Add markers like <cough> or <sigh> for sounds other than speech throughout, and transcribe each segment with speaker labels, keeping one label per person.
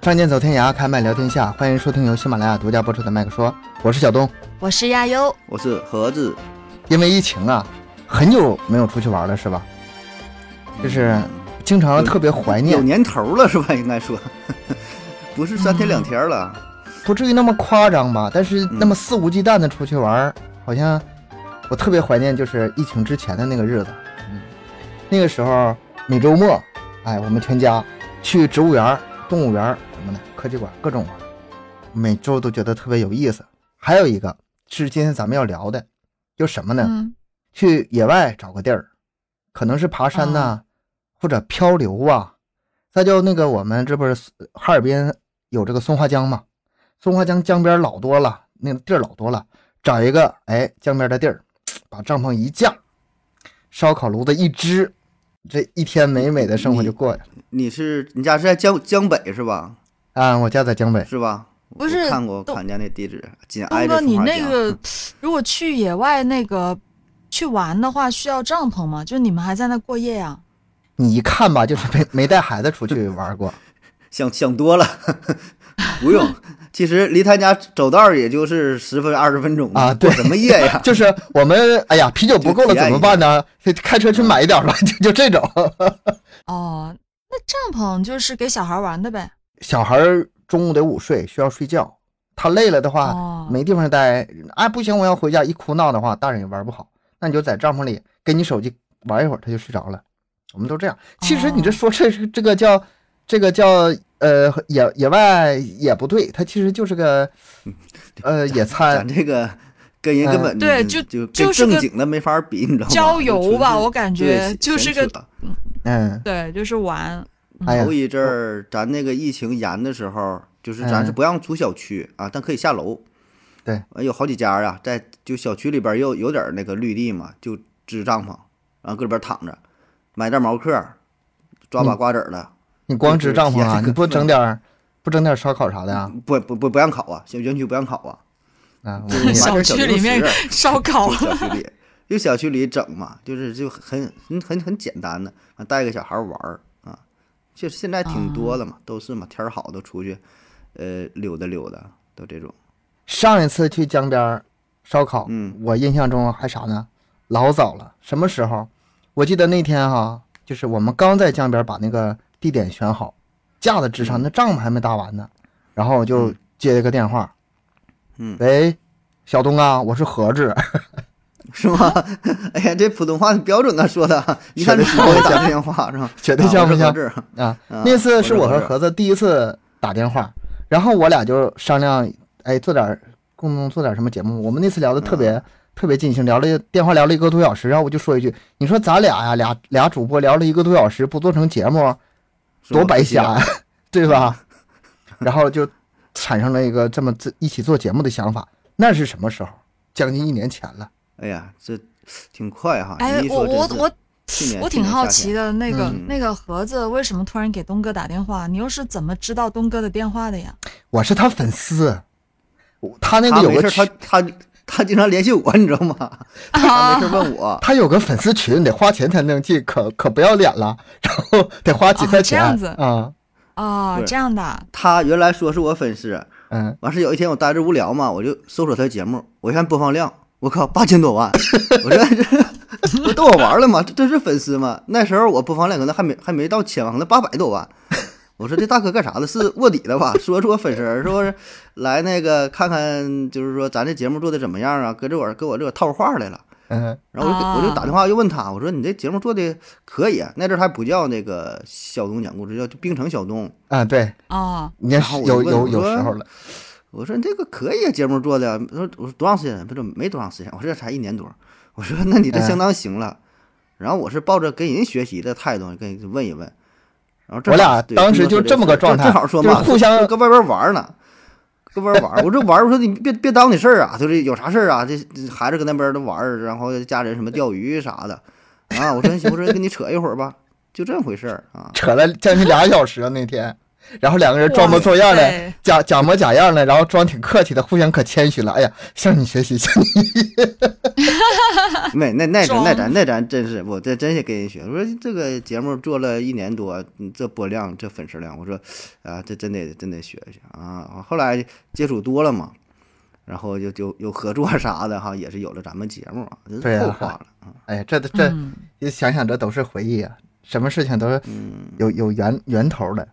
Speaker 1: 仗剑走天涯，开麦聊天下，欢迎收听由喜马拉雅独家播出的《麦克说》，我是小东。
Speaker 2: 我是亚优，
Speaker 3: 我是盒子，
Speaker 1: 因为疫情啊，很久没有出去玩了，是吧？就是经常特别怀
Speaker 3: 嗯有
Speaker 1: 念，
Speaker 3: 年头了是吧？应该说， <laughs> 不是三天两天了。
Speaker 1: 不至于那么夸张吧？但是
Speaker 3: 嗯
Speaker 1: 那么肆无忌惮的出去玩，好像我特别怀念，就是疫情之前的那个日子。嗯，那个时候每周末，哎，我们全家去植物园儿、动物园儿什么的，科技馆各种玩，每周都觉得特别有意思。还有一个是今天咱们要聊的，就什么呢？
Speaker 2: 嗯，
Speaker 1: 去野外找个地儿，可能是爬山呐、或者漂流啊。再就那个我们这不是哈尔滨有这个松花江嘛，松花江江边老多了，那个地儿老多了，找一个哎江边的地儿，把帐篷一架，烧烤炉子一支，这一天美美的生活就过去了。
Speaker 3: 你是你家是在江江北是吧？
Speaker 1: 啊，我家在江北，
Speaker 3: 是吧？
Speaker 2: 不是
Speaker 3: 我看过
Speaker 2: 东
Speaker 3: 看家那地址，紧挨
Speaker 2: 东
Speaker 3: 着
Speaker 2: 哥，你
Speaker 3: 松花江
Speaker 2: 那个如果去野外那个去玩的话，需要帐篷吗？就你们还在那过夜啊呀、
Speaker 1: 你一看吧，就是没没带孩子出去玩过。
Speaker 3: 想想多了， <laughs> 不用。其实离他家走道儿也就是十分二十分钟
Speaker 1: 啊
Speaker 3: 过
Speaker 1: 对？
Speaker 3: 什么夜呀
Speaker 1: <laughs> 就是我们，哎呀，啤酒不够了
Speaker 3: 就体验
Speaker 1: 怎么办呢？就开车去买一点儿吧，就就这种。
Speaker 2: 哦，那帐篷就是给小孩玩的呗。
Speaker 1: 小孩儿中午得午睡，需要睡觉，他累了的话、
Speaker 2: 哦
Speaker 1: 没地方待，哎不行，我要回家，一哭闹的话，大人也玩不好，那你就在帐篷里跟你手机玩一会儿，他就睡着了。我们都这样。其实你这
Speaker 2: 哦
Speaker 1: 说这是这个叫这个叫呃野野外也不对，它其实就是
Speaker 3: <laughs>
Speaker 1: 个呃野餐
Speaker 3: 咱。这个跟人
Speaker 1: 嗯
Speaker 3: 根本
Speaker 2: 对就
Speaker 3: 就
Speaker 2: 就
Speaker 3: 跟
Speaker 2: 是个
Speaker 3: 正经的没法比，你知道吗？
Speaker 2: 郊游吧我感觉
Speaker 3: 就
Speaker 2: 就是个
Speaker 1: 嗯，
Speaker 2: 对，就是玩。
Speaker 1: 哎呀
Speaker 3: 头，一阵儿咱那个疫情严的时候，就是咱是
Speaker 1: 嗯
Speaker 3: 不让出小区啊，但可以下楼。
Speaker 1: 对
Speaker 3: 呃，有好几家啊，在就小区里边儿又有点儿那个绿地嘛，就支帐篷，然后搁里边儿躺着，买点毛嗑儿，抓
Speaker 1: 嗯
Speaker 3: 把瓜子儿的，
Speaker 1: 你光支帐篷
Speaker 3: 就是
Speaker 1: 啊，
Speaker 3: 野
Speaker 1: 你不整点儿不整点儿烧烤啥的啊？
Speaker 3: 不不不不让烤啊，小园区不让烤啊，
Speaker 1: <laughs> 啊，
Speaker 3: 就
Speaker 1: 我
Speaker 3: 是
Speaker 1: 明白
Speaker 2: 小区
Speaker 3: 买点儿
Speaker 2: 里面
Speaker 3: 零食
Speaker 2: 烧烤
Speaker 1: 啊
Speaker 3: 就小区里，就小区里整嘛，就是就很很很很简单的，啊带个小孩玩儿啊，就是现在挺多了嘛，
Speaker 1: 哦
Speaker 3: 都是嘛，天儿好都出去，呃，溜达溜达，都这种。
Speaker 1: 上一次去江边儿烧烤，
Speaker 3: 嗯
Speaker 1: 我印象中还啥呢？老早了，什么时候？我记得那天哈、就是我们刚在江边把那个地点选好，架子支上，那帐篷还没搭完呢，然后我就接了个电话，
Speaker 3: 嗯
Speaker 1: 喂，小东 <laughs> 啊，我是何志，
Speaker 3: 是吗？ <laughs> 哎呀，这普通话标准的说的，一看就不会打电话是吧？
Speaker 1: 觉得像不像
Speaker 3: 啊我是何志
Speaker 1: 啊，
Speaker 3: 啊
Speaker 1: 那次是我和
Speaker 3: 我是
Speaker 1: 盒子第一次打电话，然后我俩就商量，哎，做点儿共同做点儿什么节目。我们那次聊的特别、特别尽兴，聊了电话聊了一个多小时，然后我就说一句：“你说咱俩呀、俩俩主播聊了一个多小时，不做成节目，多白瞎啊呀、 <laughs> 对吧？”
Speaker 3: 嗯
Speaker 1: 然后就产生了一个这么自一起做节目的想法。那是什么时候？将近一年前了。
Speaker 3: <laughs> 哎呀，这挺快哈！
Speaker 2: 哎
Speaker 3: 你，一
Speaker 2: 我我
Speaker 3: 说真是
Speaker 2: 我
Speaker 3: 去年
Speaker 2: 我挺好奇
Speaker 3: 的，
Speaker 2: 的，那个、
Speaker 3: 嗯
Speaker 2: 那个盒子为什么突然给东哥打电话？你又是怎么知道东哥的电话的呀？
Speaker 1: 我是他粉丝，我他那
Speaker 3: 他
Speaker 1: 个有
Speaker 3: 没
Speaker 1: 个
Speaker 3: 事，他
Speaker 1: 群，
Speaker 3: 他他经常联系我，你知道吗？ <laughs> 他没事问我，
Speaker 1: 他有个粉丝群，得花钱才能进，可可不要脸了，然后得花几块钱。
Speaker 2: 哦这样子
Speaker 1: 啊，
Speaker 2: 哦，
Speaker 3: 对
Speaker 2: 这样的啊，
Speaker 3: 他原来说是我粉丝，
Speaker 1: 嗯，
Speaker 3: 完事有一天我待着无聊嘛，我就搜索他节目，我一看播放量，我靠，八千多万！ <laughs> 我说这 <laughs> 不逗我玩儿了吗？这这是粉丝吗？那时候我播放量可能还没还没到千万，可能八百多万。我说这大哥干啥的？是卧底的吧？ <laughs> 说是我粉丝儿，说是来那个看看，就是说咱这节目做的怎么样啊？搁这我儿搁我这儿套话来了。
Speaker 1: 嗯，
Speaker 3: 然后我就给
Speaker 2: 啊
Speaker 3: 我就打电话又问他，我说你这节目做的可以啊，那阵儿还不叫那个小东讲故事，叫冰城小东。
Speaker 1: 啊，对，
Speaker 2: 哦，
Speaker 1: 你看
Speaker 3: 然后我
Speaker 1: 有
Speaker 3: 就问
Speaker 1: 有
Speaker 3: 我
Speaker 1: 有
Speaker 3: 说
Speaker 1: 时候了，
Speaker 3: 我说这个可以啊，节目做的。我说我说多长时间？不是没多长时间，我这才一年多。我说那你这
Speaker 1: 嗯
Speaker 3: 相当行了。然后我是抱着跟人学习的态度跟人问一问。然后正
Speaker 1: 我
Speaker 3: 好
Speaker 1: 俩
Speaker 3: 对
Speaker 1: 当时
Speaker 3: 正好
Speaker 1: 就
Speaker 3: 说
Speaker 1: 这么个
Speaker 3: 事儿
Speaker 1: 状态
Speaker 3: 正好说
Speaker 1: 就是
Speaker 3: 嘛，
Speaker 1: 互相
Speaker 3: 跟外边玩呢，跟外边玩。我这玩，我说你别别当你事儿啊，就是有啥事儿啊，这这孩子搁那边都玩儿，然后家人什么钓鱼啥的啊。我说我说跟你扯一会儿吧，就这么回事儿啊。
Speaker 1: 扯了将近俩小时啊那天。然后两个人装模作样
Speaker 2: 哇
Speaker 1: 的，
Speaker 2: 塞
Speaker 1: 假假模假样的，然后装挺客气的，互相可谦虚了。哎呀，向你学习，向你
Speaker 2: <laughs>
Speaker 3: 没那那咱
Speaker 2: 装
Speaker 3: 那咱那咱真是，我这真是跟人学。我说这个节目做了一年多，你这播量这粉丝量，我说啊，这真得真得学一学啊。后来接触多了嘛，然后就就有合作啥的哈，也是有了咱们节目啊，这
Speaker 1: 对
Speaker 3: 是
Speaker 1: 啊
Speaker 3: 后话了。
Speaker 1: 哎呀，这这
Speaker 2: 嗯
Speaker 1: 一想想，这都是回忆啊，什么事情都是
Speaker 3: 嗯
Speaker 1: 有有源源头的。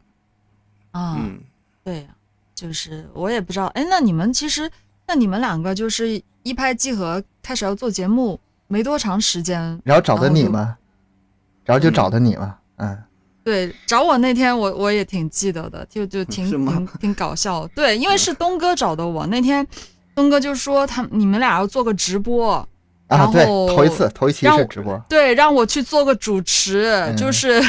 Speaker 2: 啊，
Speaker 3: 嗯，
Speaker 2: 对呀，就是我也不知道。哎，那你们其实，那你们两个就是一拍即合，开始要做节目没多长时间。
Speaker 1: 然后找的
Speaker 2: 然后
Speaker 1: 你
Speaker 2: 就
Speaker 1: 嘛，然后就找的你嘛，嗯，
Speaker 2: 对，找我那天我我也挺记得的，就就挺
Speaker 3: 嗯是吗 <laughs> 嗯
Speaker 2: 挺挺搞笑的。对，因为是东哥找的我，那天东哥就说他你们俩要做个直播，
Speaker 1: 啊，
Speaker 2: 然
Speaker 1: 对，
Speaker 2: 后
Speaker 1: 头一次头一期
Speaker 2: 让
Speaker 1: 是
Speaker 2: 我
Speaker 1: 直播，
Speaker 2: 对，让我去做个主持，
Speaker 1: 嗯
Speaker 2: <laughs> 就是，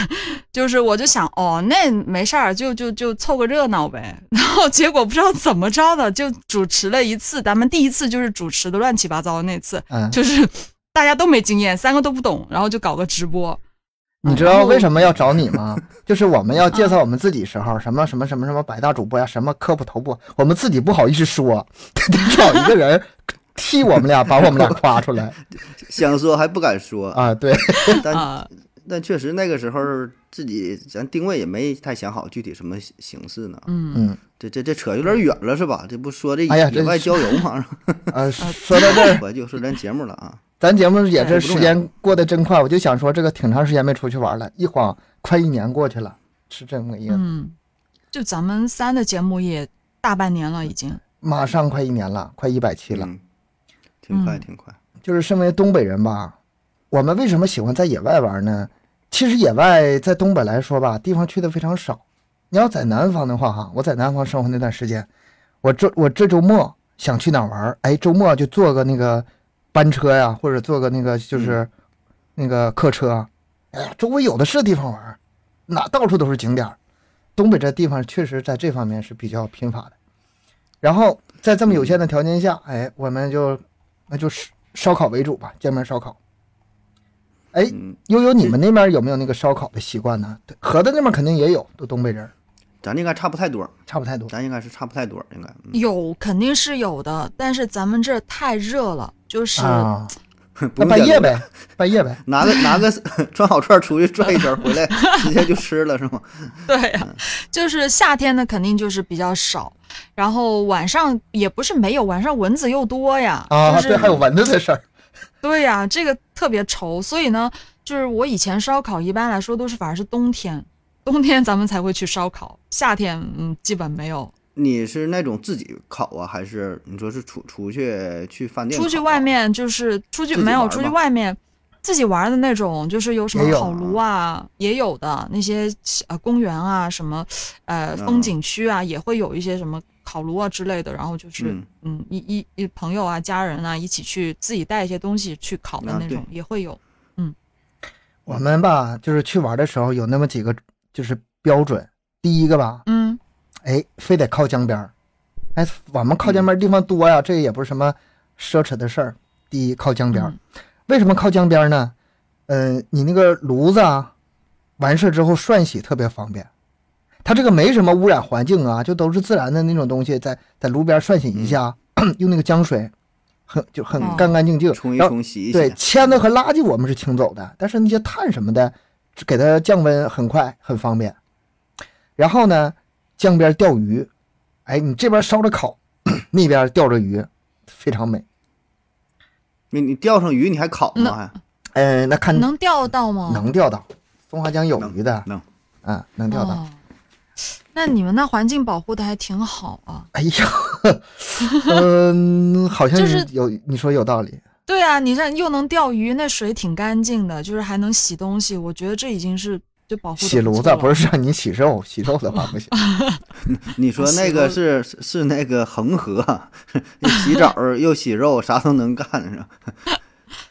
Speaker 2: 就是，我就想，哦，那没事儿，就就就凑个热闹呗。 <laughs> 然后结果不知道怎么着的，就主持了一次，咱们第一次就是主持的乱七八糟的那次，
Speaker 1: 嗯，
Speaker 2: 就是大家都没经验，三个都不懂，然后就搞个直播。
Speaker 1: 你知道为什么要找你吗？就是我们
Speaker 2: 啊
Speaker 1: 要介绍我们自己时候，什么什么什么什么百大主播呀，什么科普头部，我们自己不好意思说， <laughs> 得找一个人替我们俩把我们俩夸出
Speaker 2: <laughs>
Speaker 1: 来
Speaker 3: 想说还不敢说，
Speaker 1: 啊，对，
Speaker 3: 但
Speaker 2: 啊、
Speaker 3: 但确实那个时候自己咱定位也没太想好具体什么形形式呢。
Speaker 2: 嗯，
Speaker 1: 嗯，
Speaker 3: 这这这扯有点远了是吧？这不说这
Speaker 1: 哎呀
Speaker 3: 野
Speaker 1: 真
Speaker 3: 外
Speaker 1: 是
Speaker 3: 郊游嘛，
Speaker 1: <laughs> 呃，说到这儿，
Speaker 3: 我就说咱节目了啊。
Speaker 1: 咱节目也是时间过得真快，我就想说这个挺长时间没出去玩了，一晃快一年过去了，是这么个意思，
Speaker 2: 嗯，就咱们三的节目也大半年了，已经。
Speaker 1: 马上快一年了，快一百期了。
Speaker 3: 嗯，挺快
Speaker 2: 嗯
Speaker 3: 挺快。
Speaker 1: 就是身为东北人吧，我们为什么喜欢在野外玩呢？其实野外在东北来说吧，地方去的非常少。你要在南方的话，哈，我在南方生活那段时间，我这我这周末想去哪儿玩，哎，周末就坐个那个班车呀，或者坐个那个就是那个客车啊，哎呀，周围有的是地方玩，哪到处都是景点儿。东北这地方确实在这方面是比较贫乏的。然后在这么有限的条件下，哎，我们就那就是烧烤为主吧，见面烧烤。哎，
Speaker 3: 嗯，
Speaker 1: 悠悠，你们那边有没有那个烧烤的习惯呢？对，河南那边肯定也有，都东北人，
Speaker 3: 咱应该差不太多，
Speaker 1: 差不太多。
Speaker 3: 咱应该是差不太多，应该。嗯
Speaker 2: 有肯定是有的，但是咱们这儿太热了，就是、
Speaker 1: 啊，
Speaker 3: 不
Speaker 1: 那
Speaker 3: 用
Speaker 1: 半夜
Speaker 3: 讲究，
Speaker 1: 呗，半夜呗。
Speaker 3: 拿个拿个 <laughs> 串好串出去转一圈，回来直接就吃了是吗？
Speaker 2: <laughs> 对呀、就是夏天呢，肯定就是比较少，然后晚上也不是没有，晚上蚊子又多呀，
Speaker 1: 啊，
Speaker 2: 就是
Speaker 1: 对，还有蚊子的事儿。
Speaker 2: 对呀、这个特别愁，所以呢，就是我以前烧烤一般来说都是反而是冬天，冬天咱们才会去烧烤，夏天嗯基本没有，
Speaker 3: 你是那种自己烤啊，还是你说是出出去去饭店、啊
Speaker 2: 出去外？面就是出去
Speaker 3: 自己
Speaker 2: 没有
Speaker 3: 玩
Speaker 2: 出去
Speaker 3: 吗
Speaker 2: 外面。自己玩的那种，就是有什
Speaker 1: 也
Speaker 2: 么
Speaker 1: 有
Speaker 2: 烤炉啊，也有的那些呃公园啊，什么呃
Speaker 3: 嗯
Speaker 2: 风景区啊，也会有一些什么烤炉啊之类的。然后就是
Speaker 3: 嗯，
Speaker 2: 嗯，一一一朋友啊、家人啊一起去自己带一些东西去烤的
Speaker 3: 啊
Speaker 2: 那
Speaker 3: 对
Speaker 2: 种、也会有。
Speaker 1: 我们吧，就是去玩的时候有那么几个就是标准。第一个吧，
Speaker 2: 嗯
Speaker 1: 哎，非得靠江边儿。哎，我们靠江边儿地方多呀，这也不是什么奢侈的事儿。第一，靠江边儿。
Speaker 2: 嗯
Speaker 1: 为什么靠江边儿呢？嗯，你那个炉子啊，完事儿之后涮洗特别方便。它这个没什么污染环境啊，就都是自然的那种东西，在在炉边儿涮洗一下， <clears throat> 用那个江水，很就很
Speaker 2: 哦
Speaker 1: 干干净净。
Speaker 3: 冲一
Speaker 1: 然后
Speaker 3: 冲，洗一洗。
Speaker 1: 对，签子和垃圾我们是清走的，但是那些碳什么的，只给它降温很快，很方便。然后呢，江边钓鱼，哎，你这边烧着烤， <clears throat> 那边钓着鱼，非常美。
Speaker 3: 你你钓上鱼你还烤吗？还
Speaker 1: 嗯、那看
Speaker 2: 能钓到吗？
Speaker 1: 能钓到，松花江有鱼的，
Speaker 3: 能
Speaker 1: 啊，能钓到。
Speaker 2: 哦。那你们那环境保护的还挺好啊。
Speaker 1: 哎呀， <laughs> 嗯，好像
Speaker 2: 就是
Speaker 1: 有你说有道理，
Speaker 2: 对啊，你看又能钓鱼，那水挺干净的，就是还能洗东西，我觉得这已经是就保护得
Speaker 1: 洗炉
Speaker 2: 错
Speaker 1: 子
Speaker 2: 了
Speaker 1: 不是让你洗肉， <laughs> 洗肉的话
Speaker 2: <laughs>
Speaker 1: 不行。
Speaker 3: 你
Speaker 2: 啊
Speaker 3: 说那个是是是那个恒河，洗澡儿又洗肉，啥都能干是吧？ <laughs>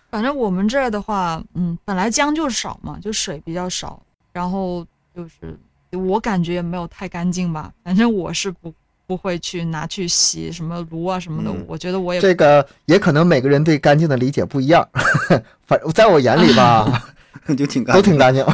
Speaker 2: 反正我们这儿的话，嗯，本来江就少嘛，就水比较少，然后就是我感觉也没有太干净吧，反正我是不不会去拿去洗什么炉啊什么的，
Speaker 3: 嗯
Speaker 2: 我觉得我也
Speaker 1: 这个也可能每个人对干净的理解不一样， <laughs> 反在我眼里吧，
Speaker 3: <laughs> 就挺干
Speaker 1: 都
Speaker 3: 净，
Speaker 1: 挺干净。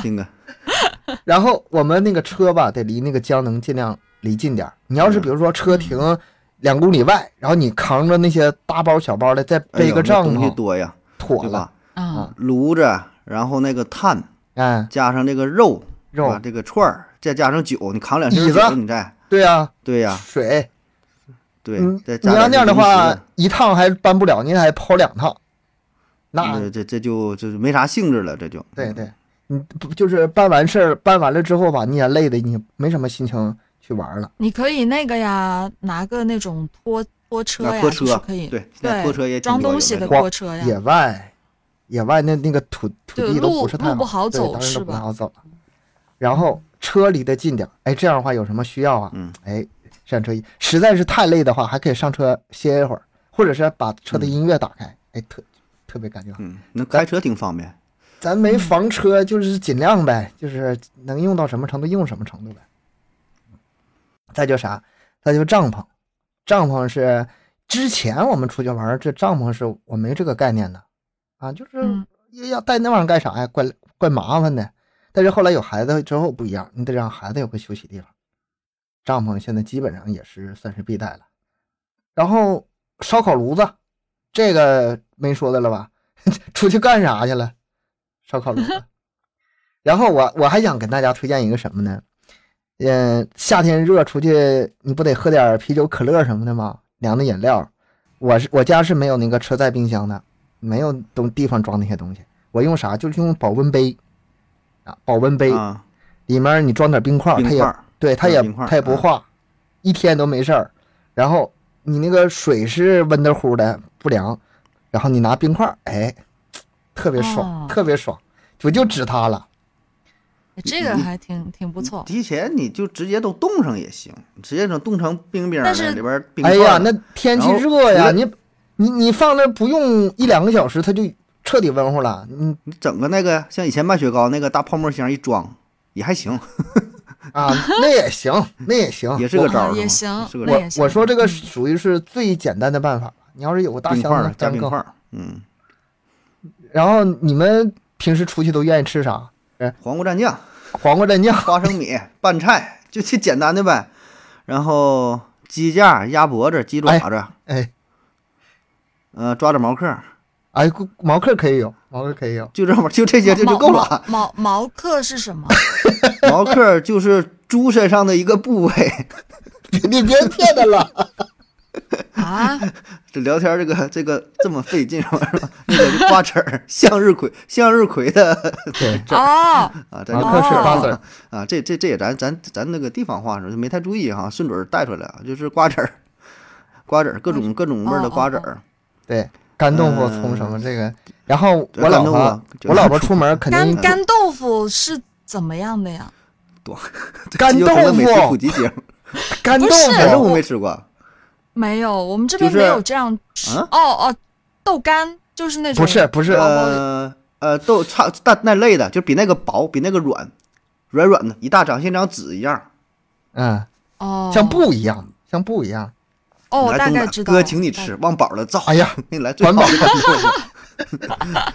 Speaker 3: 挺干。
Speaker 1: <laughs> 然后我们那个车吧，得离那个江能尽量离近点儿。你要是比如说车
Speaker 2: 嗯
Speaker 1: 停两公里外，然后你扛着那些大包小包的，再
Speaker 3: 哎
Speaker 1: 背
Speaker 3: 呦
Speaker 1: 个
Speaker 3: 那
Speaker 1: 帐
Speaker 3: 东西
Speaker 1: 篷，
Speaker 3: 多呀，
Speaker 1: 妥
Speaker 3: 对
Speaker 1: 了。
Speaker 3: 吧？
Speaker 2: 啊，
Speaker 3: 炉子，然后那个炭，
Speaker 1: 哎，
Speaker 3: 加上这个肉，
Speaker 1: 肉
Speaker 3: 啊这个串儿，再加上酒，你扛两
Speaker 1: 椅
Speaker 3: 瓶
Speaker 1: 子
Speaker 3: 酒，你再
Speaker 1: 对呀，
Speaker 3: 对啊呀，
Speaker 1: 水，
Speaker 3: 对
Speaker 1: 嗯，
Speaker 3: 再
Speaker 1: 你
Speaker 3: 加
Speaker 1: 要那样的
Speaker 3: 的
Speaker 1: 话，，一趟还搬不了，你还跑两趟，那
Speaker 3: 嗯这这就就是没啥兴致了，这就嗯
Speaker 1: 对对，你不就是办完事儿办完了之后吧，你也累的，你没什么心情去玩了。
Speaker 2: 你可以那个呀，拿个那种拖拖车
Speaker 3: 那
Speaker 2: 呀，
Speaker 3: 拖
Speaker 2: 就是
Speaker 3: 车
Speaker 2: 可以
Speaker 3: 对，现在拖车也挺
Speaker 2: 装
Speaker 3: 多
Speaker 2: 东
Speaker 3: 有
Speaker 2: 西的
Speaker 3: 那
Speaker 1: 种
Speaker 2: 拖车呀，
Speaker 1: 野外，野外那那个土土
Speaker 2: 对
Speaker 1: 地都
Speaker 2: 路
Speaker 1: 不是
Speaker 2: 路
Speaker 1: 太
Speaker 2: 不好
Speaker 1: 对
Speaker 2: 走
Speaker 1: 当时
Speaker 2: 是
Speaker 1: 都不
Speaker 2: 吧
Speaker 1: 好走了。然后车离得近点儿，哎，这样的话有什么需要啊？
Speaker 3: 嗯，
Speaker 1: 哎，上车一实在是太累的话，还可以上车歇一会儿，或者是把车的音乐打开，哎，特特别感觉好。
Speaker 3: 嗯，那开车挺方便，
Speaker 1: 咱没房车，就是尽量呗，就是能用到什么程度用什么程度呗。再就啥，再就帐篷，帐篷是之前我们出去玩儿，这帐篷是我没这个概念的啊，就是
Speaker 2: 嗯
Speaker 1: 要要带那玩意儿干啥呀？怪怪麻烦的。但是后来有孩子之后不一样，你得让孩子有个休息地方。帐篷现在基本上也是算是必带了。然后烧烤炉子，这个没说的了吧？ <laughs> 出去干啥去了？烧烤炉
Speaker 3: <laughs>
Speaker 1: 子。然后我我还想给大家推荐一个什么呢？嗯，夏天热出去，你不得喝点啤酒、可乐什么的吗？凉的饮料。我是我家是没有那个车载冰箱的，没有东地方装那些东西。我用啥？就是用保温杯啊，保温杯、
Speaker 3: 啊，
Speaker 1: 里面你装点冰块儿，
Speaker 3: 冰
Speaker 1: 啊它
Speaker 3: 块
Speaker 1: 也
Speaker 3: 儿，
Speaker 1: 对，它
Speaker 3: 嗯
Speaker 1: 也
Speaker 3: 冰块儿
Speaker 1: 它也不
Speaker 3: 啊
Speaker 1: 化，一天都没事儿。然后你那个水是温乎乎的不凉，然后你拿冰块儿，哎，特别爽，
Speaker 2: 哦
Speaker 1: 特别爽。我就指它了，
Speaker 2: 哎这个还挺挺不错。
Speaker 3: 提前嗯你就直接都冻上也行，直接整冻成冰冰
Speaker 2: 但是
Speaker 3: 的，里边儿冰
Speaker 1: 哎
Speaker 3: 块
Speaker 1: 呀，
Speaker 3: 儿
Speaker 1: 那天气
Speaker 3: 然后
Speaker 1: 热
Speaker 3: 除
Speaker 1: 呀，
Speaker 3: 了
Speaker 1: 你你你放那不用一两个小时，它就彻底温乎了。嗯你
Speaker 3: 你整个那个像以前卖雪糕那个大泡沫箱一装也还行，
Speaker 1: 啊，那也行，那也行，
Speaker 3: 也是个
Speaker 1: 我
Speaker 3: 招儿
Speaker 2: 啊，
Speaker 3: 是
Speaker 2: 也
Speaker 3: 吗
Speaker 2: 行
Speaker 3: 是个
Speaker 2: 那
Speaker 3: 招
Speaker 2: 也
Speaker 3: 儿
Speaker 1: 我说这个
Speaker 2: 嗯
Speaker 1: 属于是最简单的办法了。你要是有个大
Speaker 3: 冰块
Speaker 1: 箱
Speaker 3: 儿
Speaker 1: 子，
Speaker 3: 加
Speaker 1: 这样
Speaker 3: 冰
Speaker 1: 更
Speaker 3: 块
Speaker 1: 好。
Speaker 3: 儿，嗯，
Speaker 1: 然后你们平时出去都愿意吃啥？
Speaker 3: 黄瓜蘸酱、
Speaker 1: 黄瓜蘸酱， <laughs>
Speaker 3: 花生米、 <laughs> 拌菜，就这简单的呗。然后鸡架、鸭脖子、鸡爪子，
Speaker 1: 哎
Speaker 3: 呃，抓点毛克儿，
Speaker 1: 哎，毛克可以有，毛克可以有。
Speaker 3: 就这玩意儿就这些就就
Speaker 2: 毛
Speaker 3: 够了。
Speaker 2: 毛毛毛克是什么？
Speaker 3: 毛克儿就是猪身上的一个部位。
Speaker 1: <laughs> 你别骗他了，
Speaker 3: <laughs>
Speaker 2: 啊，
Speaker 3: 这聊天儿这个这个这么费劲是吧？是吧那个就瓜子儿、向日葵、向日葵的
Speaker 1: <laughs> 对，
Speaker 2: 哦，
Speaker 3: 啊，咱
Speaker 1: 毛
Speaker 3: 就
Speaker 1: 克是
Speaker 2: 哦
Speaker 1: 瓜子儿，
Speaker 3: 啊，这这这也咱咱咱那个地方话说就没太注意哈，顺嘴儿带出来啊，就是瓜子儿，瓜子儿各种各种味儿的瓜子儿，
Speaker 1: 对，干豆腐、
Speaker 3: 嗯
Speaker 1: 葱什么这个。然后
Speaker 3: 对
Speaker 1: 我老
Speaker 3: 干豆腐
Speaker 1: 婆，
Speaker 3: 就
Speaker 1: 我老婆出门肯
Speaker 2: 干
Speaker 1: 定
Speaker 2: 干豆腐是怎么样的呀？
Speaker 1: 干
Speaker 3: 这又
Speaker 1: 豆
Speaker 3: 成了美食普
Speaker 1: 腐，
Speaker 3: 及
Speaker 1: <laughs>
Speaker 3: 节目，
Speaker 1: 干豆
Speaker 2: 不是
Speaker 3: 反
Speaker 2: 干
Speaker 3: 正
Speaker 1: 腐，
Speaker 3: 我没吃过啊，
Speaker 2: 没有，我们这边
Speaker 3: 就是
Speaker 2: 没有这样吃。
Speaker 3: 啊
Speaker 2: 哦哦，豆干就是那种
Speaker 1: 不是不是
Speaker 3: 呃呃豆差但那类的，就比那个薄，比那个软，软软的，一大张像一张纸一样，
Speaker 1: 嗯，
Speaker 2: 哦，
Speaker 1: 像布一样，像布一 <laughs> 样。
Speaker 2: 哦，
Speaker 3: 你
Speaker 2: 我
Speaker 3: 来
Speaker 2: 大
Speaker 3: 东
Speaker 2: 概
Speaker 3: 北
Speaker 2: 知道了。
Speaker 3: 哥请你吃，忘饱了造，
Speaker 1: 哎呀，
Speaker 3: <laughs> 给你来最好
Speaker 1: 管
Speaker 3: 的
Speaker 1: 饱
Speaker 3: 干豆腐，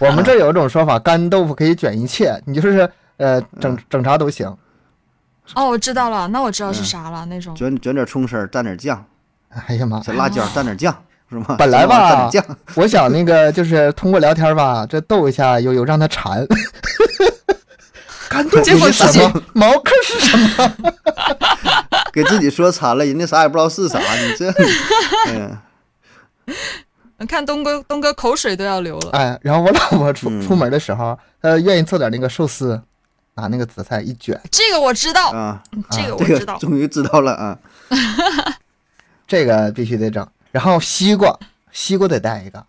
Speaker 1: <laughs> 我们这儿有一种说法，干豆腐可以卷一切，你就是呃整整啥都行。
Speaker 2: 哦，我知道了，那我知道是
Speaker 3: 嗯
Speaker 2: 啥了，那种
Speaker 3: 卷卷点葱丝儿，蘸点酱，
Speaker 1: 哎呀妈，
Speaker 3: 小辣椒蘸点酱。是吗？
Speaker 1: 本来吧
Speaker 3: 蘸点酱，
Speaker 1: 我想那个就是通过聊天吧，这逗一下悠悠，让他馋。干
Speaker 3: <laughs>
Speaker 1: 豆
Speaker 2: 结
Speaker 1: 腐 <laughs>
Speaker 2: 果
Speaker 1: 是
Speaker 2: 自己
Speaker 1: 什么？毛克是什么？
Speaker 3: 给自己说馋了，人家啥也不知道是啥，你
Speaker 2: <laughs>
Speaker 3: 这，嗯，
Speaker 2: 看东哥东哥口水都要流了。
Speaker 1: 哎，然后我老婆出
Speaker 3: 嗯
Speaker 1: 出门的时候，她愿意做点那个寿司，拿那个紫菜一卷，
Speaker 2: 这个我知道，
Speaker 3: 啊，
Speaker 2: 这哦个我
Speaker 3: 这
Speaker 2: 知
Speaker 3: 个
Speaker 2: 道。
Speaker 3: <laughs> 终于知道了啊！
Speaker 1: 这个必须得整。然后西瓜，西瓜得带一个。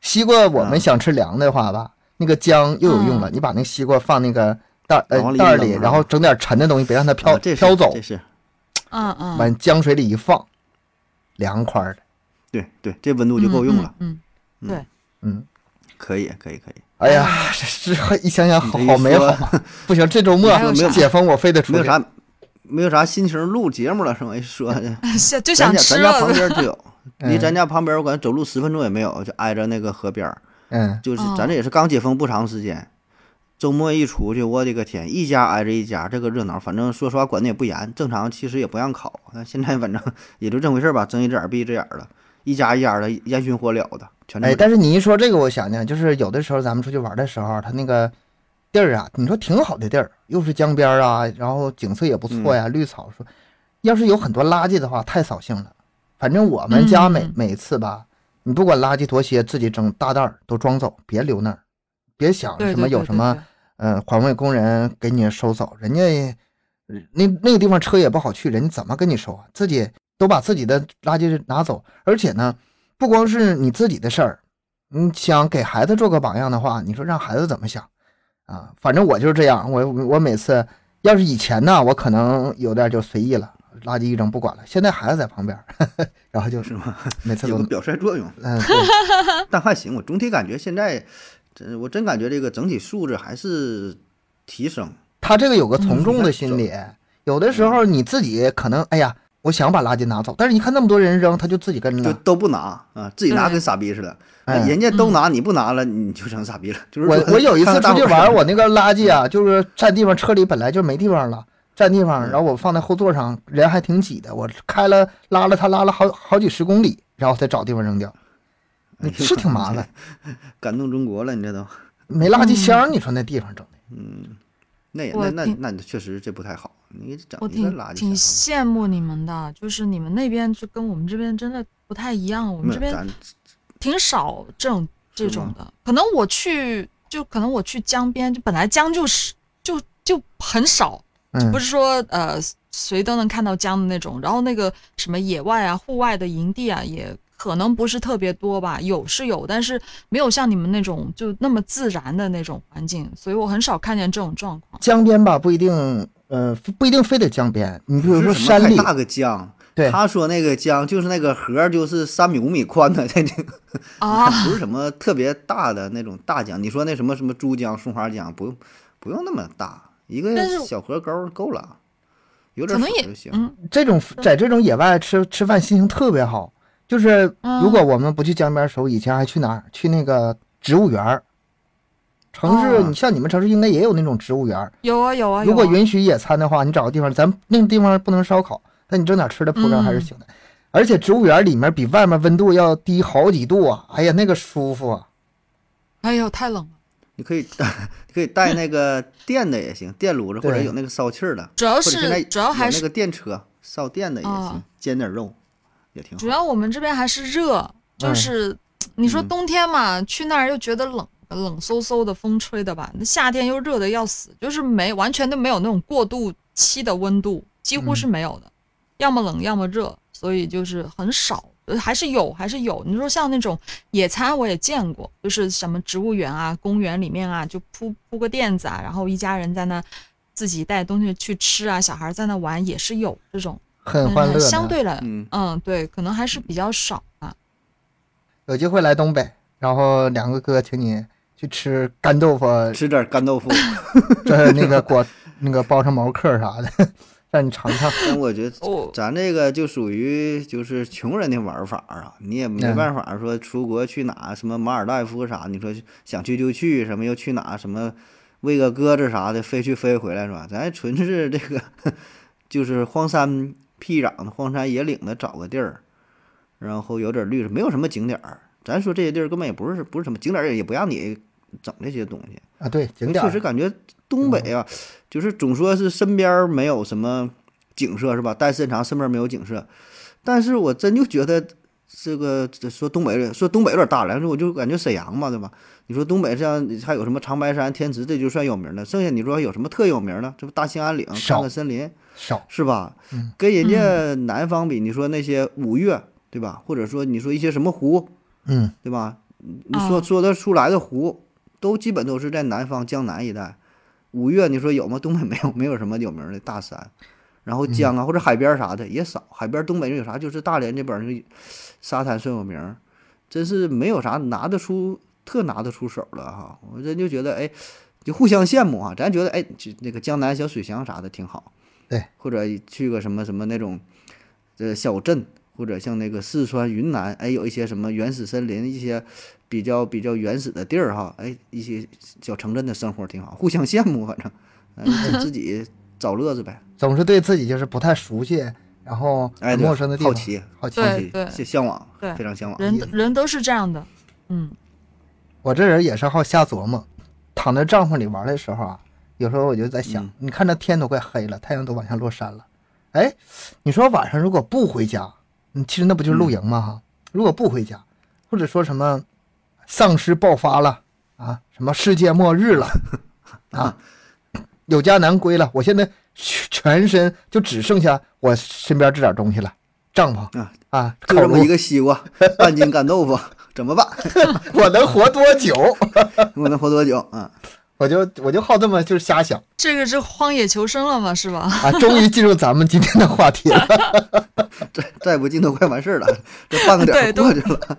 Speaker 1: 西瓜我们
Speaker 3: 嗯
Speaker 1: 想吃凉的话吧，那个姜又有用了，你把那个西瓜放那个袋儿
Speaker 3: 往
Speaker 1: 呃
Speaker 3: 里
Speaker 1: 袋儿
Speaker 3: 扔
Speaker 1: 里，
Speaker 3: 啊
Speaker 1: 然后整点沉的东西，别让它飘
Speaker 3: 啊这是
Speaker 1: 飘走
Speaker 3: 这，是
Speaker 2: 嗯嗯，
Speaker 1: 往江水里一放，凉快儿的。
Speaker 3: 对对，这温度就够用了，
Speaker 2: 嗯。嗯，对，
Speaker 1: 嗯，
Speaker 3: 可以可以可以。
Speaker 1: 哎呀，这这一想想好
Speaker 3: 嗯你这一
Speaker 1: 好美好
Speaker 3: 说 <laughs>
Speaker 1: 啊！不行，这周末
Speaker 2: 你说没有
Speaker 1: 解封我非得出
Speaker 3: 没有
Speaker 1: 去。
Speaker 3: 啥没有啥心情录节目了是吗？
Speaker 1: <laughs>
Speaker 3: 一说的
Speaker 2: 想嗯 <laughs> 就
Speaker 3: 咱
Speaker 2: 想
Speaker 3: 家
Speaker 2: 吃
Speaker 3: 咱家旁
Speaker 2: 了。 <laughs>
Speaker 3: 边就有，离
Speaker 1: 嗯
Speaker 3: 咱家旁边我感觉走路十分钟也没有，就挨着那个河边儿，
Speaker 1: 嗯，
Speaker 3: 就是
Speaker 2: 哦
Speaker 3: 咱这也是刚解封不长时间，周末一出去，我的个天，一家挨着一家，这个热闹。反正说实话管的也不严，正常其实也不让烤。那现在反正 <laughs> 也就这回事儿吧，睁一只眼闭一只眼儿了，一家一家的烟熏火燎的，全
Speaker 1: 哎，
Speaker 3: 都
Speaker 1: 但是你一说这个，我想想，就是有的时候咱们出去玩的时候，它那个地儿啊，你说挺好的地儿，又是江边儿啊，然后景色也不错
Speaker 3: 嗯
Speaker 1: 呀，绿草说，要是有很多垃圾的话，太扫兴了。反正我们家每、
Speaker 2: 嗯
Speaker 1: 每次吧，你不管垃圾多些，自己整大袋儿都装走，别留那儿，别想
Speaker 2: 对
Speaker 1: 什么有什么，呃环卫工人给你收走，人家呃那那个地方车也不好去，人家怎么给你收啊？自己都把自己的垃圾拿走，而且呢，不光是你自己的事儿，你想给孩子做个榜样的话，你说让孩子怎么想啊？反正我就是这样，我我每次要是以前呢，我可能有点就随意了，垃圾一扔不管了。现在孩子在旁边儿， <laughs> 然后就是
Speaker 3: 吗？
Speaker 1: 每次
Speaker 3: 有
Speaker 1: 都
Speaker 3: 个表率
Speaker 1: <laughs>
Speaker 3: 作用。
Speaker 1: 嗯，对
Speaker 3: 但还行，我总体感觉现在，真我真感觉这个整体素质还是提升。
Speaker 1: 他这个有个从众
Speaker 3: 嗯
Speaker 1: 的心理，有的时候你自己可能哎呀，我想把垃圾拿走，但是你看那么多人扔，他就自己跟
Speaker 3: 就
Speaker 1: 着。
Speaker 3: 都不拿啊，自己拿
Speaker 2: 对嗯
Speaker 3: 跟傻逼似的，
Speaker 1: 嗯哎
Speaker 3: 人家都拿你不拿了，你就成傻逼了。就是
Speaker 1: 我
Speaker 3: 说
Speaker 1: 我有一次
Speaker 3: 看看
Speaker 1: 出
Speaker 3: 大
Speaker 1: 去
Speaker 3: 伙儿 <laughs>
Speaker 1: 玩，我那个垃圾啊，就是占地方，车里本来就没地方了，占地方，
Speaker 3: 嗯
Speaker 1: 然后我放在后座上，人还挺挤的，我开了拉了他拉了好好几十公里，然后才找地方扔掉，
Speaker 3: 哎呦
Speaker 1: 是挺麻烦，
Speaker 3: <laughs> 感动中国了，你这都
Speaker 1: 没垃圾
Speaker 3: 嗯
Speaker 1: 箱，你说那地方整的，
Speaker 3: 那也
Speaker 2: 我
Speaker 3: 那那
Speaker 2: 挺
Speaker 3: 那确实这不太好，你整
Speaker 2: 我
Speaker 3: 一个
Speaker 2: 挺
Speaker 3: 垃
Speaker 2: 挺
Speaker 3: 圾
Speaker 2: 羡
Speaker 3: 箱。
Speaker 2: 慕你们的，就是你们那边就跟我们这边真的不太一样，我们这
Speaker 3: 没有
Speaker 2: 边
Speaker 3: 咱
Speaker 2: 挺少这种这
Speaker 3: 是
Speaker 2: 种
Speaker 3: 吗
Speaker 2: 的。可能我去，就可能我去江边，就本来江就是就就很少，
Speaker 1: 嗯
Speaker 2: 不，是说呃谁都能看到江的那种。然后那个什么野外啊、户外的营地啊，也可能不是特别多吧，有是有，但是没有像你们那种就那么自然的那种环境，所以我很少看见这种状况。
Speaker 1: 江边吧不一定，呃，不一定非得江边，你比
Speaker 3: 不
Speaker 1: 如说
Speaker 3: 是什么
Speaker 1: 山
Speaker 3: 太
Speaker 1: 里，
Speaker 3: 大个江，
Speaker 1: 对，
Speaker 3: 他说那个江就是那个河儿，就是三米五米宽的，
Speaker 2: <laughs>
Speaker 3: 这这
Speaker 2: 啊，
Speaker 3: 不是什么特别大的那种大江。你说那什么什么珠江、松花江，不用不用那么大，一个
Speaker 2: 但是
Speaker 3: 小河沟儿够了，有
Speaker 2: 可
Speaker 3: 点
Speaker 2: 能
Speaker 3: 水
Speaker 2: 也
Speaker 3: 就行。
Speaker 2: 嗯，
Speaker 1: 这种在这种野外吃吃饭心情特别好。就是
Speaker 2: 嗯
Speaker 1: 如果我们不去江边的时候，以前还去哪儿？去那个植物园儿。城市，
Speaker 3: 哦
Speaker 1: 你像你们城市应该也有那种植物园儿。
Speaker 2: 有啊有啊。
Speaker 1: 如果
Speaker 2: 有啊
Speaker 1: 允许野餐的话，你找个地方，咱那个地方不能烧烤，但你整点吃的铺张还是行的。
Speaker 2: 嗯
Speaker 1: 而且植物园里面比外面温度要低好几度啊！哎呀，那个舒服啊！
Speaker 2: 哎呦，太冷了。
Speaker 3: 你可以 <laughs> 带，你可以带那个电的也行，电炉子或者
Speaker 1: 对
Speaker 3: 有那个烧气儿的，
Speaker 2: 主要
Speaker 3: 或者现在
Speaker 2: 是主要还
Speaker 3: 有
Speaker 2: 是
Speaker 3: 那个电车烧电的也行
Speaker 2: 啊，
Speaker 3: 煎点肉也挺
Speaker 2: 主
Speaker 3: 好。
Speaker 2: 要我们这边还是热，就
Speaker 1: 嗯
Speaker 2: 是、你说
Speaker 3: 嗯
Speaker 2: 冬天嘛，去那儿又觉得冷，呃冷飕飕的，风吹的吧。那夏天又热的要死，就是没完全都没有那种过渡期的温度，几乎
Speaker 1: 嗯
Speaker 2: 是没有的，要么冷，要么热，所以就是很少。呃还是有，还是有。你说像那种野餐，我也见过，就是什么植物园啊、公园里面啊，就铺铺个垫子啊，然后一家人在那自己带东西去吃啊，小孩在那玩也是有这种，
Speaker 1: 很
Speaker 2: 但
Speaker 1: 欢乐
Speaker 2: 是
Speaker 1: 的。
Speaker 2: 相对来，
Speaker 3: 嗯，
Speaker 2: 嗯，对，可能还是比较少吧。
Speaker 1: 有机会来东北，然后两个哥请你去吃干豆腐，
Speaker 3: 吃点干
Speaker 2: <laughs>
Speaker 3: 豆腐，
Speaker 1: 这那个果那个包上毛嗑啥的， <laughs> 让你尝尝。
Speaker 3: 但我觉得
Speaker 2: 哦，
Speaker 3: 咱这个就属于就是穷人的玩法啊，你也没
Speaker 1: 嗯
Speaker 3: 办法说出国去哪什么马尔代夫啥，你说想去就去，什么又去哪什么喂个鸽子啥的，飞去飞回来是吧？咱纯是这个就是荒山僻壤的、荒山野岭的找个地儿，然后有点绿色，没有什么景点儿。咱说这些地儿根本也不是不是什么景点儿，也不让你整这些东西。
Speaker 1: 啊，对，景点
Speaker 3: 确
Speaker 1: 儿嗯
Speaker 3: 实感觉东北啊，就是总说是身边儿没有什么景色是吧？待时间长身边儿没有景色，但是我真就觉得这个这说东北说东北有点大了，但是我就感觉沈阳嘛，对吧？你说东北像还有什么长白山、天池，这就算有名的。剩下你说还有什么特有名的？这不大兴安岭、
Speaker 1: 少
Speaker 3: 看看森林
Speaker 1: 少，
Speaker 3: 是吧
Speaker 1: 嗯？
Speaker 3: 跟人家南方比，你说那些五岳对吧？或者说你说一些什么湖
Speaker 1: 嗯，
Speaker 3: 对吧？你说
Speaker 2: 啊
Speaker 3: 说得出来的湖，都基本都是在南方江南一带。五岳你说有吗？东北没有，没有什么有名的大山，然
Speaker 1: 嗯
Speaker 3: 后江啊、或者海边啥的也少。海边东北有啥？就是大连这边儿就沙滩算有名儿，真是没有啥拿得出特拿得出手了哈。我真就觉得哎，就互相羡慕啊。咱觉得哎，这那个江南小水乡啥的挺好，
Speaker 1: 对，
Speaker 3: 或者去个什么什么那种呃小镇，或者像那个四川、云南，哎，有一些什么原始森林，一些比较比较原始的地儿哈，哎，一些小城镇的生活挺好，互相羡慕，反正，嗯，自己找乐子呗，
Speaker 1: 总是对自己就是不太熟悉，然后
Speaker 3: 哎，
Speaker 1: 很
Speaker 3: 对
Speaker 1: 陌生的地
Speaker 3: 好
Speaker 1: 方，
Speaker 3: 奇，
Speaker 1: 好奇
Speaker 3: 好
Speaker 2: 对
Speaker 3: 奇，
Speaker 2: 对
Speaker 3: 向向往，
Speaker 2: 对
Speaker 3: 非常向往。
Speaker 2: 人人都是这样的，嗯，
Speaker 1: 我这人也是好瞎琢磨，躺在帐篷里玩的时候啊，有时候我就在想，
Speaker 3: 嗯
Speaker 1: 你看这天都快黑了，太阳都往下落山了，哎，你说晚上如果不回家，嗯，其实那不就是露营吗？哈、如果不回家，或者说什么丧尸爆发了啊，什么世界末日
Speaker 3: <laughs>
Speaker 1: 了啊，有家难归了，我现在全全身就只剩下我身边这点东西了，帐篷
Speaker 3: 啊
Speaker 1: 啊，
Speaker 3: 就
Speaker 1: 烤
Speaker 3: 这么
Speaker 1: 炉
Speaker 3: 一，个西瓜，半斤干豆腐，怎么办？
Speaker 1: 我能活多久？ <laughs>
Speaker 3: 我能活多久啊？
Speaker 1: 我就我就好这么就是瞎想。
Speaker 2: 这个是荒野求生了嘛，是吧？ <laughs>
Speaker 1: 啊，终于进入咱们今天的话题了。
Speaker 3: 再再不进都快完事儿了，这半个点
Speaker 2: 对
Speaker 3: 儿
Speaker 2: 都
Speaker 3: 过去了。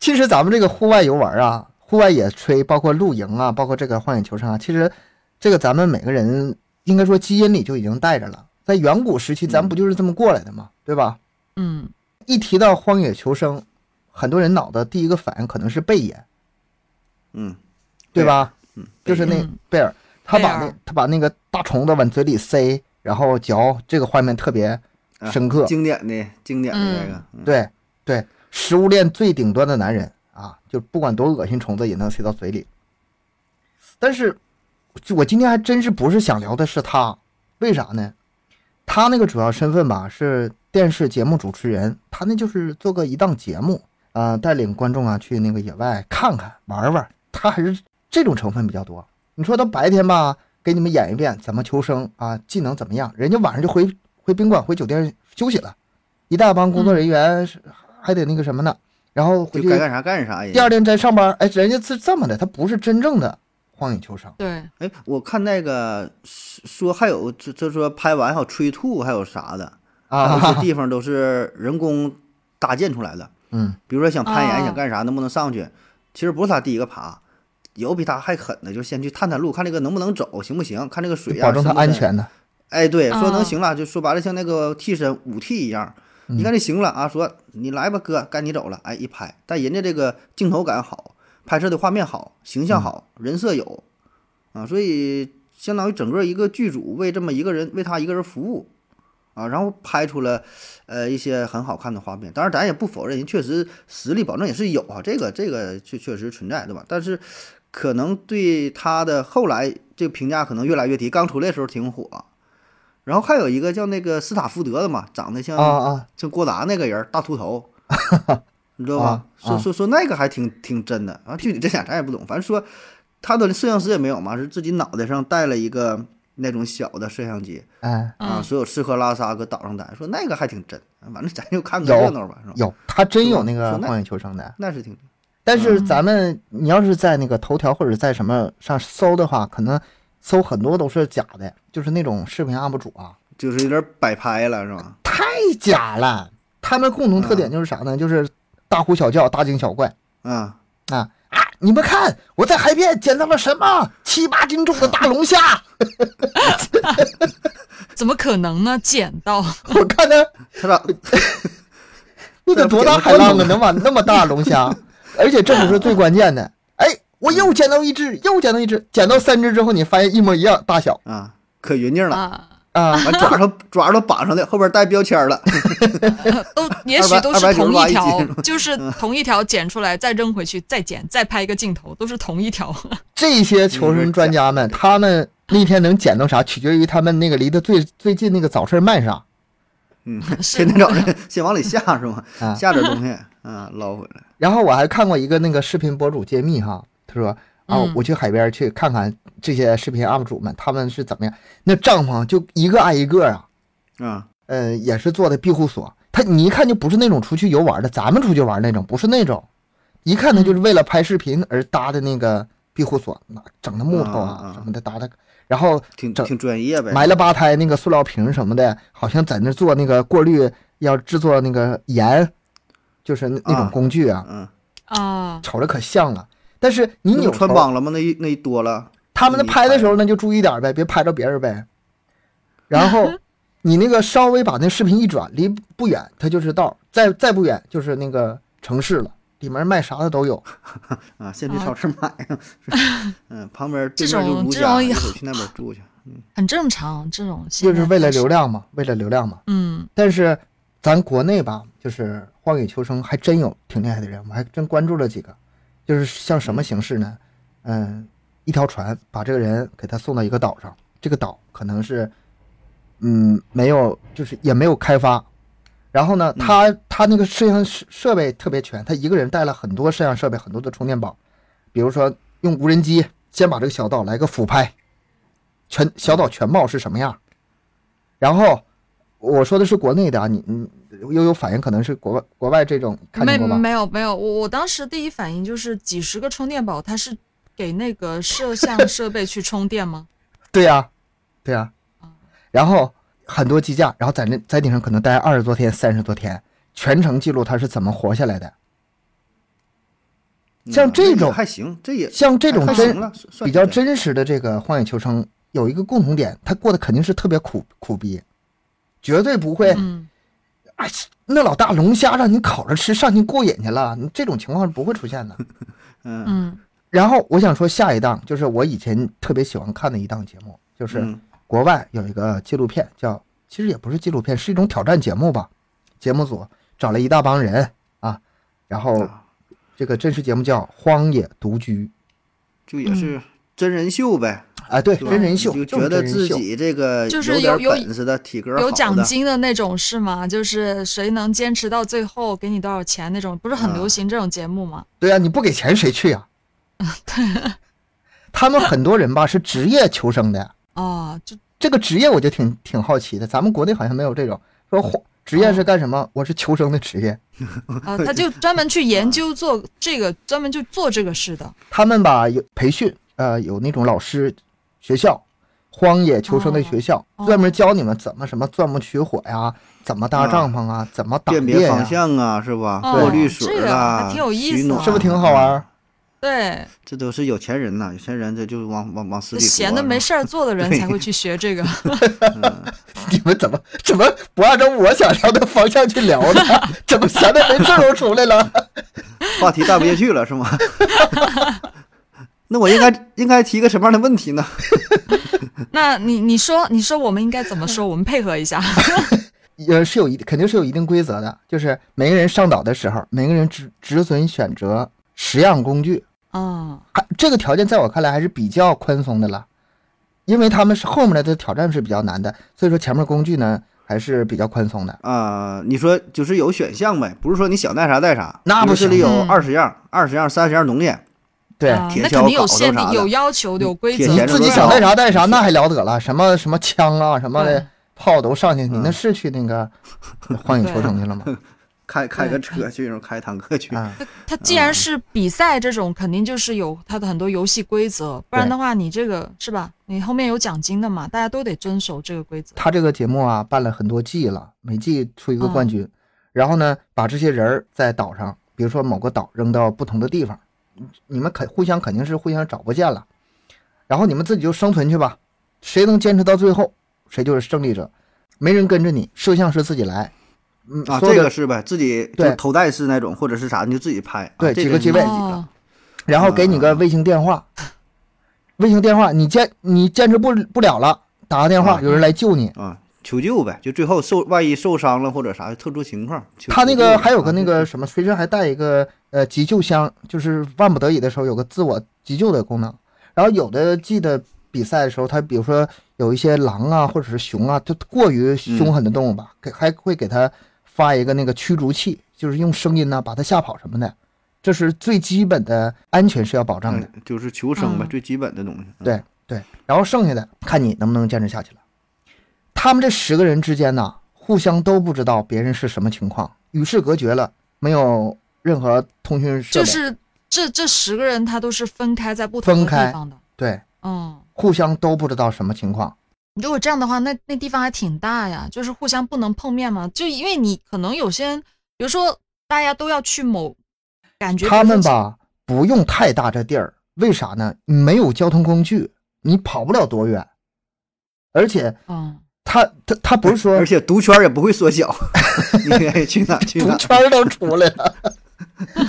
Speaker 1: 其实咱们这个户外游玩啊，户外野炊，包括露营啊，包括这个荒野求生啊，其实这个咱们每个人应该说基因里就已经带着了。在远古时期，咱们不就是这么过来的吗？对吧？
Speaker 2: 嗯，
Speaker 1: 一提到荒野求生，很多人脑袋第一个反应可能是贝爷，
Speaker 3: 嗯，
Speaker 1: 对吧？
Speaker 3: 嗯，
Speaker 1: 就是那
Speaker 2: 嗯
Speaker 1: 贝尔，他把
Speaker 2: 贝
Speaker 1: 那
Speaker 2: 尔
Speaker 1: 他把那个大虫子往嘴里塞，然后嚼，这个画面特别
Speaker 3: 啊
Speaker 1: 深刻。
Speaker 3: 经典的经典的那个，嗯
Speaker 1: 对对，食物链最顶端的男人啊，就不管多恶心虫子也能塞到嘴里。但是，就我今天还真是不是想聊的是他，为啥呢？他那个主要身份吧是电视节目主持人，他那就是做个一档节目啊、呃带领观众啊去那个野外看看玩玩，他还是这种成分比较多。你说他白天吧，给你们演一遍怎么求生啊，技能怎么样，人家晚上就回回宾馆回酒店休息了，一大帮工作人员是还得那个什么呢，然后回去
Speaker 3: 就该干啥干啥也。
Speaker 1: 第二天再上班，哎，人家是这么的，他不是真正的荒野求生。
Speaker 2: 对，
Speaker 3: 哎，我看那个说说还有这这说拍完还有催吐，还有啥的，还有一些
Speaker 1: <laughs> 啊，
Speaker 3: 地方都是人工搭建出来的。
Speaker 1: 嗯，
Speaker 3: 比如说想攀岩、
Speaker 2: 啊
Speaker 3: 想干啥，能不能上去？其实不是他第一个爬，有比他还狠的，就先去探探路，看这个能不能走，行不行？看这个水呀、啊
Speaker 1: 保证他
Speaker 3: 深不深
Speaker 1: 安。全的，
Speaker 3: 哎，对，说能
Speaker 2: 啊
Speaker 3: 行了，就说白了像那个替身武替一样。你看这行了啊，说你来吧，哥，该你走了。哎，一拍，但人家这个镜头感好，拍摄的画面好，形象好，人设有啊，所以相当于整个一个剧组为这么一个人为他一个人服务啊，然后拍出了呃一些很好看的画面。当然，咱也不否认人确实实力保证也是有啊，这个这个确确实存在，对吧？但是可能对他的后来这个评价可能越来越低，刚出来的时候挺火。然后还有一个叫那个斯塔福德的嘛，长得像
Speaker 1: 啊啊，
Speaker 3: 像郭达那个人儿大秃头，
Speaker 1: <laughs>
Speaker 3: 你知道
Speaker 1: 啊
Speaker 3: 吧？说
Speaker 1: 啊
Speaker 3: 说说那个还挺挺真的，然后具体真假咱也不懂，反正说他的摄像师也没有嘛，是自己脑袋上带了一个那种小的摄像机
Speaker 1: 哎，
Speaker 2: 嗯
Speaker 3: 啊，所有吃喝拉撒搁岛上待，说那个还挺真，反正咱就看个
Speaker 1: 有
Speaker 3: 热闹吧，是吧？
Speaker 1: 有，他真有那个
Speaker 3: 说那
Speaker 1: 荒野求生的。
Speaker 3: 那是挺
Speaker 1: 但是咱们，你要是在那个头条或者在什么上搜的话，可能搜很多都是假的，就是那种视频 UP 主啊，
Speaker 3: 就是有点摆拍了，是吧？
Speaker 1: 太假了。他们共同特点就是啥呢？就是大呼小叫、大惊小怪
Speaker 3: 啊，
Speaker 1: 啊啊！你们看，我在海边捡到了什么七八斤重的大龙虾。
Speaker 2: 怎么可能呢？捡到，
Speaker 1: 我看他
Speaker 3: 他咋
Speaker 1: 那得多大海浪啊，能把那么大龙虾？而且这不是最关键的，哎，我又捡到一只，又捡到一只，捡到三只之后，你发现一模一样大小
Speaker 3: 啊可匀劲儿了，
Speaker 2: 啊，
Speaker 1: 啊！
Speaker 3: 完爪 <laughs> 上爪上都绑上的，后边带标签儿了，
Speaker 1: <laughs>
Speaker 2: 都也许都是同
Speaker 3: 298
Speaker 2: 一条
Speaker 3: 一斤，
Speaker 2: 就是
Speaker 1: 嗯
Speaker 2: 同一条捡出来，再扔回去，再捡，再拍一个镜头，都是同
Speaker 1: <laughs>
Speaker 2: 一条。
Speaker 1: 这些求生专家们，他们那天能捡到啥，取决于他们那个离得最最近那个早市卖啥。
Speaker 3: 嗯，
Speaker 1: <laughs>
Speaker 2: 是
Speaker 3: 天天找人先往里下是吗
Speaker 1: 啊？
Speaker 3: 下点东西啊，捞回来，
Speaker 1: 然后我还看过一个那个视频博主揭秘哈，他说啊
Speaker 2: 嗯，
Speaker 1: 我去海边去看看这些视频 UP 主们他们是怎么样，那帐篷就一个挨一个啊，
Speaker 3: 啊
Speaker 1: 呃，也是做的庇护所。他你一看就不是那种出去游玩的，咱们出去玩那种，不是那种，
Speaker 3: 嗯
Speaker 1: 一看他就是为了拍视频而搭的那个庇护所，那整的木头
Speaker 3: 啊啊
Speaker 1: 啊
Speaker 3: 啊
Speaker 1: 什么的搭的，然后
Speaker 3: 挺
Speaker 1: 整
Speaker 3: 挺专业呗。
Speaker 1: 埋了吧胎那个塑料瓶什么的，好像在那做那个过滤，要制作那个盐，就是那那种
Speaker 3: 啊
Speaker 1: 工具啊，
Speaker 3: 嗯，
Speaker 2: 啊，
Speaker 1: 瞅着可像了。但是你
Speaker 3: 那
Speaker 1: 扭
Speaker 3: 不穿
Speaker 1: 头
Speaker 3: 帮了吗？那一那一多了，
Speaker 1: 他们
Speaker 3: 你
Speaker 1: 拍的时候
Speaker 3: 拍
Speaker 1: 呢，就注意点儿呗，别拍着别人呗。然后你那个稍微把那视频一转，离不远它就是道儿，再再不远就是那个城市了，里面卖啥的都有。
Speaker 3: 啊，先去超市买啊。 <laughs> 是嗯，旁边对
Speaker 2: 这
Speaker 3: 面就
Speaker 2: 种
Speaker 3: 如
Speaker 2: 这
Speaker 3: 家，
Speaker 2: 种
Speaker 3: 一
Speaker 2: 也
Speaker 3: 会儿去那边住去。
Speaker 2: 很正常，这种现
Speaker 1: 就是
Speaker 2: 在
Speaker 1: 为了
Speaker 2: 开始
Speaker 1: 流，量嘛，为了流量嘛。
Speaker 2: 嗯，
Speaker 1: 但是咱国内吧，就是《荒野求生》还真有挺厉害的人，我还真关注了几个。就是像什么形式呢？嗯，一条船把这个人给他送到一个岛上，这个岛可能是，嗯，没有，就是也没有开发。然后呢，
Speaker 3: 嗯
Speaker 1: 他他那个摄像设设备特别全，他一个人带了很多摄像设备，很多的充电宝，比如说用无人机先把这个小岛来个俯拍，全小岛全貌是什么样。然后我说的是国内的啊，你你悠悠反应可能是国外国外这种看
Speaker 2: 没
Speaker 1: 见过吧？
Speaker 2: 没有没有，我我当时第一反应就是几十个充电宝，它是给那个摄像设备去充电吗？
Speaker 1: 对呀、对呀、
Speaker 2: 啊
Speaker 1: 然后很多机架，然后在那在顶上可能待二十多天、三十多天，全程记录他是怎么活下来的。
Speaker 3: 嗯
Speaker 1: 像
Speaker 3: 啊
Speaker 1: 这
Speaker 3: 那也
Speaker 1: 种
Speaker 3: 还行，这也
Speaker 1: 像这种
Speaker 3: 还行
Speaker 1: 真
Speaker 3: 了，算算
Speaker 1: 比较
Speaker 3: 是
Speaker 1: 真实的这个荒野求生，有一个共同点，他过得肯定是特别苦苦逼，绝对不会、
Speaker 2: 嗯，
Speaker 1: 哎那老大龙虾让你烤着吃，上去过瘾去了，这种情况是不会出现的。
Speaker 3: 嗯
Speaker 2: 嗯
Speaker 1: 然后我想说下一档就是我以前特别喜欢看的一档节目，就是
Speaker 3: 嗯
Speaker 1: 国外有一个纪录片叫，其实也不是纪录片，是一种挑战节目吧。节目组找了一大帮人啊，然后
Speaker 3: 啊
Speaker 1: 这个真实节目叫《荒野独居
Speaker 3: 就也是真人秀呗，》。
Speaker 1: 哎，对，
Speaker 3: 对
Speaker 1: 嗯
Speaker 3: 吧
Speaker 1: 真人秀，
Speaker 3: 你就
Speaker 1: 就是
Speaker 3: 觉得
Speaker 1: 真人
Speaker 3: 自
Speaker 1: 秀
Speaker 3: 己这个
Speaker 2: 就是
Speaker 3: 点
Speaker 2: 有有
Speaker 3: 本事的，体格好
Speaker 2: 有
Speaker 3: 的
Speaker 2: 奖金的那种是吗？就是谁能坚持到最后，给你多少钱那种，不是很
Speaker 3: 啊
Speaker 2: 流行这种节目吗？
Speaker 1: 对呀、啊你不给钱谁去呀、他们很多人吧是职业求生的，
Speaker 2: 哦，就
Speaker 1: 这个职业我就挺挺好奇的，咱们国内好像没有这种说荒
Speaker 3: 哦
Speaker 1: 职业是干什么？我是求生的职业。
Speaker 3: <laughs>
Speaker 2: 啊，他就专门去研究做这个，专门就做这个事的。
Speaker 1: 他们吧有培训，呃，有那种老师学校，荒野求生的学校，
Speaker 2: 哦
Speaker 1: 专门教你们怎么什么钻木取火呀，怎么搭帐篷啊，怎么打
Speaker 3: 辨
Speaker 1: 猎
Speaker 3: 别
Speaker 1: 呀，
Speaker 3: 方向啊，是吧？
Speaker 2: 哦
Speaker 3: 过滤水
Speaker 2: 这个
Speaker 3: 啦，
Speaker 2: 还挺有意
Speaker 3: 取
Speaker 2: 思
Speaker 3: 暖
Speaker 2: 啊
Speaker 1: 是不是挺好玩 <laughs> 儿？
Speaker 2: 对，
Speaker 3: 这都是有钱人呐，有钱人这就是往往往死里搏
Speaker 2: 闲的没
Speaker 3: 是
Speaker 2: 事儿做的人
Speaker 3: 对
Speaker 2: 才会去学这个。
Speaker 1: 你们怎么怎么不按照我想聊的方向去聊
Speaker 3: <laughs>
Speaker 1: 呢？怎么闲的没事儿又出来了？
Speaker 3: 吧话题带不下去了，
Speaker 2: <laughs>
Speaker 3: 是吗？那我应该应该提一个什么样的问题呢？
Speaker 2: <laughs> 那你你说你说我们应该怎么
Speaker 3: <laughs>
Speaker 2: 说？我们配合一下。
Speaker 1: 呃，是有一肯定是有一定规则的，就是每个人上岛的时候，每个人只只准选择十样工具，
Speaker 2: 嗯，
Speaker 1: 还啊这个条件在我看来还是比较宽松的了，因为他们是后面的这挑战是比较难的，所以说前面工具呢还是比较宽松的。
Speaker 3: 啊、你说就是有选项呗，不是说你想带啥带啥。
Speaker 1: 那不
Speaker 3: 是
Speaker 1: 行
Speaker 3: 里有
Speaker 2: 嗯
Speaker 3: 二十样、二十样、三十样农业，
Speaker 1: 对，
Speaker 2: 啊
Speaker 3: 铁
Speaker 2: 那
Speaker 3: 锹
Speaker 2: 肯定有
Speaker 3: 镐头
Speaker 2: 限
Speaker 3: 啥
Speaker 2: 定、
Speaker 3: 的
Speaker 2: 有要求的、有规
Speaker 3: 铁
Speaker 2: 则
Speaker 3: 钳
Speaker 1: 你
Speaker 2: 的。
Speaker 3: 子
Speaker 1: 自己
Speaker 3: 对
Speaker 1: 想
Speaker 3: 啊
Speaker 1: 带啥带啥，那还了得了？什么什么枪啊，什么的炮都上去，你那
Speaker 3: 嗯
Speaker 1: 是去那个荒野求生去了吗？
Speaker 3: 开开个车去，然后开坦克去。
Speaker 1: 啊，
Speaker 2: 它既然是比赛这种，肯定就是有它的很多游戏规则，不然的话你这个是吧？你后面有奖金的嘛，大家都得遵守这个规则。
Speaker 1: 他这个节目啊办了很多季了，每季出一个冠军，然后呢把这些人儿在岛上，比如说某个岛扔到不同的地方，你们肯互相肯定是互相找不见了，然后你们自己就生存去吧，谁能坚持到最后，谁就是胜利者，没人跟着你，摄像师自己来，嗯，
Speaker 3: 啊，
Speaker 1: 所有
Speaker 3: 这
Speaker 1: 的
Speaker 3: 个是呗，自己就
Speaker 1: 对
Speaker 3: 是头戴式那种，或者是啥，你就自己拍。啊
Speaker 1: 对
Speaker 3: 这
Speaker 1: 几个
Speaker 3: 个是
Speaker 1: 机
Speaker 3: 你
Speaker 1: 位
Speaker 3: 自己的
Speaker 2: 哦，
Speaker 1: 然后给你
Speaker 3: 嗯
Speaker 1: 个卫星电话，卫星电话你坚你坚持不不了了，打个电话
Speaker 3: 啊
Speaker 1: 有人来救你。
Speaker 3: 啊，求救呗，就最后受万一受伤了或者啥特殊情况，求
Speaker 1: 他那
Speaker 3: 求救
Speaker 1: 个
Speaker 3: 呗
Speaker 1: 还有个
Speaker 3: 啊
Speaker 1: 那
Speaker 3: 这
Speaker 1: 个什么，随身还带一个呃急救箱，就是万不得已的时候有个自我急救的功能。然后有的记得比赛的时候，他比如说有一些狼啊或者是熊啊，就过于凶狠的动物吧，给还会给他发一个那个驱逐器，就是用声音呢、把它吓跑什么的。这是最基本的安全是要保障的。
Speaker 3: 嗯就是求生呗，
Speaker 2: 嗯
Speaker 3: 最基本的东西。嗯
Speaker 1: 对对，然后剩下的看你能不能坚持下去了。他们这十个人之间呢，互相都不知道别人是什么情况，与世隔绝了，没有任何通讯设
Speaker 2: 就
Speaker 1: 备，
Speaker 2: 是这这十个人他都是分开在不同
Speaker 1: 分
Speaker 2: 的
Speaker 1: 开
Speaker 2: 地方的。
Speaker 1: 对，
Speaker 2: 嗯，
Speaker 1: 互相都不知道什么情况。
Speaker 2: 如果这样的话，那那地方还挺大呀，就是互相不能碰面嘛。就因为你可能有些人，比如说大家都要去某，感觉
Speaker 1: 他
Speaker 2: 比如
Speaker 1: 们
Speaker 2: 说
Speaker 1: 吧，不用太大这地儿，为啥呢？没有交通工具，你跑不了多远，而且
Speaker 2: 嗯，
Speaker 1: 他他他不是说
Speaker 3: 而且毒圈也不会
Speaker 1: <laughs>
Speaker 3: 缩小， <laughs> 你愿意去哪去
Speaker 1: 毒
Speaker 3: 哪。
Speaker 1: 圈儿都出来了。 <laughs>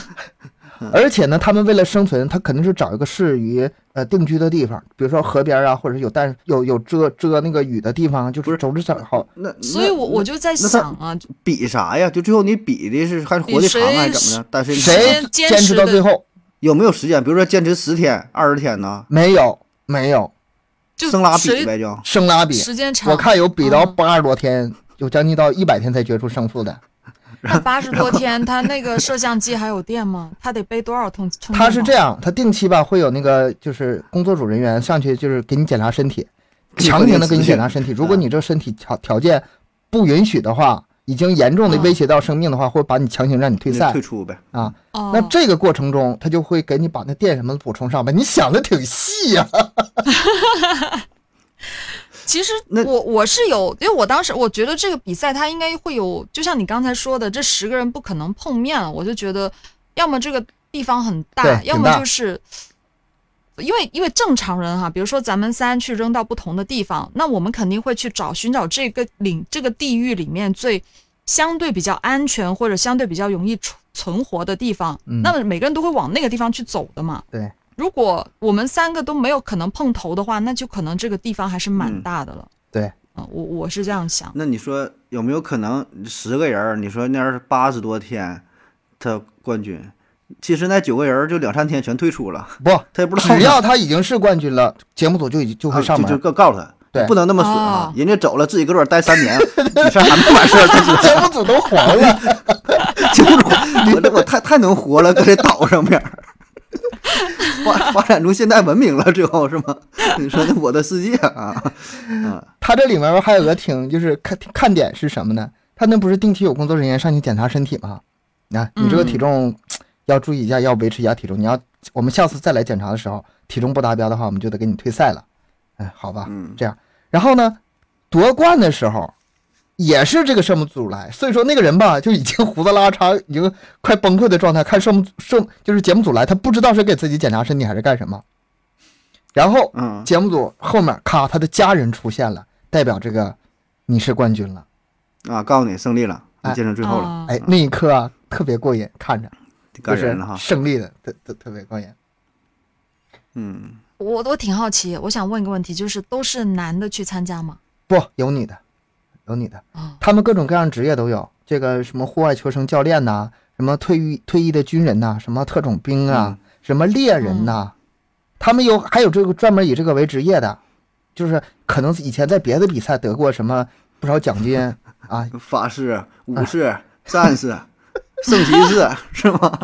Speaker 1: 而且呢，他们为了生存，他肯定是找一个适于呃定居的地方，比如说河边啊，或者是有淡有有遮遮那个雨的地方，就
Speaker 3: 不
Speaker 1: 是
Speaker 3: 是
Speaker 1: 总是找好。
Speaker 3: 那
Speaker 2: 所以我我就在
Speaker 3: 那他
Speaker 2: 想啊，
Speaker 3: 比啥呀？就最后你比的是还活得长还是怎么着？但是
Speaker 1: 谁
Speaker 2: 间
Speaker 1: 坚
Speaker 2: 坚
Speaker 1: 持
Speaker 2: 持
Speaker 1: 到
Speaker 2: 的
Speaker 1: 最后？
Speaker 3: 有没有时间？比如说坚持十天、二十天呢？
Speaker 1: 没有，没有，
Speaker 2: 就
Speaker 3: 生拉比
Speaker 2: 谁
Speaker 3: 呗就。
Speaker 1: 生拉比，
Speaker 2: 时间长，
Speaker 1: 我看有比到
Speaker 2: 嗯
Speaker 1: 八十多天，有将近到一百天才决出胜负的。
Speaker 2: 那八十多天，他那个摄像机还有电吗？他得背多少
Speaker 1: <laughs>
Speaker 2: 桶
Speaker 3: 哦
Speaker 2: 充？
Speaker 1: 他是这，样，他定期吧会有那个就是工作组人员上去就是给你检查身
Speaker 3: <laughs>
Speaker 1: 体，
Speaker 3: 给你
Speaker 1: 强
Speaker 3: 核
Speaker 1: 行
Speaker 3: 定
Speaker 1: 的给你
Speaker 3: 时间
Speaker 1: 检查身体。如
Speaker 3: 嗯
Speaker 1: 果你这身体条条件不允许的话，已经严重的威胁到生命的话，会把你强行让你退
Speaker 3: 你
Speaker 1: 赛
Speaker 3: 退出呗。
Speaker 1: 啊。
Speaker 2: 哦、
Speaker 1: 那这个过程中，他就会给你把那电什么的补充上呗。你 <laughs> 想的挺细啊呀、
Speaker 2: 其实
Speaker 3: 那
Speaker 2: 我我是有，因为我当时我觉得这个比赛它应该会有，就像你刚才说的，这十个人不可能碰面，我就觉得要么这个地方很
Speaker 1: 对
Speaker 2: 大，要
Speaker 1: 挺
Speaker 2: 么
Speaker 1: 大
Speaker 2: 就是。因为因为正常人哈，比如说咱们三去扔到不同的地方，那我们肯定会去找寻找这个领这个地域里面最相对比较安全或者相对比较容易存存活的地方。
Speaker 1: 嗯
Speaker 2: 那么每个人都会往那个地方去走的嘛。
Speaker 1: 对，
Speaker 2: 如果我们三个都没有可能碰头的话，那就可能这个地方还是蛮
Speaker 1: 嗯
Speaker 2: 大的了。
Speaker 1: 对，
Speaker 2: 啊，我我是这样想，
Speaker 3: 那你说有没有可能十个人儿？你说那要是八十多天，他冠军，其实那九个人儿就两三天全退出了，
Speaker 1: 不，
Speaker 3: 他也不知道
Speaker 1: 只要他已经是冠军了，节目组就已经就
Speaker 3: 啊
Speaker 1: 会上
Speaker 3: 就
Speaker 1: 门
Speaker 3: 就。告告诉他，
Speaker 1: 对
Speaker 3: 不能那么损啊
Speaker 2: 哦！
Speaker 3: 人家走了，自己搁这儿待三年，比赛还没完事儿，他就
Speaker 1: <laughs> 节目组都黄了，
Speaker 3: 就是我这我太太能活了，搁这岛上面儿。发发展出现代文明了，最后是吗？你说那我的世界啊，
Speaker 1: 他这里面还有个挺就是看看点是什么呢？他那不是定期有工作人员上去检查身体吗？啊，你这个体重要注意一下，要维持一下体重。你要我们下次再来检查的时候，体重不达标的话，我们就得给你退赛了。哎，好吧，
Speaker 3: 嗯
Speaker 1: 这样。然后呢，夺冠的时候也是这个摄幕组来，所以说那个人吧就已经胡子拉碴，已经快崩溃的状态。看摄幕摄就是节目组来，他不知道是给自己检查身体还是干什么。然后
Speaker 3: 嗯，
Speaker 1: 节目组后面咔，他的家人出现了，代表这个你是冠军了。
Speaker 3: 啊，告诉你胜利了，
Speaker 1: 哎
Speaker 3: 你见成最后了，
Speaker 2: 啊
Speaker 1: 哎，那一刻啊，特别过瘾，看着就
Speaker 3: 嗯感
Speaker 1: 是
Speaker 3: 人啊了哈，
Speaker 1: 胜利的，特特特别过瘾。
Speaker 3: 嗯，
Speaker 2: 我我挺好奇，我想问一个问题，就是都是男的去参加吗？
Speaker 1: 不，有你的，有你的， <laughs>
Speaker 2: 啊、
Speaker 1: 他们各种各样的职业都有，这个什么户外求生教练呐、什么退役退役的军人呐、什么特种兵啊，
Speaker 3: 嗯
Speaker 1: 什么猎人呐、他们有还有这个专门以这个为职业的，就是可能以前在别的比赛得过什么不少奖金啊，
Speaker 3: 法师、武士、
Speaker 1: <laughs>
Speaker 3: 战士、圣骑士是吗？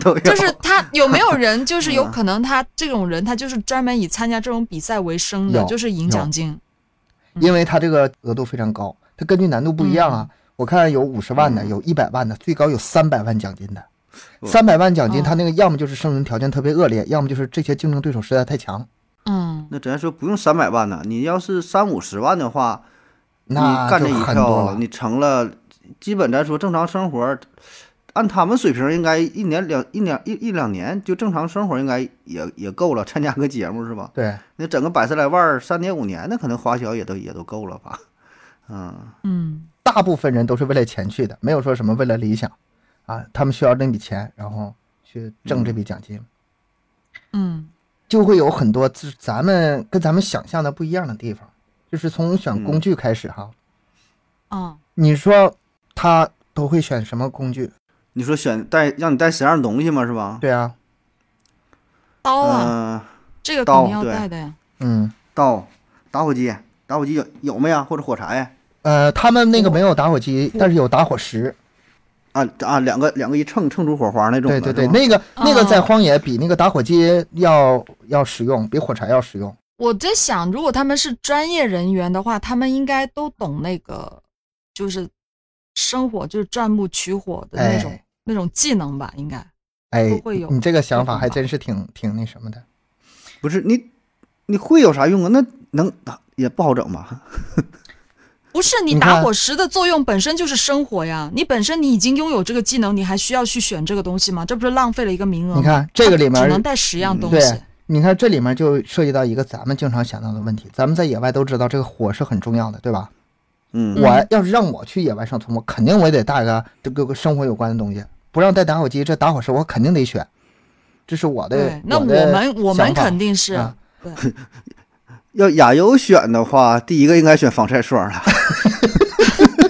Speaker 3: <laughs> 都有，
Speaker 2: 就是他有没有人，就是有可能他这种人，他就是专门以参加这种比赛为生的，
Speaker 1: 有
Speaker 2: 就是赢奖金。
Speaker 1: 因为它这个额度非常高，它根据难度不一样啊。我看有五十万的，有一百万的，最高有三百万奖金的。
Speaker 3: 哇
Speaker 1: 三百万奖金，
Speaker 2: 哦
Speaker 1: 它那个要么就是生存条件特别恶劣，要么就是这些竞争对手实在太强。
Speaker 2: 嗯，
Speaker 3: 那咱说不用三百万呢，你要是三五十万的话，
Speaker 1: 那
Speaker 3: 你干
Speaker 1: 就
Speaker 3: 这一
Speaker 1: 很多
Speaker 3: 票，
Speaker 1: 了。
Speaker 3: 你成了，基本咱说正常生活，按他们水平应该一年两一两一一两年就正常生活应该也也够了，参加个节目是吧？
Speaker 1: 对，
Speaker 3: 那整个百十来万儿，三年五年的可能花销也都也都够了吧？嗯，
Speaker 2: 嗯，
Speaker 1: 大部分人都是为了钱去的，没有说什么为了理想啊，他们需要那笔钱，然后去挣这笔奖金，
Speaker 2: 嗯，
Speaker 1: 就会有很多就是咱们跟咱们想象的不一样的地方，就是从
Speaker 3: 嗯
Speaker 1: 选工具开始哈。
Speaker 2: 啊，
Speaker 1: 你说他都会选什么工具？
Speaker 3: 你说选带让你带十样东西嘛是吧？
Speaker 1: 对啊，
Speaker 2: 刀
Speaker 1: 哦
Speaker 3: 嗯、
Speaker 2: 啊，这个肯
Speaker 3: 刀
Speaker 2: 定要
Speaker 3: 对
Speaker 2: 带的呀。
Speaker 1: 嗯。
Speaker 3: 刀、打火机、打火机有有没有或者火柴啊呀？
Speaker 1: 呃，他们那个没有打火
Speaker 3: 哦
Speaker 1: 机，但是有打火石。
Speaker 3: 啊啊，两个两个一蹭蹭出火花那种的
Speaker 1: 对对对，
Speaker 3: 是吧
Speaker 1: 那个那个在
Speaker 2: 哦
Speaker 1: 荒野比那个打火机要要实用，比火柴要实用。
Speaker 2: 我在想，如果他们是专业人员的话，他们应该都懂那个，就是生火，就是钻木取火的那种、
Speaker 1: 哎
Speaker 2: 那种技能吧？应该
Speaker 1: 哎
Speaker 2: 都会有，
Speaker 1: 你这个想法
Speaker 2: 有
Speaker 1: 还
Speaker 2: 吧
Speaker 1: 真是挺挺那什么的。
Speaker 3: 不是你你会有啥用啊？那能也不好整吧？
Speaker 2: 不是
Speaker 1: 你
Speaker 2: 你
Speaker 1: 看
Speaker 2: 打火石的作用本身就是生火呀，你本身你已经拥有这个技能，你还需要去选这个东西吗？这不是浪费了一个名额吗？
Speaker 1: 你看这个里
Speaker 2: 嗯只能
Speaker 1: 面，
Speaker 2: 带十样东
Speaker 1: 对
Speaker 2: 西，
Speaker 1: 你看这里面就涉及到一个咱们经常想到的问题，咱们在野外都知道这个火是很重要的，对吧？
Speaker 3: 嗯，
Speaker 1: 我要是让我去野外上村，我肯定我也得带个这个跟生活有关的东西，不让带打火机，这打火石我肯定得选，这是我的
Speaker 2: 对，。那我
Speaker 1: 的
Speaker 2: 们我们
Speaker 1: 想法
Speaker 2: 肯定是、
Speaker 1: 啊
Speaker 2: 对，
Speaker 3: 要亚优选的话，第一个应该选防晒霜了。 <laughs>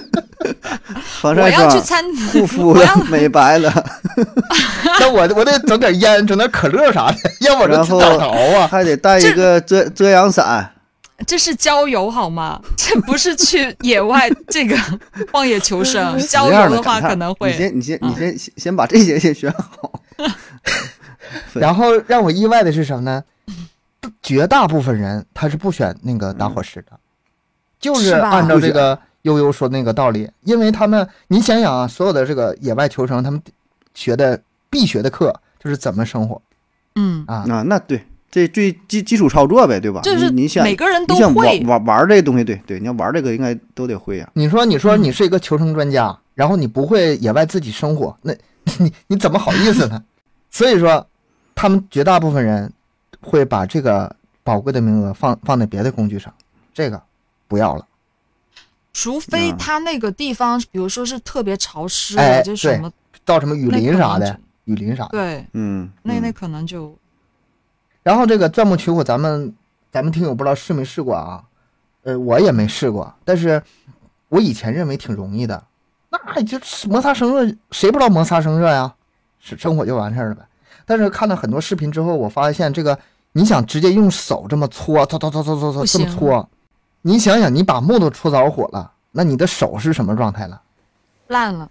Speaker 2: 我
Speaker 3: 防晒
Speaker 2: 要去
Speaker 3: 霜、
Speaker 2: 参， <laughs>
Speaker 3: 护肤
Speaker 2: 我
Speaker 3: 了
Speaker 2: 要、
Speaker 3: 美白了，
Speaker 1: <laughs> 那我我得整点烟，整点可乐啥的，要不然
Speaker 3: 然
Speaker 1: 这
Speaker 3: 后
Speaker 1: 打着啊。
Speaker 3: 还得带一个遮遮阳伞。
Speaker 2: 这是郊游好吗？这不是去野外这个荒野求生。郊
Speaker 3: 这样
Speaker 2: 游
Speaker 3: 的
Speaker 2: 的话
Speaker 3: 感叹
Speaker 2: 可能
Speaker 3: 你
Speaker 2: 会嗯
Speaker 3: 先你先你先先先把这些先选好。对
Speaker 1: 然后让我意外的是什么呢？绝大部分人他是不选那个打火石的，就是
Speaker 2: 是吧
Speaker 1: 按照
Speaker 3: 不
Speaker 1: 这
Speaker 3: 选
Speaker 1: 个悠悠说的那个道理，因为他们你想想啊，所有的这个野外求生，他们学的必学的课就是怎么生活
Speaker 2: 嗯，
Speaker 1: 啊。
Speaker 3: 啊，那对，这最基基础操作呗，对吧？
Speaker 2: 就是
Speaker 3: 啊你你想
Speaker 2: 每个人都
Speaker 3: 你嗯想
Speaker 2: 会
Speaker 3: 玩，玩玩这个东西，对对，你要玩这个应该都得会呀、
Speaker 1: 你说，你
Speaker 2: 嗯
Speaker 1: 说你是一个求生专家，然后你不会野外自己生活，那你你怎么好意思呢？所以说，他们绝大部分人会把这个宝贵的名额放放在别的工具上，这个不要了。
Speaker 2: 除非
Speaker 3: 嗯
Speaker 2: 他那个地方，比如说是特别潮湿
Speaker 1: 哎
Speaker 2: 的，就什么
Speaker 1: 到什么雨
Speaker 2: 那
Speaker 1: 林
Speaker 2: 可
Speaker 1: 啥
Speaker 2: 能
Speaker 1: 的
Speaker 2: 就，
Speaker 1: 雨林啥的。
Speaker 2: 对，
Speaker 3: 嗯，
Speaker 2: 那
Speaker 3: 嗯
Speaker 2: 那可能就
Speaker 1: 然后这个钻木取火，咱们咱们听友不知道试没试过啊？呃，我也没试过，但是我以前认为挺容易的，那就是摩擦生热，谁不知道摩擦生热呀？是生火就完事儿了呗。但是看了很多视频之后，我发现这个你想直接用手这么搓，搓搓搓搓搓搓
Speaker 2: 不
Speaker 1: 这么
Speaker 2: 行
Speaker 1: 搓，你想想，你把木头搓着火了，那你的手是什么状态了？
Speaker 2: 烂了。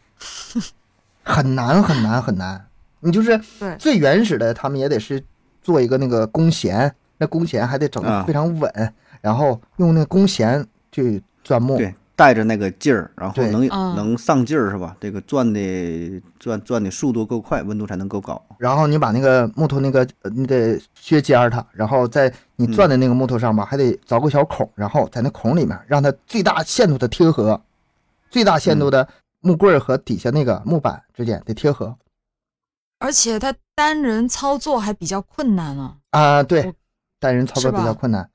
Speaker 1: 很难很难很难。你就是
Speaker 2: 对
Speaker 1: 最原始的，他们也得是做一个那个弓弦，那弓弦还得整得
Speaker 3: 啊
Speaker 1: 非常稳，然后用那弓弦去钻木。
Speaker 3: 对，带着那个劲儿，然后
Speaker 1: 对
Speaker 3: 能、
Speaker 2: 嗯
Speaker 3: 能上劲儿是吧？这个转的转转的速度够快，温度才能够高。
Speaker 1: 然后你把那个木头那个呃你得削尖儿它，然后在你
Speaker 3: 嗯
Speaker 1: 钻的那个木头上吧，还得凿个小孔，然后在那孔里面让它最大限度的贴合，最大限
Speaker 3: 嗯
Speaker 1: 度的木棍儿和底下那个木板之间得贴合
Speaker 2: 而且他单人操作还比较困难啊，
Speaker 1: 啊。对
Speaker 2: 我，
Speaker 1: 单人操作
Speaker 2: 是
Speaker 1: 比
Speaker 2: 吧
Speaker 1: 较困难。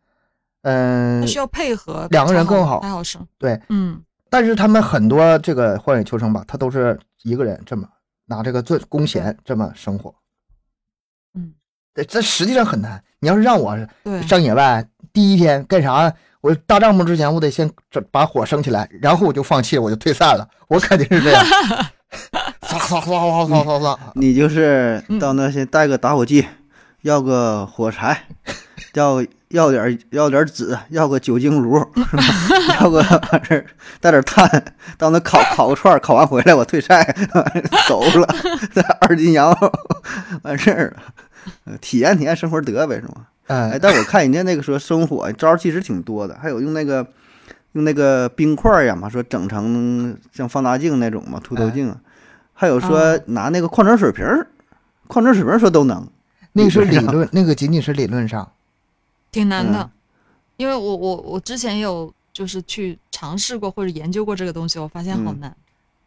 Speaker 1: 嗯
Speaker 2: 他，需要配合，
Speaker 1: 两个人
Speaker 2: 才
Speaker 1: 更好
Speaker 2: 才好生。
Speaker 1: 对，
Speaker 2: 嗯，
Speaker 1: 但是他们很多这个荒野求生吧，他都是一个人这么拿这个做弓弦这么生活。
Speaker 2: 嗯，
Speaker 1: 对，这实际上很难。你要是让我
Speaker 2: 对，
Speaker 1: 上野外第一天干啥，我搭帐篷之前，我得先这把火升起来，然后我就放弃，我就退散了。我肯定是
Speaker 2: <laughs>
Speaker 1: 这样，唰唰唰唰唰唰唰，
Speaker 3: 你就是
Speaker 2: 嗯
Speaker 3: 到那先带个打火机，要个火柴， <laughs> 要要点儿要点儿纸，要个酒精炉， <laughs> 是吧要个完事儿带点儿炭，到那烤烤个串儿，烤完回来我退赛，完事儿 <laughs> 走了， <laughs> 带二斤羊肉，完事儿了。呃体验体验生活得呗，是吗？哎，
Speaker 1: 嗯，
Speaker 3: 但我看人家那个说生火招儿其实挺多的，还有用那个用那个冰块儿呀嘛，说整成像放大镜那种嘛，凸透
Speaker 1: 哎
Speaker 3: 镜，啊还有说
Speaker 2: 啊
Speaker 3: 拿那个矿泉水瓶儿，矿泉水瓶儿说都能，
Speaker 1: 那个是理论，那个仅仅是理论上。
Speaker 2: 挺难的，
Speaker 3: 嗯
Speaker 2: 因为我我我之前也有就是去尝试过或者研究过这个东西，我发现好
Speaker 3: 嗯
Speaker 2: 难。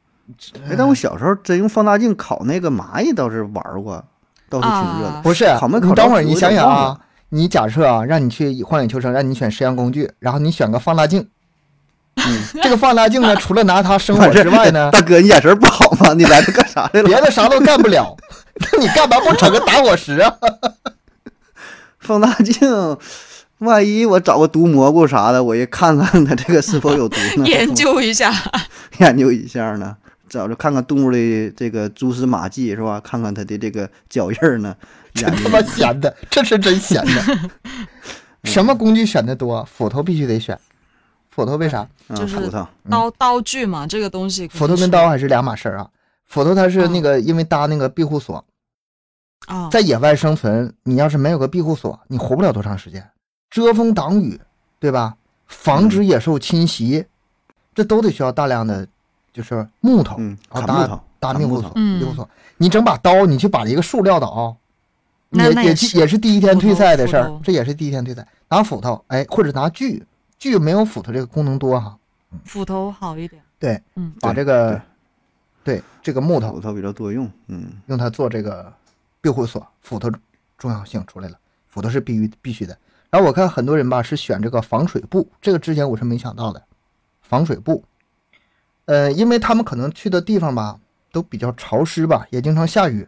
Speaker 2: <laughs>
Speaker 3: 哎，但我小时候真用放大镜烤那个蚂蚁倒是玩儿过，倒是挺热的。
Speaker 2: 啊
Speaker 1: 不是，
Speaker 3: 烤没
Speaker 1: 你
Speaker 3: 烤着
Speaker 1: 等会儿你
Speaker 3: 我有
Speaker 1: 想
Speaker 3: 点
Speaker 1: 想
Speaker 3: 忘
Speaker 1: 啊
Speaker 3: 了，
Speaker 1: 你假设啊，让你去荒野求生，让你选实验工具，然后你选个放大镜。
Speaker 3: 嗯
Speaker 1: 这个放大镜呢，除了拿它生火
Speaker 3: 完事儿
Speaker 1: 之外呢，
Speaker 3: <laughs> 大哥，你眼神不好吗？你来这干啥来
Speaker 1: 别
Speaker 3: 了？
Speaker 1: 的啥
Speaker 3: <laughs>
Speaker 1: 都干不了。 <laughs> 那你干嘛不整个打火石啊？
Speaker 3: 放大镜，万一我找个毒蘑菇啥的，我一看看它这个是否有毒
Speaker 2: <laughs>
Speaker 3: 呢？
Speaker 2: 研究一下，
Speaker 3: <laughs> 研究一下呢，找着看看动物的这个蛛丝马迹是吧？看看它的这个脚印儿呢，
Speaker 1: 真
Speaker 3: 研
Speaker 1: 他
Speaker 3: 究
Speaker 1: 妈闲的，这是真闲
Speaker 3: <laughs>
Speaker 1: 的。什么工具选的多？斧头必须得选。斧头为啥？
Speaker 3: 啊
Speaker 2: 就是哦
Speaker 3: 葡萄，
Speaker 2: 刀刀具嘛，这个东西肯
Speaker 1: 嗯
Speaker 2: 定
Speaker 1: 斧头跟
Speaker 2: 是
Speaker 1: 刀还是两码事儿啊。斧头它是那个，因为搭那个庇护所，
Speaker 2: 啊，
Speaker 1: 在野外生存，你要是没有个庇护所，你活不了多长时间。遮风挡雨，对吧？防止野兽侵袭，这都得需要大量的就是木头，
Speaker 3: 嗯，
Speaker 1: 然后
Speaker 3: 砍木
Speaker 1: 搭
Speaker 3: 头，
Speaker 1: 搭
Speaker 3: 砍
Speaker 1: 庇护
Speaker 3: 木
Speaker 1: 所
Speaker 3: 头，，
Speaker 2: 嗯
Speaker 1: 庇护所。你整把刀，你去把一个树撂倒，
Speaker 2: 那
Speaker 1: 啊也
Speaker 2: 那
Speaker 1: 也
Speaker 2: 也
Speaker 1: 是
Speaker 2: 是
Speaker 1: 也是第一天
Speaker 2: 斧
Speaker 1: 退
Speaker 2: 头
Speaker 1: 赛的事
Speaker 2: 斧
Speaker 1: 儿
Speaker 2: 头，
Speaker 1: 这也是第一天退赛。拿斧头，哎，或者拿锯，锯没有斧头这个功能多哈。
Speaker 2: 斧头好一点。
Speaker 1: 对，
Speaker 2: 嗯，
Speaker 1: 把这个对这个木头
Speaker 3: 骨头比较多用，嗯，
Speaker 1: 用它做这个庇护所，斧头重要性出来了。斧头是必须必须的。然后我看很多人吧是选这个防水布，这个之前我是没想到的，防水布。呃，因为他们可能去的地方吧都比较潮湿吧，也经常下雨。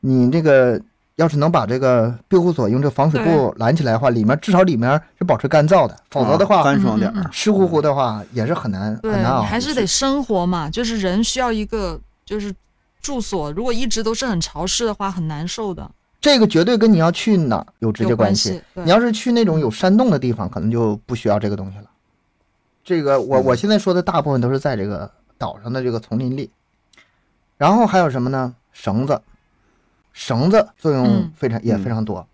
Speaker 1: 你这个要是能把这个庇护所用这防水布拦起来的话，里面至少里面是保持干燥的，否则的
Speaker 3: 啊
Speaker 1: 话
Speaker 3: 干爽点
Speaker 2: 嗯嗯
Speaker 3: 儿，
Speaker 1: 湿乎乎的话也是很难啊很
Speaker 2: 对，
Speaker 1: 难熬。
Speaker 2: 还是得生活嘛，就是人需要一个就是住所，如果一直都是很潮湿的话，很难受的，
Speaker 1: 这个绝对跟你要去哪儿有直接
Speaker 2: 有
Speaker 1: 关系。
Speaker 2: 系。对
Speaker 1: 你，要是去那种有山洞的地方，可能就不需要这个东西了。这个我我现在说的大部分都是在这个岛上的这个丛林里，然后还有什么呢？绳子，绳子作用
Speaker 2: 嗯
Speaker 1: 非常、也
Speaker 3: 嗯
Speaker 1: 非常多。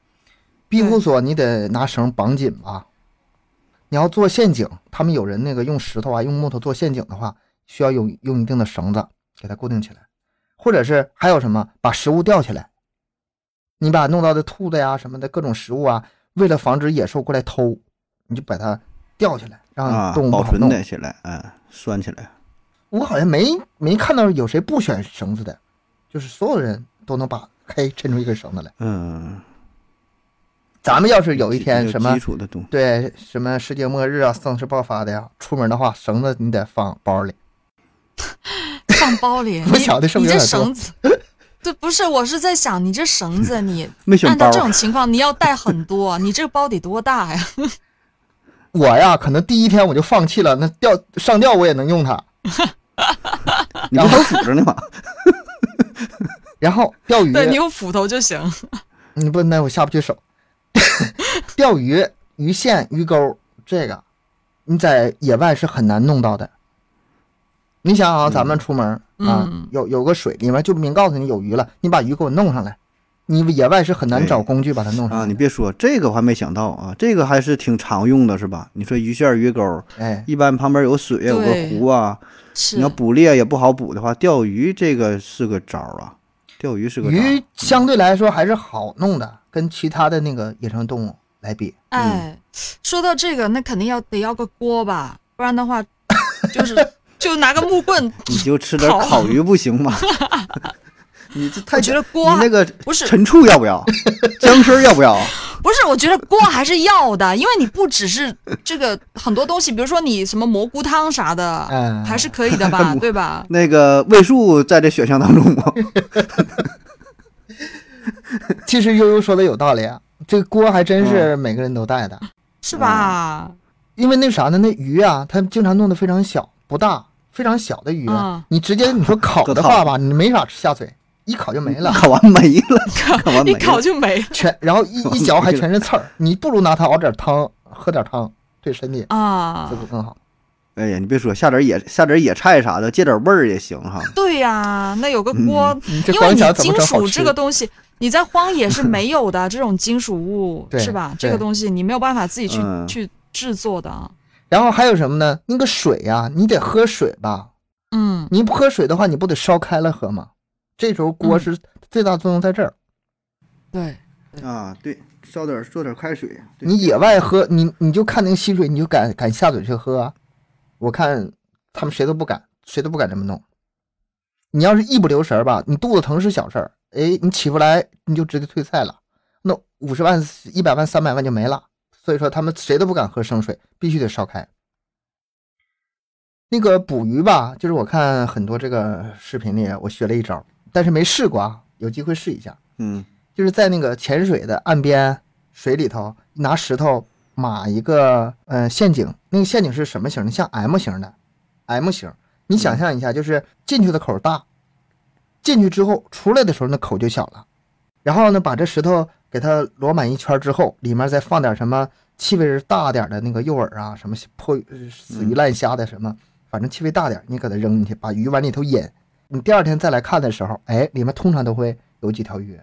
Speaker 1: 庇护所你得拿绳绑紧吧，你要做陷阱，他们有人那个用石头啊、用木头做陷阱的话，需要用用一定的绳子给它固定起来，或者是还有什么把食物吊起来，你把弄到的兔子呀什么的各种食物啊，为了防止野兽过来偷，你就把它吊起来，让
Speaker 3: 啊，
Speaker 1: 嗯动物不
Speaker 3: 保
Speaker 1: 好
Speaker 3: 存
Speaker 1: 弄。
Speaker 3: 的起来，嗯，拴起来，
Speaker 1: 我好像没没看到有谁不选绳子的，就是所有人都能把嘿抻出一根绳子来。
Speaker 3: 嗯，
Speaker 1: 咱们要是有一天
Speaker 3: 基
Speaker 1: 什么
Speaker 3: 基础的东西，
Speaker 1: 对什么世界末日啊、丧尸爆发的呀，出门的话绳子你得放包里。
Speaker 2: 放包里，
Speaker 1: 我想的是不
Speaker 2: 你
Speaker 1: 是有点
Speaker 2: 这
Speaker 1: 多
Speaker 2: 绳子，这不是，我是在想，你这绳子你
Speaker 3: 没选
Speaker 2: 按
Speaker 3: 包
Speaker 2: 照这种情况，你要带很多，你这个包得多大呀？
Speaker 1: 我呀，可能第一天我就放弃了，那吊上吊我也能用它。
Speaker 3: 啊，你不都杵着
Speaker 1: <laughs>
Speaker 3: 呢吗？
Speaker 1: 嗯然后钓鱼，
Speaker 2: 对你有斧头就行。
Speaker 1: 你不那我下不去手。 <laughs> 钓鱼、鱼线、鱼钩，这个你在野外是很难弄到的。你想啊，咱们出门儿、啊
Speaker 2: 嗯，
Speaker 1: 有有个水里面就明告诉你有鱼了，你把鱼给我弄上来。你野外是很难找
Speaker 3: 对
Speaker 1: 工具把它弄上来。
Speaker 3: 啊，你别说这个，我还没想到啊，这个还是挺常用的，是吧？你说鱼线、鱼钩，
Speaker 1: 哎，
Speaker 3: 一般旁边有水啊，有个
Speaker 2: 对
Speaker 3: 湖啊，
Speaker 2: 是
Speaker 3: 你要捕猎也不好捕的话，钓鱼这个是个招儿啊，钓鱼是个招儿
Speaker 1: 鱼相对来说还是好弄的，跟其他的那个野生动物来比。
Speaker 2: 哎，说到这个，那肯定要得要个锅吧，不然的话，就是就拿个木棍。
Speaker 3: 你就吃点
Speaker 2: 烤
Speaker 3: 烤鱼不行吗？你这太
Speaker 2: 我觉得
Speaker 3: 你
Speaker 2: 锅
Speaker 3: 那个
Speaker 2: 不是
Speaker 3: 陈醋要不要？姜丝儿要不要？
Speaker 2: 不是，我觉得锅还是要的，因为你不只是这个很多东西，比如说你什么蘑菇汤啥
Speaker 3: 啊
Speaker 2: 的，
Speaker 1: 嗯
Speaker 2: 还是可以的吧，对吧？
Speaker 3: 那个味素在这选项当中吗？
Speaker 1: 其实悠悠说的有道理啊，这锅还真是每个人都带的，
Speaker 2: 是吧？
Speaker 1: 因为那啥呢，那鱼啊，它经常弄得非常小，不大，非常小的鱼，啊
Speaker 2: 嗯
Speaker 1: 你直接你说烤的话吧，你没啥下嘴，一烤就没了，
Speaker 2: <laughs>
Speaker 3: 烤完没了，烤完没
Speaker 2: 一
Speaker 3: 了。
Speaker 2: 烤就没了
Speaker 1: 全然后一一嚼还全是刺
Speaker 2: <laughs>
Speaker 1: 儿，你不如拿它熬点汤，喝点汤，对身体
Speaker 2: 啊
Speaker 1: 滋！补更好。
Speaker 3: 哎呀，你别说，下点野下点野菜啥的，借点味儿也行哈。
Speaker 2: 对呀、那有个锅，
Speaker 1: 你嗯这
Speaker 2: 因为
Speaker 1: 光
Speaker 2: 你
Speaker 1: 想怎么
Speaker 2: 金
Speaker 1: 整好
Speaker 2: 属
Speaker 1: 吃
Speaker 2: 这个东西，你在荒野是没有
Speaker 1: <laughs>
Speaker 2: 的，这种金属物
Speaker 1: 对
Speaker 2: 是吧？
Speaker 1: 对
Speaker 2: 这个东西你没有办法自己去、
Speaker 3: 嗯
Speaker 2: 去制作的啊。
Speaker 1: 然后还有什么呢？那个水呀、你得喝水吧，
Speaker 2: 嗯，
Speaker 1: 你不喝水的话，你不得烧开了喝吗？这时候锅
Speaker 2: 嗯
Speaker 1: 是最大作用在这儿。
Speaker 2: 对，
Speaker 3: 啊，对，烧点做点开水。对
Speaker 1: 你野外喝，你你就看那个溪水，你就敢敢下嘴去喝啊？我看他们谁都不敢，谁都不敢这么弄。你要是一不留神儿吧，你肚子疼是小事儿，哎，你起不来你就直接退赛了，那五十万、一百万、三百万就没了。所以说他们谁都不敢喝生水，必须得烧开。那个捕鱼吧，就是我看很多这个视频里，我学了一招，但是没试过啊，有机会试一下。
Speaker 3: 嗯，
Speaker 1: 就是在那个潜水的岸边水里头拿石头码一个呃陷阱，那个陷阱是什么型的？像 M 型的，M 型。你想象一下，就是进去的口大，进去之后出来的时候那口就小了。然后呢，把这石头给它摞满一圈之后，里面再放点什么气味大点的那个诱饵啊，什么破呃死鱼烂虾的什么，反正气味大点，你给它扔进去，把鱼往里头引。啊你第二天再来看的时候，哎，里面通常都会有几条鱼。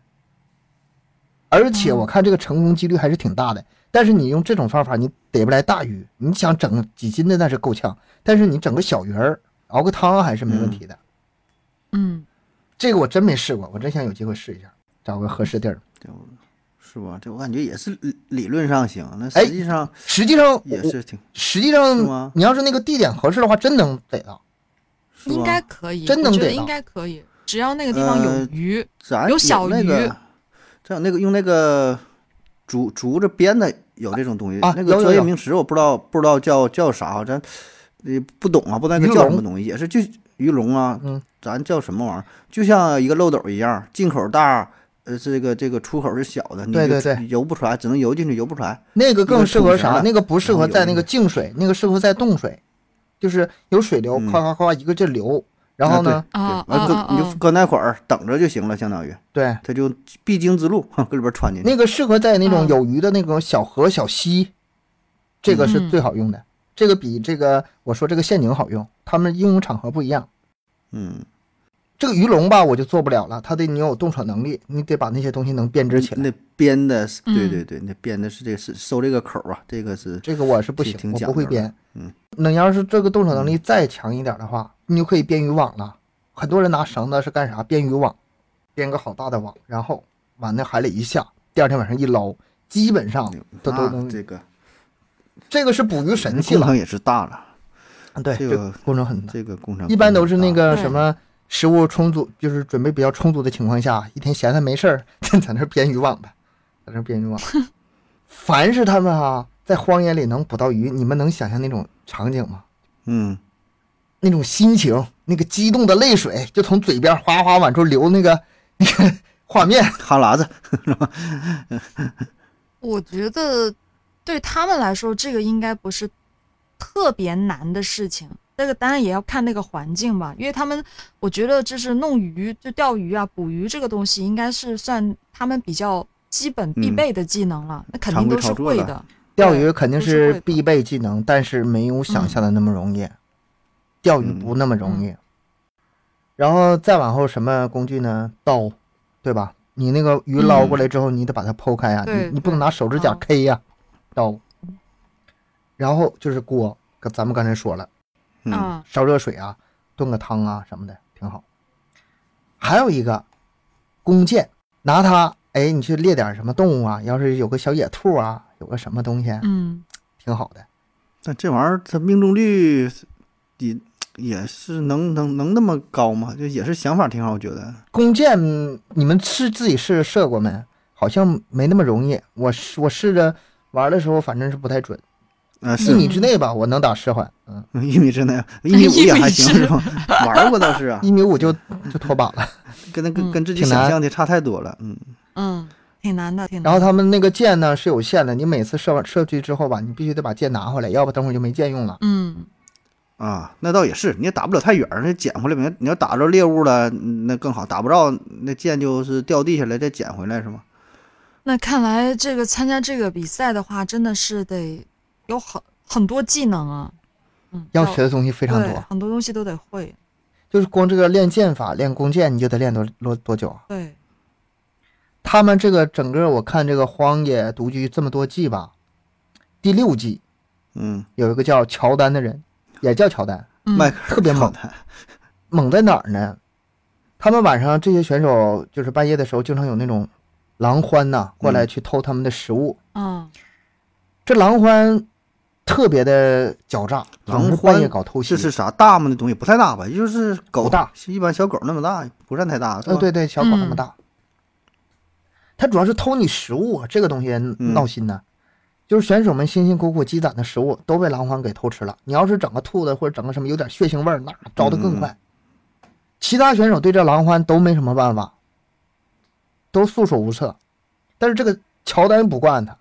Speaker 1: 而且我看这个成功几率还是挺大的。但是你用这种方法，你逮不来大鱼，你想整几斤的那是够呛，但是你整个小鱼儿熬个汤还是没问题的。
Speaker 2: 嗯，
Speaker 1: 这个我真没试过，我真想有机会试一下，找个合适地儿。
Speaker 3: 是吧？这我感觉也是理理论上行，那
Speaker 1: 哎
Speaker 3: 实际上
Speaker 1: 实际上，
Speaker 3: 也
Speaker 1: 我
Speaker 3: 是挺，
Speaker 1: 实际
Speaker 3: 是
Speaker 1: 上
Speaker 3: 吗
Speaker 1: 你要是那个地点合适的话，真能逮到。
Speaker 3: 是吧
Speaker 2: 应该可以，
Speaker 1: 真能
Speaker 2: 我觉得
Speaker 1: 逮到
Speaker 2: 应该可以，只要那个地方有
Speaker 3: 呃
Speaker 2: 鱼，
Speaker 3: 咱
Speaker 2: 有小
Speaker 3: 那
Speaker 2: 鱼
Speaker 3: 个，咱有那个用那个竹竹子编的有这种东西。
Speaker 1: 啊
Speaker 3: 那
Speaker 1: 有
Speaker 3: 个
Speaker 1: 有
Speaker 3: 专业
Speaker 1: 有
Speaker 3: 名词我不知道，不知道叫叫啥，咱也不懂啊，不知道那
Speaker 1: 鱼
Speaker 3: 个叫什
Speaker 1: 笼
Speaker 3: 么东西，也是就鱼笼啊，
Speaker 1: 嗯
Speaker 3: 咱叫什么玩意儿？就像一个漏斗一样，进口大，呃，这个这个出口是小的，你
Speaker 1: 对
Speaker 3: 就
Speaker 1: 对
Speaker 3: 出游不出来，只能游进去，游不出来。
Speaker 1: 那个更适合
Speaker 3: 那
Speaker 1: 啥
Speaker 3: 个？
Speaker 1: 那个不适合在那
Speaker 3: 然后有那
Speaker 1: 个
Speaker 3: 个
Speaker 1: 静水，那个适合在冻水，就是有水流，
Speaker 3: 嗯
Speaker 1: 夸夸夸一个劲儿流。然后呢，
Speaker 2: 啊
Speaker 3: 对，
Speaker 2: 啊
Speaker 3: 完
Speaker 2: 啊
Speaker 3: 搁你就
Speaker 2: 啊！
Speaker 3: 搁那块儿等着就行了，相当于
Speaker 1: 对，
Speaker 3: 它就必经之路， <laughs> 搁里边穿进去。
Speaker 1: 那个适合在那种
Speaker 2: 嗯
Speaker 1: 有鱼的那种小河、小溪，这个是
Speaker 2: 嗯
Speaker 1: 最好用的。这个比这个我说这个陷阱好用，它们应用场合不一样。
Speaker 3: 嗯，
Speaker 1: 这个鱼笼吧，我就做不了了，它得你有动手能力，你得把那些东西能编织起来。
Speaker 3: 那编的是，对
Speaker 2: 嗯
Speaker 3: 对对，那编的是这个是收这个口儿啊，这个是
Speaker 1: 这个我是不行
Speaker 3: 挺，
Speaker 1: 我
Speaker 3: 讲
Speaker 1: 不会
Speaker 3: 究的
Speaker 1: 编。
Speaker 3: 嗯，
Speaker 1: 那你要是这个动手能力再强一点的话，你就可以编渔网了。很多人拿绳子是干啥？编渔网，编个好大的网，然后往那海里一下，第二天晚上一捞，基本上都都
Speaker 3: 啊
Speaker 1: 能。
Speaker 3: 这个
Speaker 1: 这个是捕鱼神器
Speaker 3: 工
Speaker 1: 了
Speaker 3: 程，也是大了，
Speaker 1: 对，
Speaker 3: 这
Speaker 1: 这
Speaker 3: 个
Speaker 1: 工程很大。
Speaker 3: 这个工程
Speaker 1: 一般都是那
Speaker 3: 工程也大嗯
Speaker 1: 个
Speaker 2: 对
Speaker 1: 什么食物充足，就是准备比较充足的情况下，一天闲的没事儿， <laughs> 在在那儿编渔网呗，在那儿编渔
Speaker 3: <laughs>
Speaker 1: 网。凡是他们啊，在荒野里能捕到鱼，你们能想象那种场景吗？
Speaker 3: 嗯，
Speaker 1: 那种心情，那个激动的泪水就从嘴边哗哗往出流，那个 <laughs> 那个画面，
Speaker 3: 哈喇子，
Speaker 2: 我觉得对他们来说，这个应该不是特别难的事情。这个当然也要看那个环境吧，因为他们我觉得就是弄鱼、就钓鱼啊、捕鱼这个东西，应该是算他们比较基本必
Speaker 3: 嗯
Speaker 2: 备的技能了，那肯
Speaker 3: 常
Speaker 2: 定
Speaker 3: 规
Speaker 2: 都是
Speaker 3: 操作
Speaker 2: 会
Speaker 3: 了
Speaker 2: 的。
Speaker 1: 钓
Speaker 2: 对
Speaker 1: 鱼肯定
Speaker 2: 都是
Speaker 1: 是
Speaker 2: 会的嗯
Speaker 1: 必备技能，但是没有想象的那么容易，钓鱼不那么容易。然后再往后什么工具呢？刀，对吧？你那个鱼捞过来之后，你得把它剖开呀、
Speaker 2: 嗯对
Speaker 1: 你你不能拿手指甲
Speaker 2: 嗯
Speaker 1: K 呀、刀。然后就是锅，刚咱们刚才说了。
Speaker 3: 嗯，
Speaker 2: 嗯，
Speaker 1: 烧热水啊，炖个汤啊什么的，挺好。还有一个弓箭，拿它，哎，你去猎点什么动物啊？要是有个小野兔啊，有个什么东西，
Speaker 2: 嗯，
Speaker 1: 挺好的。
Speaker 3: 但这玩意儿它命中率也也是能能能那么高吗？就也是想法挺好，我觉得
Speaker 1: 弓箭，你们试自己试射过没？好像没那么容易。我试我试着玩的时候，反正是不太准，
Speaker 3: 啊
Speaker 1: 一
Speaker 3: 是
Speaker 1: 米之内吧，我能打十环，嗯，
Speaker 3: 嗯一米之内，一米五也还行
Speaker 2: 一米之
Speaker 3: 是吧？玩儿过倒是啊，
Speaker 1: 一米五就就脱靶了。
Speaker 3: 跟那跟
Speaker 2: 嗯
Speaker 3: 跟自己
Speaker 1: 挺难
Speaker 3: 想象的差太多了，嗯
Speaker 2: 嗯，挺难的，挺难的。
Speaker 1: 然后他们那个箭呢是有限的，你每次射完射出去之后吧，你必须得把箭拿回来，要不等会儿就没箭用了。
Speaker 2: 嗯，
Speaker 3: 啊，那倒也是，你也打不了太远儿，那捡回来呗。你要打着猎物了，那更好；打不着，那箭就是掉地下来再捡回来是吗？
Speaker 2: 那看来这个参加这个比赛的话，真的是得有很很多技能啊。嗯，
Speaker 1: 要学的东西非
Speaker 2: 非
Speaker 1: 常多，
Speaker 2: 很多东西都得会。
Speaker 1: 就是光这个练剑法、练弓箭，你就得练多多多久啊？
Speaker 2: 对，
Speaker 1: 他们这个整个我看这个荒野独居这么多季吧，第六季
Speaker 3: 嗯，
Speaker 1: 有一个叫乔丹的人，也叫乔
Speaker 3: <laughs>
Speaker 1: 丹，
Speaker 2: 嗯
Speaker 3: 迈克尔
Speaker 1: 特别
Speaker 3: 乔
Speaker 1: 猛
Speaker 3: 丹
Speaker 1: 猛在哪儿呢？他们晚上这些选手就是半夜的时候，经常有那种狼獾
Speaker 3: 嗯
Speaker 1: 呐、过来去偷他们的食物。
Speaker 2: 嗯
Speaker 1: 这狼獾特别的狡诈，
Speaker 3: 狼
Speaker 1: 总是
Speaker 3: 獾
Speaker 1: 半夜搞偷袭
Speaker 3: 这。是啥大吗？那东西不太大吧，也就是狗
Speaker 1: 不大，
Speaker 3: 一般小狗那么大，不算太大，是吧
Speaker 1: 呃，对对，小狗那么大。它主要是偷你食物啊，这个东西闹心呢。就是选手们辛辛苦苦积攒的食物都被狼獾给偷吃了。你要是整个兔子或者整个什么有点血腥味儿，那招的更快。其他选手对这狼獾都没什么办法，都束手无策。但是这个乔丹不惯他，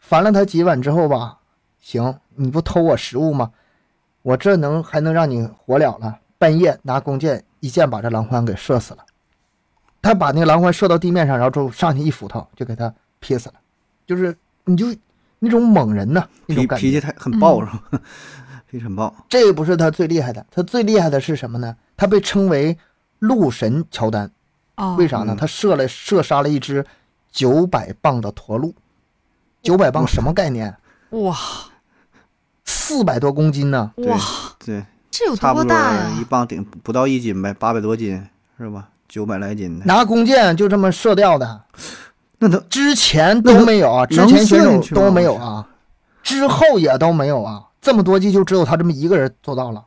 Speaker 1: 烦了他几晚之后吧，行，你不偷我食物吗？我这能还能让你活了了？半夜拿弓箭一箭把这狼獾给射死了。他把那个狼獾射到地面上，然后之后上去一斧头就给他劈死了。就是你就那种猛人呐、那种
Speaker 3: 脾
Speaker 1: 感
Speaker 3: 脾
Speaker 1: 觉。
Speaker 3: 气太很暴
Speaker 2: 嗯
Speaker 3: 是吧？ <laughs> 脾气很暴，
Speaker 1: 这不是他最厉害的，他最厉害的是什么呢？他被称为鹿神乔丹，
Speaker 2: 哦，
Speaker 1: 为啥呢？
Speaker 3: 嗯
Speaker 1: 他射了射杀了一只九百磅的驼鹿。九百磅什么概念？啊
Speaker 2: 哇
Speaker 1: 四百多公斤呢、
Speaker 3: 对
Speaker 2: 哇，
Speaker 3: 对，
Speaker 2: 这有
Speaker 3: 差不
Speaker 2: 多大
Speaker 3: 一
Speaker 2: 呀？
Speaker 3: 磅顶不到一斤呗，八百多斤是吧？九百来斤的，
Speaker 1: 拿弓箭就这么射掉的。
Speaker 3: 那能
Speaker 1: 之前都没有啊，之
Speaker 3: 能
Speaker 1: 前选
Speaker 3: 能
Speaker 1: 手
Speaker 3: 算去吗
Speaker 1: 都没有啊，之后也都没有啊，这么多季就只有他这么一个人做到了。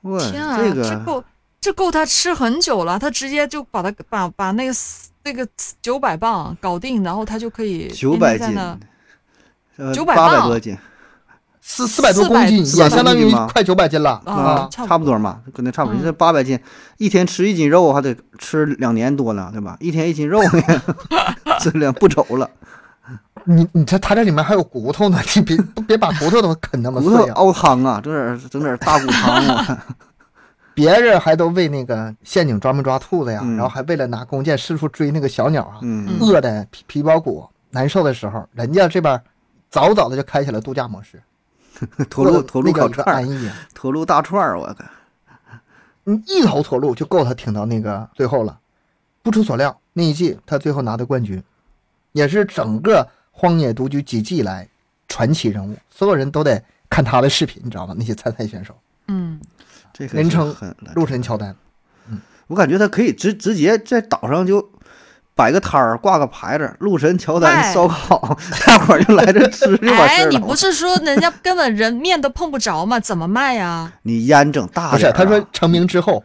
Speaker 3: 我
Speaker 2: 天啊，
Speaker 3: 这
Speaker 2: 这
Speaker 3: 个
Speaker 2: 够这够他吃很久了，他直接就把他把把那个四那个九百磅搞定，然后他就可以
Speaker 3: 九
Speaker 2: 天天
Speaker 3: 百
Speaker 2: 在
Speaker 3: 斤
Speaker 2: 那，
Speaker 3: 呃，
Speaker 2: 900
Speaker 3: 八百
Speaker 2: 磅
Speaker 3: 多斤，
Speaker 1: 四四百多公
Speaker 2: 400
Speaker 1: 斤，
Speaker 3: 400
Speaker 1: 也相当
Speaker 3: 公
Speaker 1: 于
Speaker 3: 斤吗
Speaker 1: 快九百斤了
Speaker 2: 啊
Speaker 1: 啊！
Speaker 3: 差不多嘛，跟那差不多。
Speaker 2: 嗯
Speaker 3: 这八百斤，一天吃一斤肉，还得吃两年多呢，对吧？一天一斤肉呢，
Speaker 2: <laughs>
Speaker 3: 质量不走了，
Speaker 1: 你你这他这里面还有骨头呢，你别别把骨头都啃那么
Speaker 3: 骨头
Speaker 1: 碎啊！
Speaker 3: 熬汤啊，整点整点大骨汤
Speaker 1: <laughs>
Speaker 3: 啊，
Speaker 1: 别人还都为那个陷阱抓没抓兔子呀，
Speaker 3: 嗯
Speaker 1: 然后还为了拿弓箭四处追那个小鸟啊，
Speaker 3: 嗯，
Speaker 1: 饿的皮皮包骨难受的时候，人家这边早早的就开启了度假模式，
Speaker 3: 驼鹿
Speaker 1: 过得
Speaker 3: 驼鹿
Speaker 1: 嗯那个一
Speaker 3: 烤
Speaker 1: 个
Speaker 3: 串
Speaker 1: 安
Speaker 3: 儿，
Speaker 1: 逸啊。
Speaker 3: 驼鹿大串儿，我靠，
Speaker 1: 你一头驼鹿就够他挺到那个最后了。不出所料，那一季他最后拿的冠军，也是整个荒野独居几季以来传奇人物，所有人都得看他的视频，你知道吗？那些参赛选手，
Speaker 2: 嗯，
Speaker 3: 这个
Speaker 1: 人
Speaker 3: 是
Speaker 1: 称
Speaker 3: 很
Speaker 1: 陆神乔丹，
Speaker 3: 我感觉他可以直直接在岛上就摆个摊儿，挂个牌子“鹿神乔丹
Speaker 2: 哎
Speaker 3: 烧烤”，大伙儿就来这吃就完事
Speaker 2: 哎
Speaker 3: 儿，
Speaker 2: 你
Speaker 3: 了。
Speaker 2: 不是说人家根本人面都碰不着吗？怎么卖
Speaker 3: <laughs>
Speaker 2: 呀？
Speaker 3: 你烟整大
Speaker 1: 不是
Speaker 3: 点儿啊
Speaker 1: 他说成名之后，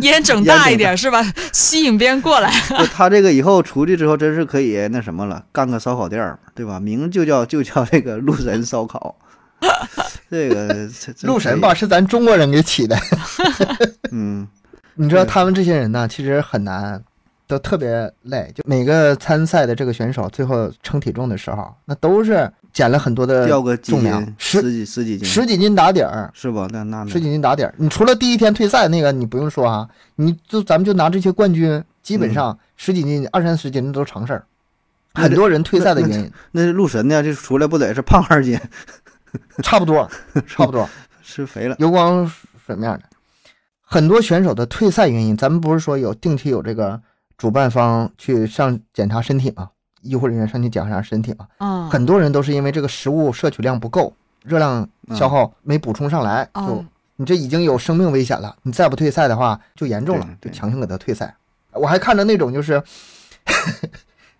Speaker 2: 烟整大一点是吧？ <laughs> 吸引别人过来。
Speaker 3: <laughs> 不他这个以后出去之后，真是可以那什么了，干个烧烤店儿，对吧？名就叫就叫这个鹿神烧烤。 <laughs> 这个这
Speaker 1: 陆神吧，是咱中国人给
Speaker 3: <laughs>
Speaker 1: 起的。
Speaker 3: 这可以嗯，
Speaker 1: 你知道
Speaker 3: 对
Speaker 1: 他们这些人呢，其实很难，都特别累。就每个参赛的这个选手，最后称体重的时候，那都是减了很多的
Speaker 3: 掉个几
Speaker 1: 重
Speaker 3: 斤
Speaker 1: 量，，
Speaker 3: 十
Speaker 1: 十
Speaker 3: 几十几斤，
Speaker 1: 十几斤打底儿，
Speaker 3: 是吧？那那
Speaker 1: 十
Speaker 3: 那
Speaker 1: 几斤打底儿。你除了第一天退赛那个，你不用说啊，你就咱们就拿这些冠军，基本
Speaker 3: 嗯
Speaker 1: 上十几斤、二三十斤那都是常事儿。
Speaker 3: 那
Speaker 1: 很
Speaker 3: 这
Speaker 1: 多人退赛的原因
Speaker 3: 那鹿神呢，这出来不得是胖二斤，
Speaker 1: 差不
Speaker 3: <laughs>
Speaker 1: 多，差不多
Speaker 3: 吃肥了。
Speaker 1: 油光水面的。很多选手的退赛原因，咱们不是说有定期有这个主办方去上检查身体吗？医护人员上去检查身体吗？
Speaker 2: 嗯，
Speaker 1: 很多人都是因为这个食物摄取量不够，热量消耗
Speaker 3: 嗯
Speaker 1: 没补充上来，就
Speaker 2: 哦，
Speaker 1: 你这已经有生命危险了，你再不退赛的话就严重了，就
Speaker 3: 对对
Speaker 1: 强行给他退赛。我还看着那种就是， <laughs>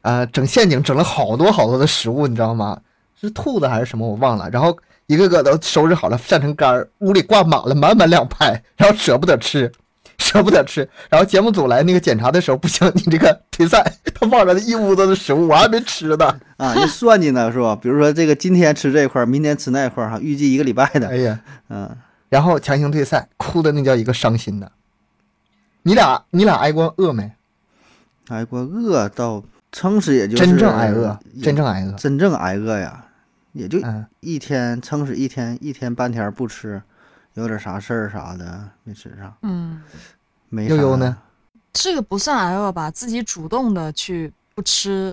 Speaker 1: 呃，整陷阱整了好多好多的食物，你知道吗？是兔子还是什么我忘了，然后一个个都收拾好了，晒成干儿，屋里挂满了满满两排，然后舍不得吃。舍不得吃，然后节目组来那个检查的时候，不行，你这个退赛， <laughs> 他忘了一屋子的食物，我还没吃
Speaker 3: <laughs>
Speaker 1: 呢。
Speaker 3: 啊，人算计呢是吧？比如说这个今天吃这块儿，明天吃那块儿哈，预计一个礼拜
Speaker 1: 哎
Speaker 3: 的，
Speaker 1: 呀，
Speaker 3: 嗯，
Speaker 1: 然后强行退赛，哭的那叫一个伤心呐。你俩你俩挨过饿没？
Speaker 3: 挨过饿到撑死也就是
Speaker 1: 真正挨饿，
Speaker 3: 也
Speaker 1: 真正挨饿。
Speaker 3: 真正挨饿呀，也就
Speaker 1: 嗯，
Speaker 3: 一天撑死一天，一天半天不吃，有点啥事儿啥的没吃上，
Speaker 2: 嗯，
Speaker 3: 没啥
Speaker 1: 悠悠呢？？
Speaker 2: 这个不算挨饿吧？自己主动的去不吃，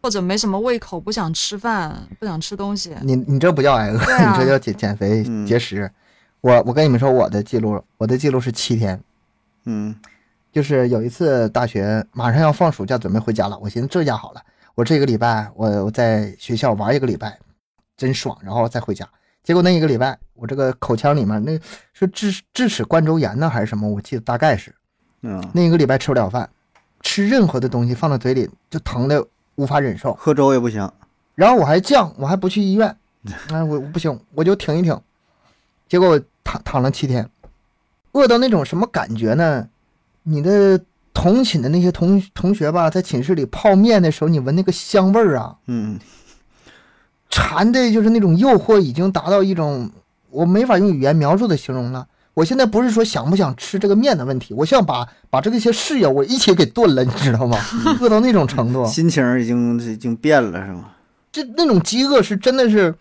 Speaker 2: 或者没什么胃口，不想吃饭，不想吃东西。
Speaker 1: 你你这不叫挨饿，
Speaker 2: 对啊
Speaker 1: 你这叫减减肥
Speaker 3: 嗯
Speaker 1: 节食。我我跟你们说我的记录，我的记录是七天。
Speaker 3: 嗯，
Speaker 1: 就是有一次大学马上要放暑假，准备回家了，我寻思这下好了，我这个礼拜我我在学校玩一个礼拜，真爽，然后再回家。结果那一个礼拜，我这个口腔里面那是智智齿冠周炎呢还是什么，我记得大概是
Speaker 3: 嗯，
Speaker 1: 那一个礼拜吃不了饭，吃任何的东西放到嘴里就疼的无法忍受。
Speaker 3: 喝粥也不行，
Speaker 1: 然后我还犟，我还不去医院，哎，我我不行，我就挺一挺。结果我躺躺了七天，饿到那种什么感觉呢？你的同寝的那些同同学吧，在寝室里泡面的时候，你闻那个香味儿啊，
Speaker 3: 嗯，
Speaker 1: 馋的就是那种诱惑，已经达到一种我没法用语言描述的形容了。我现在不是说想不想吃这个面的问题，我想把把这个些室友我一起给炖了，你知道吗？饿到那种程度，
Speaker 3: 心情儿已经已经变了是吗？
Speaker 1: 这那种饥饿是真的是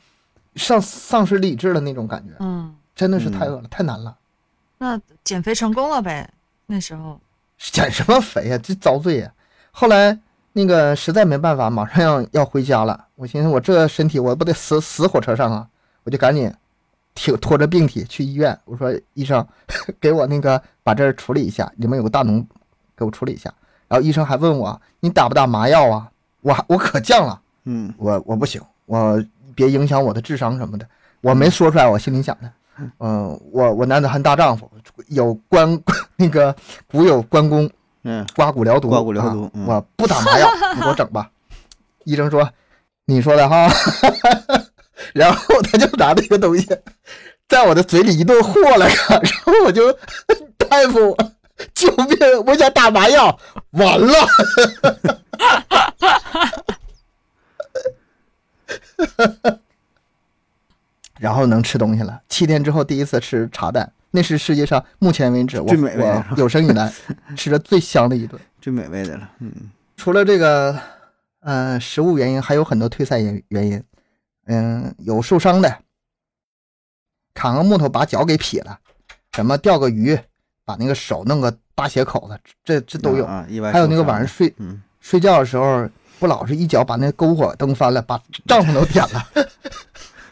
Speaker 1: 丧丧失理智的那种感觉，
Speaker 2: 嗯，
Speaker 1: 真的是
Speaker 3: 嗯
Speaker 1: 太饿了，太难了， <laughs>
Speaker 2: 那减肥成功了呗？那时候，
Speaker 1: 减什么肥呀、这遭罪呀、后来那个实在没办法，马上要要回家了，我寻思我这身体我不得死死火车上啊，我就赶紧挺拖着病体去医院，我说医生 <laughs> 给我那个把这儿处理一下，里面有个大脓，给我处理一下。然后医生还问我你打不打麻药啊？我还我可犟了。
Speaker 3: 嗯，
Speaker 1: 我我不行，我别影响我的智商什么的。我没说出来，我心里想的，嗯、我我男子汉大丈夫，有关 <laughs> 那个古有关公
Speaker 3: 嗯，
Speaker 1: 刮骨疗毒，
Speaker 3: 刮骨疗毒
Speaker 1: 啊
Speaker 3: 嗯
Speaker 1: 我不打麻药，你给我整吧。医生 <laughs> 说你说的哈，然后他就拿那个东西在我的嘴里一顿和了个，然后我就大夫救命！我想打麻药，完了。然后能吃东西了。七天之后第一次吃茶蛋，那是世界上目前为止我
Speaker 3: 最美味
Speaker 1: 我有生以来吃的最香的一顿。
Speaker 3: 最美味的了，嗯，
Speaker 1: 除了这个，呃，食物原因，还有很多退赛原原因。嗯，有受伤的，砍个木头把脚给劈了，什么钓个鱼把那个手弄个大血口子，这这都有。
Speaker 3: 啊，意外
Speaker 1: 还有那个
Speaker 3: 受伤
Speaker 1: 晚上睡
Speaker 3: 嗯，
Speaker 1: 睡觉的时候，不老是一脚把那篝火蹬翻了，把帐篷都点了， <laughs>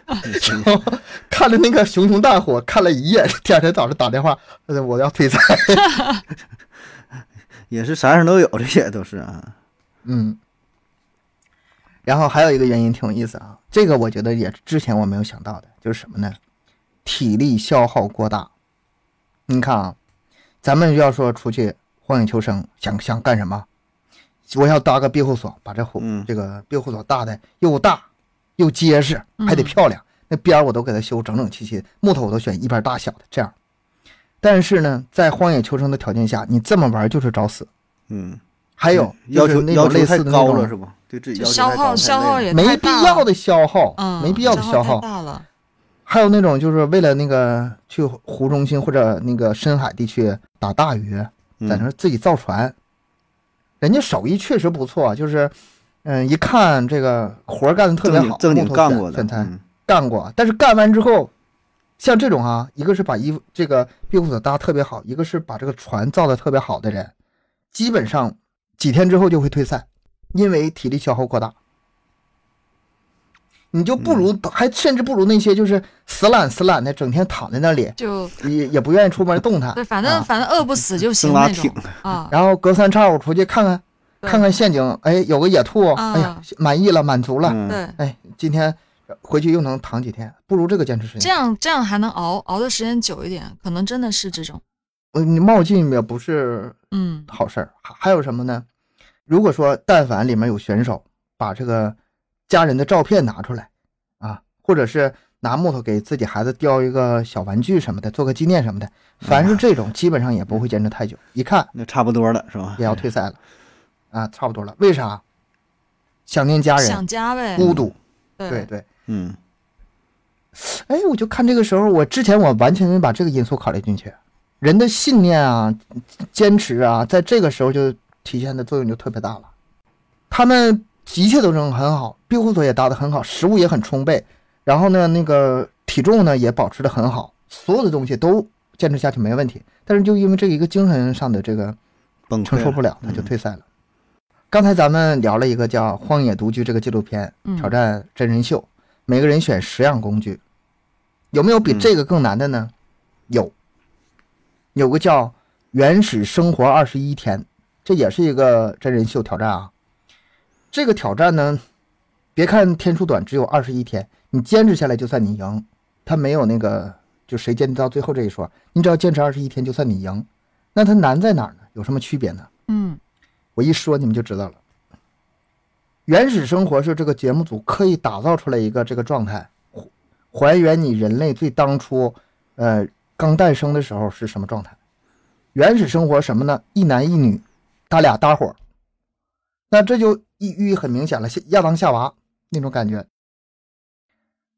Speaker 3: 嗯
Speaker 1: 然后看着那个熊熊大火看了一夜， <laughs> 第二天早上打电话，呃我要退赛。
Speaker 3: 也是啥样都有，这些都是啊，
Speaker 1: 嗯，然后还有一个原因挺有意思啊，这个我觉得也之前我没有想到的，就是什么呢？体力消耗过大。你看啊，咱们要说出去荒野求生，想想干什么？我要搭个庇护所，把这户、
Speaker 3: 嗯
Speaker 1: 这个庇护所搭的又大又结实，还得
Speaker 2: 嗯
Speaker 1: 漂亮。那边儿我都给它修整整齐齐，木头我都选一边大小的这样。但是呢，在荒野求生的条件下，你这么玩儿就是找死。
Speaker 3: 嗯，
Speaker 1: 还有
Speaker 3: 要
Speaker 1: 就是
Speaker 3: 求
Speaker 1: 那
Speaker 3: 要
Speaker 1: 种
Speaker 3: 求
Speaker 1: 类
Speaker 3: 太
Speaker 1: 似的那
Speaker 3: 高了
Speaker 1: 种
Speaker 3: 是不？对自己
Speaker 2: 就
Speaker 3: 要求
Speaker 2: 消
Speaker 3: 太高
Speaker 2: 耗
Speaker 3: 了
Speaker 2: 消
Speaker 3: 太
Speaker 2: 耗
Speaker 3: 累了
Speaker 2: 也
Speaker 1: 没
Speaker 2: 太
Speaker 1: 必
Speaker 2: 大
Speaker 1: 要
Speaker 2: 了
Speaker 1: 的消耗，
Speaker 2: 嗯，
Speaker 1: 没必要的消
Speaker 2: 耗
Speaker 1: 耗
Speaker 2: 太。大了，
Speaker 1: 还有那种就是为了那个去湖中心或者那个深海地区打大鱼，在那
Speaker 3: 嗯
Speaker 1: 儿自己造船，人家手艺确实不错，啊就是嗯，一看这个活儿干的特别
Speaker 3: 正
Speaker 1: 好
Speaker 3: 经，正
Speaker 1: 木
Speaker 3: 经
Speaker 1: 头
Speaker 3: 干
Speaker 1: 选
Speaker 3: 过的
Speaker 1: 选，材
Speaker 3: 嗯
Speaker 1: 干过，但是干完之后，像这种啊，一个是把衣服这个庇护所搭特别好，一个是把这个船造的特别好的人，基本上几天之后就会退赛，因为体力消耗过大。你就不
Speaker 2: 嗯
Speaker 1: 如，还甚至不如那些就是死懒死懒的，整天躺在那里，
Speaker 2: 就
Speaker 1: 也也不愿意出门动弹。
Speaker 2: 对，反正
Speaker 1: 啊
Speaker 2: 反正饿不
Speaker 3: <laughs>
Speaker 2: 死就行
Speaker 3: 生拉
Speaker 2: 那
Speaker 3: 挺
Speaker 2: 种，
Speaker 3: <laughs>
Speaker 2: 啊。
Speaker 1: 然后隔三差五出去看看
Speaker 2: 对
Speaker 1: 看看陷阱，哎，有个野兔，
Speaker 2: 啊
Speaker 1: 哎呀，满意了，满足了，
Speaker 3: 嗯
Speaker 2: 对，
Speaker 1: 哎，今天回去又能躺几天，不如这个坚持时间
Speaker 2: 这。样这样还能熬熬的时间久一点，可能真的是这种。
Speaker 1: 呃你冒进也不是
Speaker 2: 嗯
Speaker 1: 好事儿。还还有什么呢？如果说但凡里面有选手把这个家人的照片拿出来啊，或者是拿木头给自己孩子雕一个小玩具什么的，做个纪念什么的，凡是这种基本上也不会坚持太久，一看
Speaker 3: 那差不多了是吧
Speaker 1: 也？要退赛了啊，差不多了。为啥？想念家人，
Speaker 2: 想家呗，
Speaker 1: 孤独，
Speaker 2: 对
Speaker 1: 对对。
Speaker 3: 嗯，
Speaker 1: 哎，我就看这个时候，我之前我完全没把这个因素考虑进去。人的信念啊、坚持啊，在这个时候就体现的作用就特别大了。他们一切都整很好，庇护所也搭得很好，食物也很充沛，然后呢，那个体重呢也保持得很好，所有的东西都坚持下去没问题。但是就因为这个一个精神上的这个
Speaker 3: 崩溃
Speaker 1: 承受不了，他就退赛了。刚才咱们聊了一个叫《荒野独居》这个纪录片，
Speaker 2: 嗯
Speaker 1: 挑战真人秀，每个人选十样工具，有没有比
Speaker 3: 嗯
Speaker 1: 这个更难的呢？有，有个叫《原始生活二十一天》，这也是一个真人秀挑战啊。这个挑战呢，别看天数短，只有二十一天，你坚持下来就算你赢，他没有那个就谁坚持到最后这一说，你只要坚持二十一天就算你赢。那它难在哪儿呢？有什么区别呢？
Speaker 2: 嗯
Speaker 1: 我一说你们就知道了。原始生活是这个节目组刻意打造出来一个这个状态，还还原你人类最当初，呃，刚诞生的时候是什么状态。原始生活什么呢？一男一女，他俩搭伙儿，那这就意寓意很明显了，像亚当夏娃那种感觉。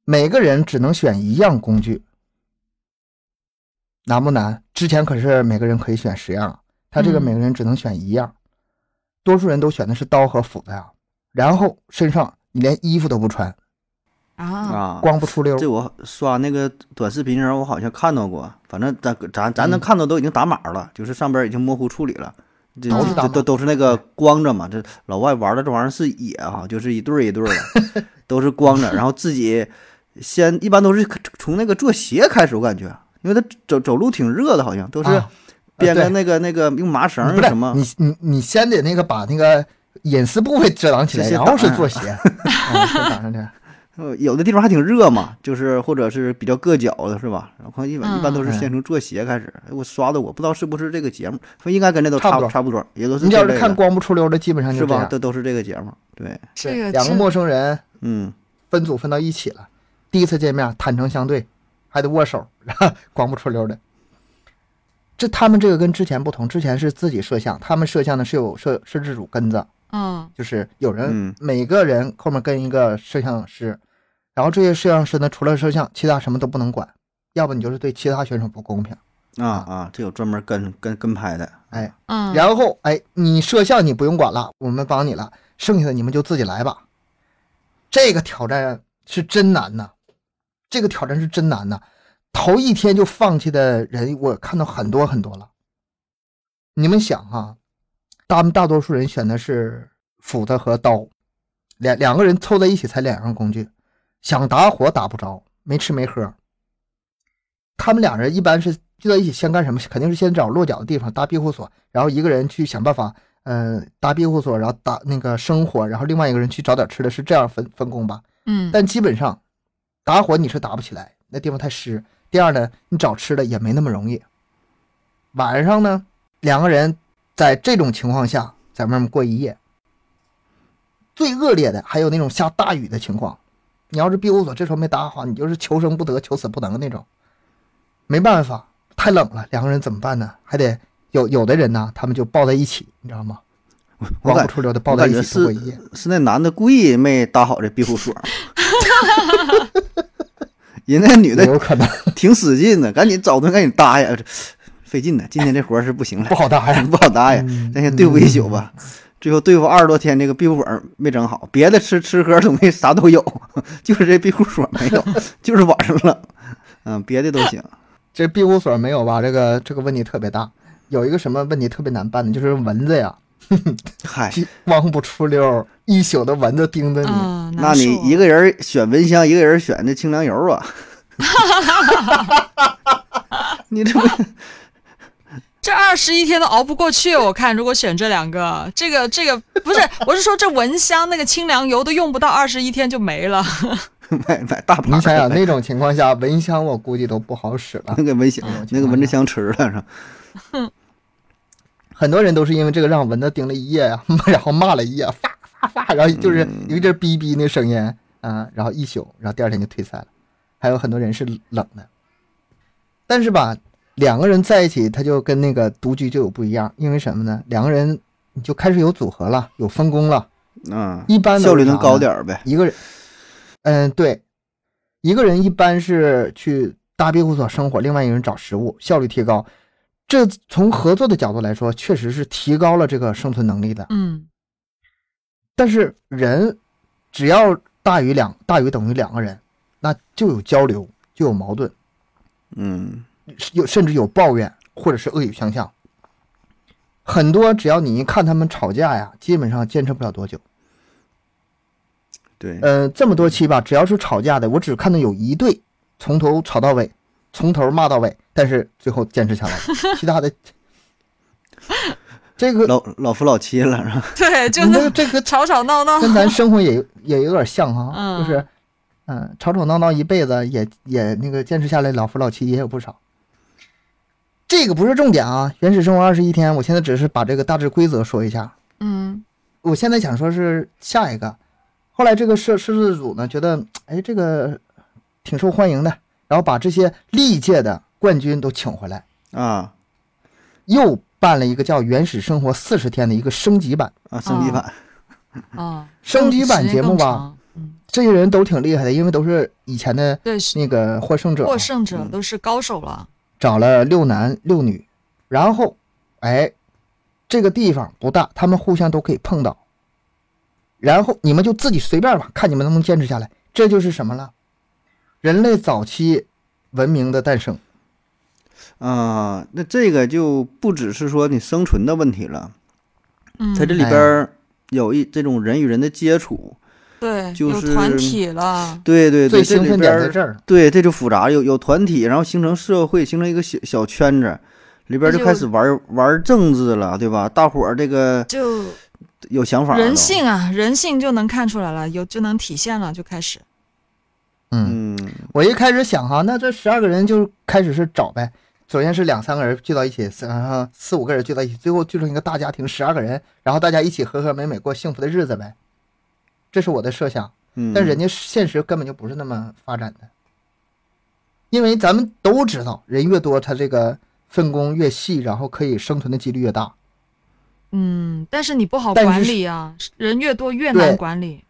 Speaker 1: 每个人只能选一样工具，难不难？之前可是每个人可以选十样啊，他这个
Speaker 2: 嗯
Speaker 1: 每个人只能选一样，多数人都选的是刀和斧子呀、然后身上你连衣服都不穿，
Speaker 2: 啊，
Speaker 3: 啊。
Speaker 1: 光不出溜儿。
Speaker 3: 这我刷那个短视频时候，我好像看到过，反正咱咱咱
Speaker 1: 嗯
Speaker 3: 能看到都已经打码了，就是上边已经模糊处理了。这
Speaker 1: 都
Speaker 2: 是
Speaker 1: 打码
Speaker 3: 这都都是那个光着嘛，这老外玩的这玩意儿是野哈、就是一对儿一对儿的，
Speaker 1: <laughs>
Speaker 3: 都是光着，然后自己先一般都是从那个做鞋开始，我感觉，因为他走走路挺热的，好像都是
Speaker 1: 啊
Speaker 3: 编
Speaker 1: 对
Speaker 3: 个那个那个用麻绳
Speaker 1: 你
Speaker 3: 儿
Speaker 1: 不是
Speaker 3: 什么，
Speaker 1: 你你你先得那个把那个隐私部位遮挡起来，
Speaker 3: 先先
Speaker 1: 然后是
Speaker 3: 挡
Speaker 1: 做
Speaker 3: <laughs>
Speaker 1: 鞋。嗯先挡上去。
Speaker 3: 呃，有的地方还挺热嘛，就是或者是比较硌脚的是吧？然后一般一般都是
Speaker 1: 嗯
Speaker 3: 先从做鞋开始。哎我刷的我不知道是不是这个节目，说应该跟这都
Speaker 1: 差不
Speaker 3: 不
Speaker 1: 多
Speaker 3: 差不多，也都是
Speaker 1: 你
Speaker 3: 这
Speaker 1: 要
Speaker 3: 类
Speaker 1: 是看
Speaker 3: 的
Speaker 1: 光不出溜的，基本上就是这
Speaker 3: 吧？
Speaker 1: 样。
Speaker 3: 都都是这个节目，对，
Speaker 2: 这个
Speaker 1: 两个
Speaker 2: 这
Speaker 1: 陌生人
Speaker 3: 嗯
Speaker 1: 分组分到一起了，第一次见面坦诚相对，还得握手， <laughs> 光不出溜的。这他们这个跟之前不同，之前是自己摄像，他们摄像呢是有摄摄制组跟着，
Speaker 2: 嗯
Speaker 1: 就是有人、
Speaker 3: 嗯
Speaker 1: 每个人后面跟一个摄像师，然后这些摄像师呢除了摄像，其他什么都不能管，要不你就是对其他选手不公平。
Speaker 3: 啊啊，这有专门跟跟跟拍的，
Speaker 1: 哎，
Speaker 2: 嗯，
Speaker 1: 然后哎，你摄像你不用管了，我们帮你了，剩下的你们就自己来吧。这个挑战是真难呐，这个挑战是真难呐。头一天就放弃的人，我看到很多很多了。你们想哈、大大多数人选的是斧子和刀，两两个人凑在一起才两样工具，想打火打不着，没吃没喝。他们俩人一般是聚在一起先干什么？肯定是先找落脚的地方搭庇护所，然后一个人去想办法，嗯、搭庇护所，然后搭那个生火，然后另外一个人去找点吃的，是这样分分工吧？
Speaker 2: 嗯
Speaker 1: 但基本上打火你是打不起来，那地方太湿。第二呢，你找吃的也没那么容易。晚上呢，两个人在这种情况下在外面过一夜，最恶劣的还有那种下大雨的情况。你要是庇护所这时候没打好，你就是求生不得、求死不能的那种。没办法，太冷了，两个人怎么办呢？还得有有的人呢，他们就抱在一起，你知道吗？
Speaker 3: 我
Speaker 1: 光
Speaker 3: 感
Speaker 1: 不出溜的抱
Speaker 3: 我
Speaker 1: 在
Speaker 3: 感
Speaker 1: 一
Speaker 3: 觉
Speaker 1: 起度
Speaker 3: 是
Speaker 1: 过一夜。
Speaker 3: 是那男的故意没搭好这庇护所， <laughs> 人那女
Speaker 1: 也
Speaker 3: 的
Speaker 1: 有可能
Speaker 3: 挺使劲的，赶紧找顿赶紧搭呀，这费劲呢。今天这活儿是不行了
Speaker 1: 不，好搭呀。
Speaker 3: <laughs> 不好搭呀，
Speaker 1: 嗯
Speaker 3: 咱先对付一宿吧。最后对付二十多天，这个庇护所没整好，别的吃吃喝东西啥都有， <laughs> 就是这庇护所
Speaker 1: <laughs>
Speaker 3: 没有，就是晚上冷。嗯，别的都行。
Speaker 1: 这庇护所没有吧？这个这个问题特别大。有一个什么问题特别难办的，就是蚊子呀，
Speaker 3: 嗨，
Speaker 1: 光不出溜，一宿的蚊子盯着你。
Speaker 2: 嗯，
Speaker 3: 那你
Speaker 1: 啊
Speaker 3: 一
Speaker 2: 个
Speaker 3: 个人选蚊香，一个人选那清凉油
Speaker 1: <laughs>
Speaker 3: 啊？你这不
Speaker 2: 这二十一天都熬不过去，我看如果选这两个，这个这个
Speaker 1: <laughs>
Speaker 2: 不是，我是说这蚊香那个清凉油都用不到二十一天就没了。
Speaker 3: 买买大
Speaker 1: 你
Speaker 3: 盘儿？
Speaker 1: 想想那种情况下，蚊香我估计都不好使了
Speaker 3: 那。个蚊香
Speaker 1: 嗯，
Speaker 3: 那个蚊子香吃了是吧？
Speaker 1: 很多人都是因为这个让蚊子叮了一夜呀、 <laughs> 然后骂了一夜，发发发，然后就是有一阵哔哔那声音啊，然后一宿，然后第二天就退赛了。还有很多人是冷的，但是吧，两个人在一起，他就跟那个独居就有不一样，因为什么呢？两个人你就开始有组合了，有分工了，
Speaker 3: 嗯，
Speaker 1: 一般都是
Speaker 3: 效率能
Speaker 1: 啥
Speaker 3: 高
Speaker 1: 呢
Speaker 3: 点儿呗。
Speaker 1: 一个人，嗯，对，一个人一般是去大庇护所生活，另外一个人找食物，效率提高。这从合作的角度来说，确实是提高了这个生存能力的。
Speaker 2: 嗯
Speaker 1: 但是人只要大于两，大于等于两个人，那就有交流，就有矛盾，
Speaker 3: 嗯，
Speaker 1: 有甚至有抱怨，或者是恶语相向。很多只要你一看他们吵架呀，基本上坚持不了多久。
Speaker 3: 对，
Speaker 1: 呃，这么多期吧，只要是吵架的，我只看到有一对从头吵到尾，从头骂到尾，但是最后坚持下来了，其他的这
Speaker 3: <laughs>
Speaker 1: 个
Speaker 3: 老老夫老妻了是吧？
Speaker 2: 嗯对，就
Speaker 1: 那
Speaker 2: 是
Speaker 1: 这
Speaker 2: <laughs>
Speaker 1: 个
Speaker 2: 吵吵闹闹。
Speaker 1: 跟咱生活也有也有点像哈、
Speaker 2: 嗯
Speaker 1: 就是嗯、呃吵吵闹闹一辈子也也那个坚持下来，老夫老妻也有不少。这个不是重点啊，《原始生活二十一天》，我现在只是把这个大致规则说一下，
Speaker 2: 嗯
Speaker 1: 我现在想说是下一个，后来这个摄摄制组呢觉得，哎，这个挺受欢迎的，然后把这些历届的冠军都请回来，
Speaker 3: 啊
Speaker 1: 又办了一个叫《原始生活四十天》的一个升级版。
Speaker 3: 啊，升级
Speaker 2: 啊
Speaker 3: 版，
Speaker 2: 啊，
Speaker 1: 嗯升级版
Speaker 2: 时间
Speaker 1: 节目
Speaker 2: 更
Speaker 1: 吧，
Speaker 2: 长。嗯，
Speaker 1: 这些人都挺厉害的，因为都是以前的
Speaker 2: 对，是
Speaker 1: 那个获胜者嘛，
Speaker 2: 获胜者
Speaker 3: 嗯
Speaker 2: 都是高手了。
Speaker 1: 找了六男六女，然后，哎，这个地方不大，他们互相都可以碰到。然后你们就自己随便吧，看你们能不能坚持下来。这就是什么了？人类早期文明的诞生。
Speaker 3: 啊，那这个就不只是说你生存的问题了，
Speaker 2: 嗯，
Speaker 3: 它这里边儿有一这种人与人的接触，
Speaker 2: 对，
Speaker 3: 就
Speaker 2: 有
Speaker 3: 是
Speaker 2: 团体了。
Speaker 3: 对对
Speaker 1: 最
Speaker 3: 对，这
Speaker 1: 兴
Speaker 3: 里
Speaker 1: 奋
Speaker 3: 边
Speaker 1: 点在
Speaker 3: 儿
Speaker 1: 这儿，
Speaker 3: 对，这就复杂，有有团体，然后形成社会，形成一个小小圈子，里边儿
Speaker 2: 这就
Speaker 3: 就开始玩玩政治了，对吧？大伙儿这个
Speaker 2: 就
Speaker 3: 有想法，
Speaker 2: 人，性啊，人性就能看出来了，有就能体现了，就开始。
Speaker 1: 嗯，
Speaker 3: 嗯，
Speaker 1: 我一开始想哈，那这十二个人就开始是找呗。首先是两三个人聚到一起，然后四五个人聚到一起，最后聚成一个大家庭，十二个人，然后大家一起和和美美过幸福的日子呗。这是我的设想。
Speaker 3: 嗯
Speaker 1: 但人家现实根本就不是那么发展的。因为咱们都知道，人越多，他这个分工越细，然后可以生存的几率越大。
Speaker 2: 嗯，但是你不好
Speaker 1: 但是
Speaker 2: 管理啊，人越多越
Speaker 1: 对
Speaker 2: 难管理。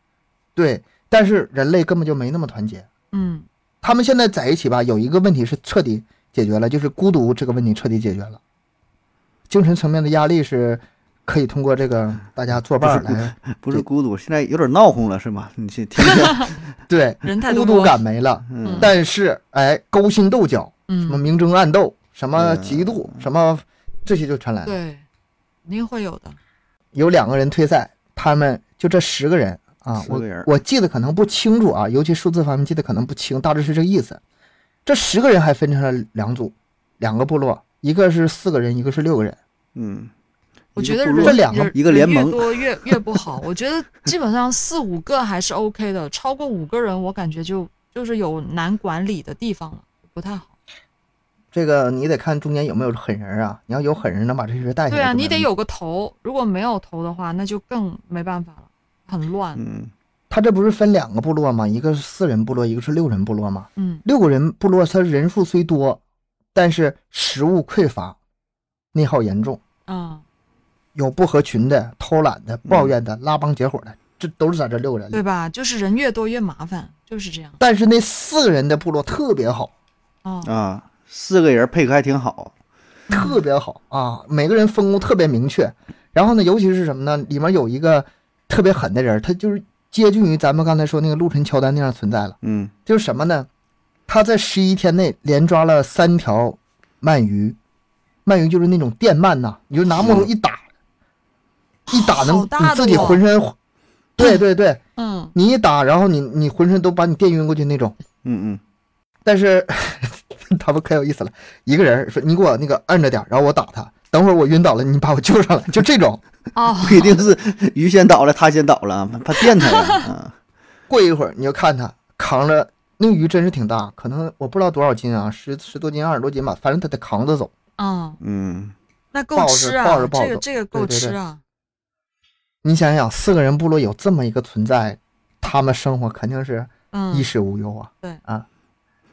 Speaker 1: 对，但是人类根本就没那么团结。
Speaker 2: 嗯
Speaker 1: 他们现在在一起吧，有一个问题是彻底解决了，就是孤独这个问题彻底解决了。精神层面的压力是可以通过这个大家作伴儿来，
Speaker 3: 嗯不是孤独，现在有点闹哄了是吗？你去听听，
Speaker 1: 对，
Speaker 2: 人太
Speaker 1: 孤
Speaker 2: 多
Speaker 1: 独感没了。
Speaker 3: 嗯，
Speaker 1: 但是，哎，勾心斗角，什么
Speaker 2: 嗯，
Speaker 1: 明争暗斗，什么
Speaker 3: 嗯
Speaker 1: 嫉妒，什么这些就全来了。
Speaker 2: 对，肯定会有的。
Speaker 1: 有两个人退赛，他们就这十个人啊，
Speaker 3: 十
Speaker 1: 我
Speaker 3: 个人
Speaker 1: 我记得可能不清楚啊，尤其数字方面记得可能不清，大致是这个意思。这十个人还分成了两组，两个部落，一个是四个人，一个是六个人。
Speaker 3: 嗯，
Speaker 2: 我
Speaker 3: 一
Speaker 2: 觉
Speaker 3: 个
Speaker 2: 得
Speaker 3: 部
Speaker 2: 人
Speaker 3: 落
Speaker 1: 这两个
Speaker 2: 人
Speaker 3: 一个联盟
Speaker 2: 人越多越越不好。我觉得基本上四五个还是 OK 的，超过五个人我感觉就就是有难管理的地方了，不太好。
Speaker 1: 这个你得看中间有没有狠人啊，你要有狠人能把这些人带下来。
Speaker 2: 对啊，
Speaker 1: 就没
Speaker 2: 你得
Speaker 1: 问题
Speaker 2: 有个头，如果没有头的话，那就更没办法了，很乱。
Speaker 3: 嗯，
Speaker 1: 他这不是分两个部落吗？一个是四人部落，一个是六人部落吗？
Speaker 2: 嗯
Speaker 1: 六个人部落，他人数虽多，但是食物匮乏，内耗严重，
Speaker 2: 啊、
Speaker 1: 有不合群的、偷懒的、
Speaker 3: 嗯
Speaker 1: 抱怨的、拉帮结伙的，这都是咱这六个人里。
Speaker 2: 对吧？就是人越多越麻烦，就是这样。
Speaker 1: 但是那四个人的部落特别好，
Speaker 2: 哦，
Speaker 3: 啊，四个人配合还挺好，
Speaker 2: 嗯
Speaker 1: 特别好啊！每个人分工特别明确。然后呢，尤其是什么呢？里面有一个特别狠的人，他就是接近于咱们刚才说那个陆晨乔丹那样存在了。
Speaker 3: 嗯
Speaker 1: 就是什么呢？他在十一天内连抓了三条鳗鱼，鳗鱼就是那种电鳗呐、你就拿木头一打，一打能
Speaker 2: 好大
Speaker 1: 你
Speaker 2: 的
Speaker 1: 自己
Speaker 2: 哦
Speaker 1: 浑身，对对对，
Speaker 2: 嗯，
Speaker 1: 你一打，然后你你浑身都把你电晕过去那种。
Speaker 3: 嗯嗯，
Speaker 1: 但是 <laughs> 他们可有意思了，一个人说你给我那个摁着点儿，然后我打他，等会儿我晕倒了，你把我救上来，就这种。
Speaker 2: 哦，
Speaker 3: 不一定是鱼先倒了，他先倒了，怕电他了，啊，
Speaker 1: 过一会儿你就看他扛着那个鱼真是挺大，可能我不知道多少斤啊，十十多斤、二十多斤吧，反正他得扛着走。
Speaker 2: 嗯，
Speaker 3: 嗯，
Speaker 2: 那够
Speaker 1: 抱着
Speaker 2: 吃啊，
Speaker 1: 抱着抱
Speaker 2: 这
Speaker 1: 着
Speaker 2: 个这个够
Speaker 1: 对对对
Speaker 2: 吃啊。
Speaker 1: 你想想，四个人部落有这么一个存在，他们生活肯定是衣
Speaker 2: 嗯，
Speaker 1: 食无忧啊。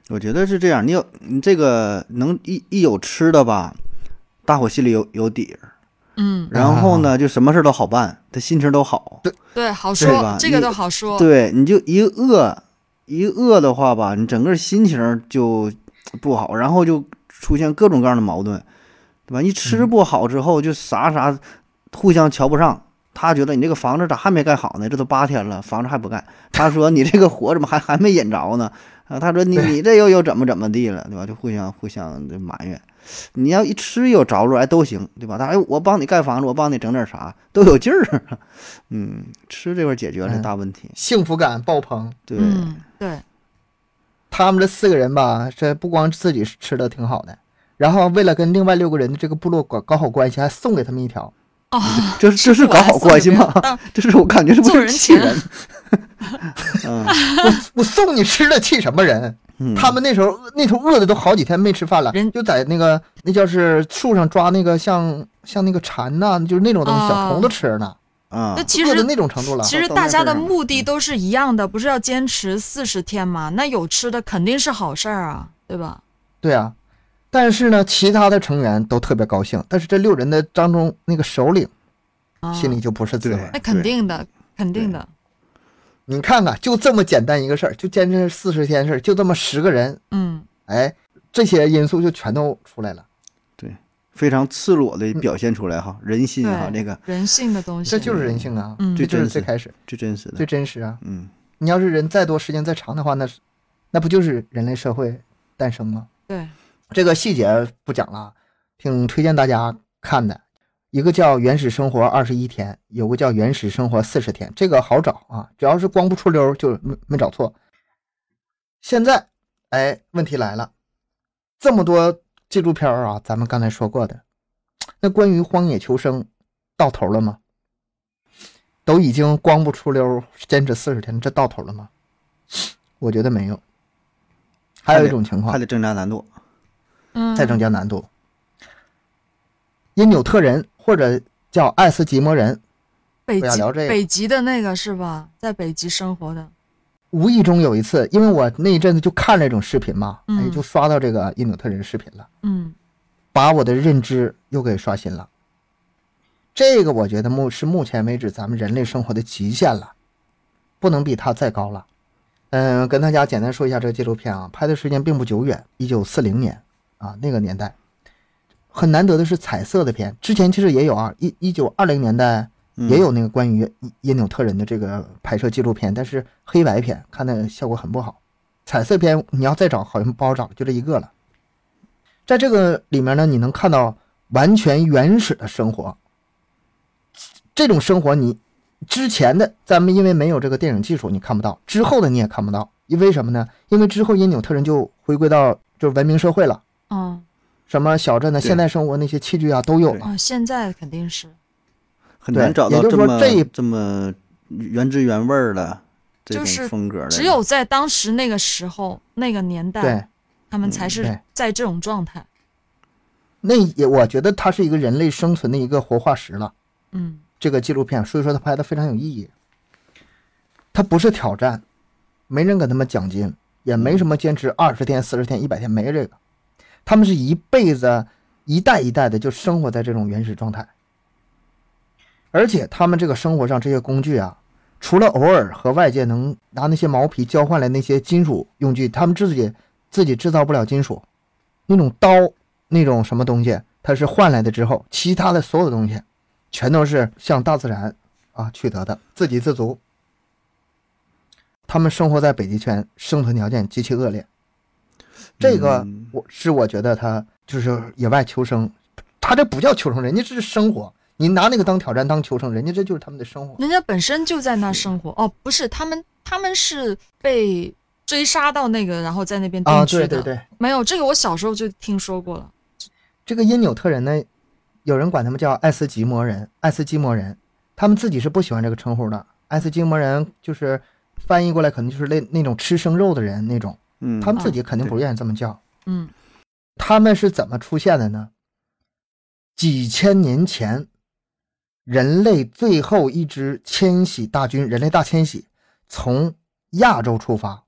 Speaker 3: 我觉得是这样，你有你这个能一一有吃的吧，大伙心里有有底儿，
Speaker 2: 嗯，
Speaker 3: 然后呢，就什么事儿都好办，他心情都好，
Speaker 2: 对，好
Speaker 3: 对
Speaker 2: 说，
Speaker 3: 吧
Speaker 2: 这个
Speaker 3: 你
Speaker 2: 都好说。
Speaker 3: 对，你就一饿一饿的话吧，你整个心情就不好，然后就出现各种各样的矛盾，对吧？一吃不好之后，就啥啥互相瞧不上。他觉得你这个房子咋还没盖好呢？这都八天了，房子还不盖。他说你这个火怎么还还没引着呢？ <laughs> 啊，他说你你这又又怎么怎么地了，对吧？就互相互相的埋怨。你要一吃有着落，哎，都行，对吧？他哎，我帮你盖房子，我帮你整点啥，都有劲儿。 <laughs> 嗯，吃这块儿解决了这大问题。
Speaker 1: 幸福感爆棚。
Speaker 3: 对，
Speaker 2: 嗯，对，
Speaker 1: 他们这四个人吧，这不光自己吃的挺好的，然后为了跟另外六个人的这个部落搞搞好关系，还送给他们一条。
Speaker 2: 哦，
Speaker 3: 这这是搞好关系吗？
Speaker 1: <laughs>
Speaker 2: 当
Speaker 3: <laughs> 这是我感觉是不
Speaker 2: 做
Speaker 3: 是
Speaker 2: 人
Speaker 3: 气
Speaker 2: 前
Speaker 3: 人？ <laughs>
Speaker 1: <laughs>
Speaker 3: 嗯
Speaker 1: 我送你吃的，气什么人？
Speaker 3: 嗯，
Speaker 1: 他们那时候那头饿的都好几天没吃饭了，
Speaker 2: 人
Speaker 1: 就在那个那叫是树上抓那个像像那个蝉呐、就是那种东西小
Speaker 2: 啊
Speaker 1: 虫子吃呢，
Speaker 3: 啊
Speaker 2: 那，其
Speaker 1: 饿
Speaker 2: 实
Speaker 1: 到那种程度了。
Speaker 2: 其实
Speaker 3: 到
Speaker 2: 大
Speaker 3: 那
Speaker 2: 家
Speaker 3: 份儿
Speaker 2: 的
Speaker 3: 上
Speaker 2: 目的都是一样的，不是要坚持四十天吗？那有吃的肯定是好事儿啊，对吧？
Speaker 1: 对啊，但是呢，其他的成员都特别高兴，但是这六人的当中那个首领
Speaker 2: 啊，
Speaker 1: 心里就不是滋味儿。
Speaker 3: 对
Speaker 2: 那肯定的，肯定的，
Speaker 1: 你看看，就这么简单一个事儿，就坚持四十天事儿，就这么十个人，
Speaker 2: 嗯，
Speaker 1: 哎，这些因素就全都出来了。
Speaker 3: 非常赤裸
Speaker 1: 嗯
Speaker 3: 的表现出来哈，人性哈，
Speaker 2: 对
Speaker 3: 这个
Speaker 2: 人性的东西，
Speaker 1: 这就是人性啊，
Speaker 2: 嗯
Speaker 1: 这
Speaker 3: 最
Speaker 1: 就是
Speaker 3: 真
Speaker 1: 最
Speaker 3: 实、
Speaker 1: 开始
Speaker 3: 最真实
Speaker 1: 最
Speaker 3: 的，
Speaker 1: 真实啊。
Speaker 3: 嗯，
Speaker 1: 你要是人再多，时间再长的话，那是那不就是人类社会诞生吗？
Speaker 2: 对，
Speaker 1: 这个细节不讲了，挺推荐大家看的。一个叫《原始生活二十一天》，有个叫《原始生活四十天》，这个好找啊，只要是光不出溜儿就没没找错。现在，哎，问题来了，这么多纪录片儿啊，咱们刚才说过的，那关于荒野求生到头了吗？都已经光不出溜儿坚持四十天，这到头了吗？我觉得没有。还有一种情况
Speaker 3: 还，得增加难度，
Speaker 2: 嗯，
Speaker 1: 再增加难度。因纽特人或者叫爱斯基摩人，
Speaker 2: 北
Speaker 1: 不要
Speaker 2: 极
Speaker 1: 聊这个
Speaker 2: 北极的那个是吧？在北极生活的，
Speaker 1: 无意中有一次，因为我那一阵子就看这种视频嘛，哎，
Speaker 2: 嗯
Speaker 1: 就刷到这个因纽特人视频了，
Speaker 2: 嗯
Speaker 1: 把我的认知又给刷新了。这个我觉得目是目前为止咱们人类生活的极限了，不能比它再高了。嗯，跟大家简单说一下这个纪录片啊，拍的时间并不久远，一九四零年啊那个年代，很难得的是彩色的片。之前其实也有啊，一一九二零年代
Speaker 3: 嗯
Speaker 1: 也有那个关于因因纽特人的这个拍摄纪录片，但是黑白片看的效果很不好。彩色片你要再找好像不好找，就这一个了。在这个里面呢，你能看到完全原始的生活。这种生活你之前的咱们因为没有这个电影技术，你看不到；之后的你也看不到，因为什么呢？因为之后因纽特人就回归到就是文明社会了，
Speaker 2: 哦
Speaker 1: 什么小镇的
Speaker 3: 对
Speaker 1: 现代生活那些器具啊都有了。
Speaker 2: 哦，现在肯定是，
Speaker 3: 很难
Speaker 1: 对
Speaker 3: 找
Speaker 1: 也
Speaker 3: 到
Speaker 1: 就是
Speaker 3: 这
Speaker 1: 说
Speaker 3: 么
Speaker 1: 这一
Speaker 3: 这么原汁原味儿的这
Speaker 2: 就
Speaker 3: 种
Speaker 2: 是
Speaker 3: 风格的，
Speaker 2: 只有在当时那个时候那个年代，
Speaker 1: 对，
Speaker 2: 他们
Speaker 3: 嗯
Speaker 2: 才是
Speaker 1: 对
Speaker 2: 在这种状态。
Speaker 1: 那也我觉得它是一个人类生存的一个活化石了。
Speaker 2: 嗯
Speaker 1: 这个纪录片，所以说它拍的非常有意义。它不是挑战，没人给他们奖金，也没什么坚持二十天、四十天、一百天，没这个。他们是一辈子、一代一代的就生活在这种原始状态，而且他们这个生活上这些工具啊，除了偶尔和外界能拿那些毛皮交换来那些金属用具，他们自己自己制造不了金属，那种刀、那种什么东西，它是换来的之后，其他的所有东西全都是向大自然啊取得的，自给自足。他们生活在北极圈，生存条件极其恶劣。这个
Speaker 3: 嗯
Speaker 1: 我是我觉得他就是野外求生，他这不叫求生，人家这是生活。你拿那个当挑战当求生，人家这就是他们的生活。
Speaker 2: 人家本身就在那生活哦，不是他们，他们是被追杀到那个，然后在那边
Speaker 1: 啊，
Speaker 2: 定嗯居的。
Speaker 1: 对对对，
Speaker 2: 没有这个，我小时候就听说过了。
Speaker 1: 这个因纽特人呢，有人管他们叫爱斯基摩人，爱斯基摩人，他们自己是不喜欢这个称呼的。爱斯基摩人就是翻译过来可能就是那那种吃生肉的人那种，
Speaker 3: 嗯，
Speaker 1: 他们自己肯定不愿意这么叫。
Speaker 2: 嗯
Speaker 1: 他们是怎么出现的呢？几千年前，人类最后一支迁徙大军，人类大迁徙从亚洲出发。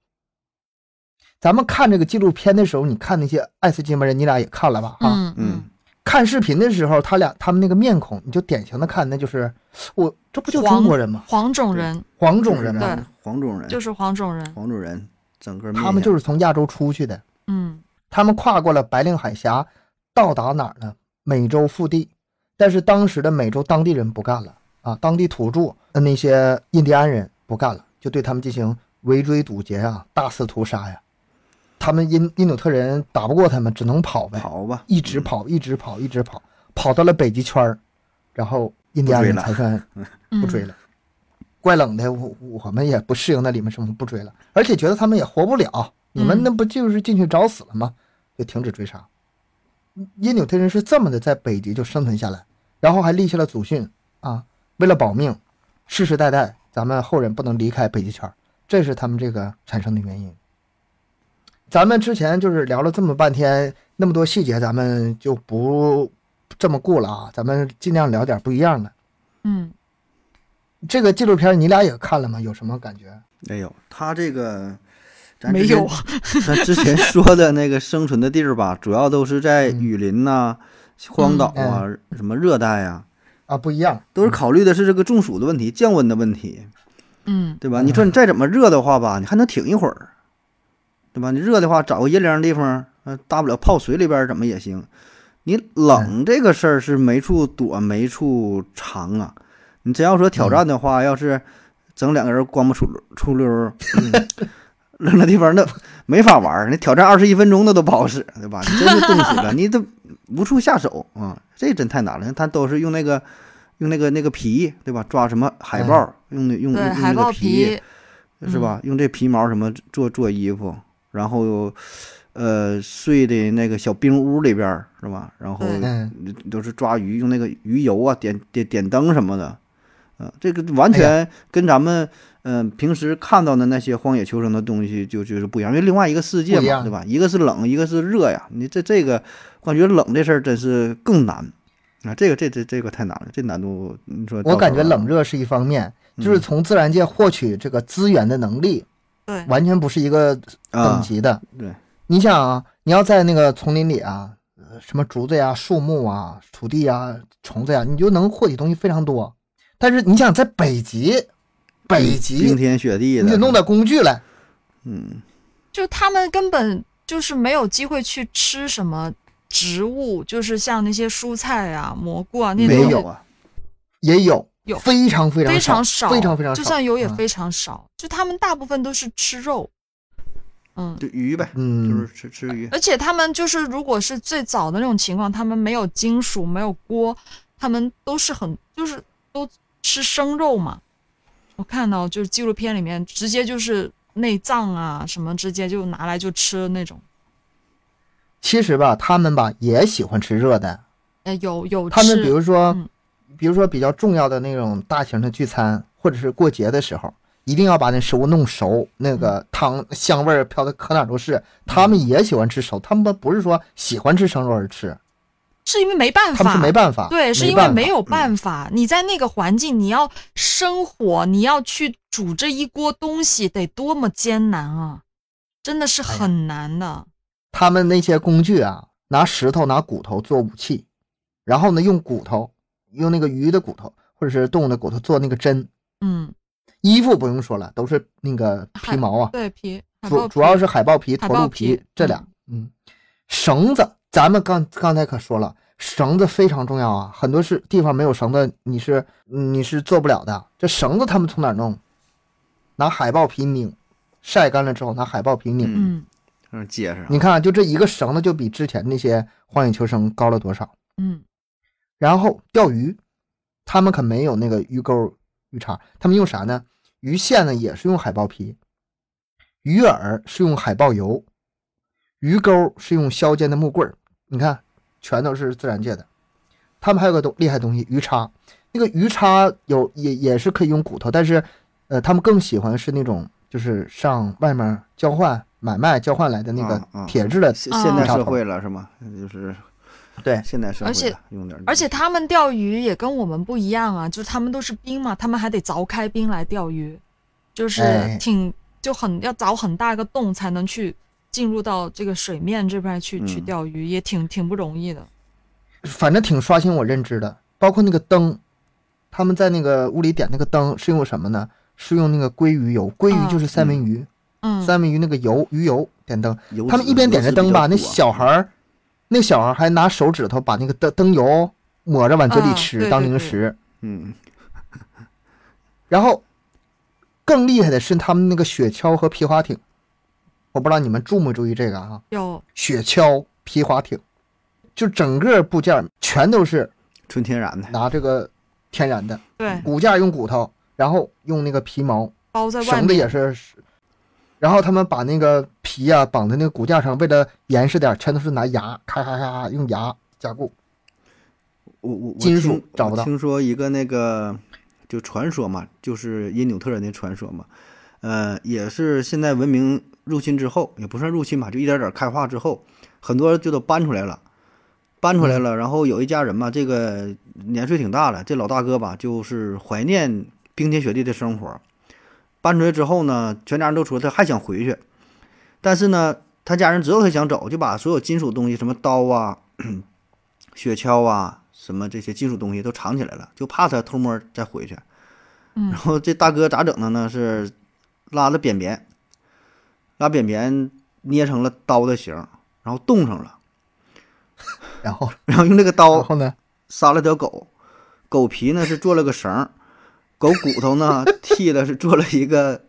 Speaker 1: 咱们看这个纪录片的时候，你看那些爱斯基摩人，你俩也看了吧？哈、
Speaker 2: 嗯
Speaker 3: 嗯
Speaker 1: 看视频的时候，他俩他们那个面孔，你就典型的看，那就是我这不就
Speaker 2: 黄
Speaker 1: 中国人吗？
Speaker 2: 嗯黄种人
Speaker 1: 黄种人吗？
Speaker 2: 对
Speaker 3: 黄种人
Speaker 2: 就是黄种人。
Speaker 3: 黄种人，整个
Speaker 1: 他们就是是从亚洲出去的，
Speaker 2: 嗯
Speaker 1: 他们跨过了白令海峡，到达哪儿呢？美洲腹地。但是当时的美洲当地人不干了啊，当地土著呃那些印第安人不干了，就对他们进行围追堵截啊，大肆屠杀呀。他们因因纽特人打不过他们，只能跑嗯呗，
Speaker 3: 跑吧，
Speaker 1: 一直跑，一直跑，一直跑，跑到了北极圈儿，然后印第安人
Speaker 3: 不追了
Speaker 1: 才算
Speaker 2: 嗯，
Speaker 1: 不追了。怪冷的，我我们也不适应那里面什么，不追了，而且觉得他们也活不了，你们
Speaker 2: 嗯
Speaker 1: 那不就是进去找死了吗？就停止追杀。因纽特人是这么的，在北极就生存下来，然后还立下了祖训啊，为了保命，世世代代咱们后人不能离开北极圈儿，这是他们这个产生的原因。咱们之前就是聊了这么半天，那么多细节，咱们就不这么过了啊，咱们尽量聊点不一样的。
Speaker 2: 嗯
Speaker 1: 这个纪录片你俩也看了吗？有什么感觉？
Speaker 3: 没有哎他这个。咱
Speaker 2: 没
Speaker 3: 之前
Speaker 2: 有
Speaker 3: 咱之前说的那个生存的地儿吧，主要都是在
Speaker 1: 嗯
Speaker 3: 雨林呐、荒岛啊、什么热带呀、
Speaker 1: 啊，不一样，
Speaker 3: 都是考虑的是这个中暑的问题、降温的问题。
Speaker 2: 嗯
Speaker 3: 对吧？你说你再怎么热的话吧，你还能挺一会儿，对吧？你热的话，找个阴凉的地方，呃，大不了泡水里边儿怎么也行。你冷这个事儿是没处躲，没处藏啊。你真要说挑战的话，要是整两个人光不出溜出溜儿，嗯扔那地方那没法玩儿。你挑战二十一分钟那都不好使，对吧？你真是冻死了，你都无处下手啊、这真太难了。他都是用那个用那个那个皮，对吧？抓什么海
Speaker 1: 嗯
Speaker 3: 豹，用那用用
Speaker 2: 对，
Speaker 3: 用
Speaker 2: 海
Speaker 3: 那
Speaker 2: 豹
Speaker 3: 个
Speaker 2: 皮，嗯
Speaker 3: 是吧？用这皮毛什么做做衣服，然后呃睡的那个小冰屋里边儿是吧？然后
Speaker 2: 对
Speaker 1: 嗯，
Speaker 3: 都是抓鱼，用那个鱼油啊点点点灯什么的，嗯、这个完
Speaker 1: 哎
Speaker 3: 全跟咱们嗯、呃平时看到的那些荒野求生的东西就就是不一样，因为另外一个世界
Speaker 1: 不一
Speaker 3: 嘛，
Speaker 1: 样
Speaker 3: 对吧？一个是冷，一个是热呀。你这这个，我感觉冷这事儿真是更难。啊，这个这这这个太难了，这难度你说到
Speaker 1: 我感
Speaker 3: 头
Speaker 1: 觉
Speaker 3: 了
Speaker 1: 冷热是一方面，就是
Speaker 3: 嗯
Speaker 1: 从自然界获取这个资源的能力
Speaker 2: 对，
Speaker 1: 完全不是一个等
Speaker 3: 啊，
Speaker 1: 级的。
Speaker 3: 对，
Speaker 1: 你想啊，你要在那个丛林里啊，呃什么竹子呀、树木啊、土地呀、虫子呀，你就能获取东西非常多。但是你想在北极，北
Speaker 3: 冰
Speaker 1: 极
Speaker 3: 天雪地的，
Speaker 1: 你得弄点工具来，
Speaker 3: 嗯，
Speaker 2: 就他们根本就是没有机会去吃什么植物，就是像那些蔬菜啊、蘑菇啊那
Speaker 1: 没
Speaker 2: 些东
Speaker 3: 没
Speaker 2: 西
Speaker 3: 有啊，
Speaker 1: 也有
Speaker 2: 有
Speaker 1: 非常非常
Speaker 2: 非
Speaker 1: 少，
Speaker 2: 常
Speaker 1: 非
Speaker 2: 少，
Speaker 1: 常非常少，
Speaker 2: 就算有也
Speaker 1: 嗯
Speaker 2: 非常少，就他们大部分都是吃肉，嗯。
Speaker 3: 就鱼呗，
Speaker 1: 嗯，
Speaker 3: 就是吃吃鱼，
Speaker 2: 而且他们就是，如果是最早的那种情况，他们没有金属，没有锅，他们都是很就是都吃生肉嘛。我看到就是纪录片里面直接就是内脏啊什么直接就拿来就吃那种，
Speaker 1: 其实吧，他们吧也喜欢吃热的。
Speaker 2: 呃，有有
Speaker 1: 他们比
Speaker 2: 吃
Speaker 1: 如说，
Speaker 2: 嗯
Speaker 1: 比如说比较重要的那种大型的聚餐，或者是过节的时候，一定要把那食物弄熟，那个
Speaker 2: 嗯
Speaker 1: 汤香味儿飘的可哪儿都是。他们也喜欢吃熟，他们不是说喜欢吃生肉而吃，
Speaker 2: 是因为没办法，
Speaker 1: 他们是啊没办法，
Speaker 2: 对，是因为
Speaker 1: 办法嗯
Speaker 2: 没有办法，你在那个环境，你要生火，你要去煮这一锅东西，得多么艰难啊！真的是
Speaker 1: 哎呀
Speaker 2: 很难的。
Speaker 1: 他们那些工具啊，拿石头、拿骨头做武器，然后呢，用骨头，用那个鱼的骨头或者是动物的骨头做那个针。
Speaker 2: 嗯，
Speaker 1: 衣服不用说了，都是那个皮
Speaker 2: 海
Speaker 1: 毛啊，
Speaker 2: 对皮，海
Speaker 1: 主
Speaker 2: 豹
Speaker 1: 主要
Speaker 2: 皮
Speaker 1: 是海豹皮、
Speaker 2: 海
Speaker 1: 驼鹿
Speaker 2: 豹皮
Speaker 1: 这俩，嗯，绳子，咱们刚刚才可说了，绳子非常重要啊，很多是地方没有绳子，你是你是做不了的。这绳子他们从哪儿弄？拿海豹皮拧，晒干了之后拿海豹皮拧。
Speaker 3: 嗯
Speaker 2: 嗯
Speaker 3: 嗯，结实啊，
Speaker 1: 你看，就这一个绳子就比之前那些荒野求生高了多少。
Speaker 2: 嗯，
Speaker 1: 然后钓鱼，他们可没有那个鱼钩、鱼叉，他们用啥呢？鱼线呢也是用海豹皮，鱼饵是用海豹油，鱼钩是用削尖的木棍儿。你看，全都是自然界的。他们还有个东厉害东西，鱼叉。那个鱼叉有也也是可以用骨头，但是，呃，他们更喜欢是那种就是上外面交换买卖交换来的那
Speaker 3: 啊
Speaker 1: 个
Speaker 3: 啊
Speaker 1: 铁质的
Speaker 3: 现现代
Speaker 1: 啊
Speaker 3: 社会了是吗？就是
Speaker 1: 对
Speaker 3: 现代社
Speaker 2: 而
Speaker 3: 会
Speaker 2: 且
Speaker 3: 了，用
Speaker 1: 嗯
Speaker 3: 点儿，
Speaker 2: 而且他们钓鱼也跟我们不一样啊，就是他们都是冰嘛，他们还得凿开冰来钓鱼，就是
Speaker 1: 哎
Speaker 2: 挺、就很要凿很大一个洞才能去进入到这个水面这边去、去
Speaker 3: 嗯
Speaker 2: 钓鱼，也挺挺不容易的。
Speaker 1: 反正挺刷新我认知的。包括那个灯，他们在那个屋里点那个灯是用什么呢？是用那个鲑鱼油，鲑鱼就是三文鱼，
Speaker 2: 嗯，
Speaker 1: 三文鱼那个油鱼油点灯。
Speaker 3: 油
Speaker 1: 他们一边点着灯吧，那
Speaker 3: 小
Speaker 1: 小孩儿，那小孩儿还拿手指头把那个灯灯油抹着往嘴里
Speaker 2: 啊
Speaker 1: 吃、
Speaker 2: 对
Speaker 1: 当
Speaker 2: 对
Speaker 1: 零
Speaker 2: 对
Speaker 1: 食。
Speaker 3: 嗯
Speaker 1: 然后更厉害的是他们那个雪橇和皮划艇，我不知道你们注没注意这个啊？
Speaker 2: 有
Speaker 1: 雪橇、皮划艇，就整个部件儿全都是
Speaker 3: 纯天然的，
Speaker 1: 拿这个天然的。
Speaker 2: 对
Speaker 1: 骨架用骨头，然后用那个皮毛，
Speaker 2: 包哎在外
Speaker 1: 绳子
Speaker 2: 面
Speaker 1: 也是，然后他们把那个皮啊绑在那个骨架上，为了严实点儿，全都是拿牙咔咔咔咔用牙加固。
Speaker 3: 我我我
Speaker 1: 金属
Speaker 3: 听
Speaker 1: 找不
Speaker 3: 我
Speaker 1: 到
Speaker 3: 听说一个那个就传说嘛，就是因纽特人的传说嘛，呃，也是现代文明入侵之后，也不算入侵吧，就一点点开化之后，很多就都搬出来了。搬出来了，然后有一家人嘛，这个年岁挺大了，这老大哥吧，就是怀念冰天雪地的生活。搬出来之后呢，全家人都说他还想回去，但是呢，他家人知道他想走，就把所有金属东西，什么刀啊、雪橇啊，什么这些金属东西都藏起来了，就怕他偷摸再回去。
Speaker 2: 嗯
Speaker 3: 然后这大哥咋整的呢？是拉了扁扁，拉扁扁捏成了刀的形，然后冻上了，
Speaker 1: 然后，
Speaker 3: 然后用这个
Speaker 2: 哦
Speaker 1: 然
Speaker 3: 刀
Speaker 1: 后呢？
Speaker 3: 杀了条狗，狗皮呢是做了个绳儿，狗骨
Speaker 2: <laughs>
Speaker 3: 头呢剃了是做了一个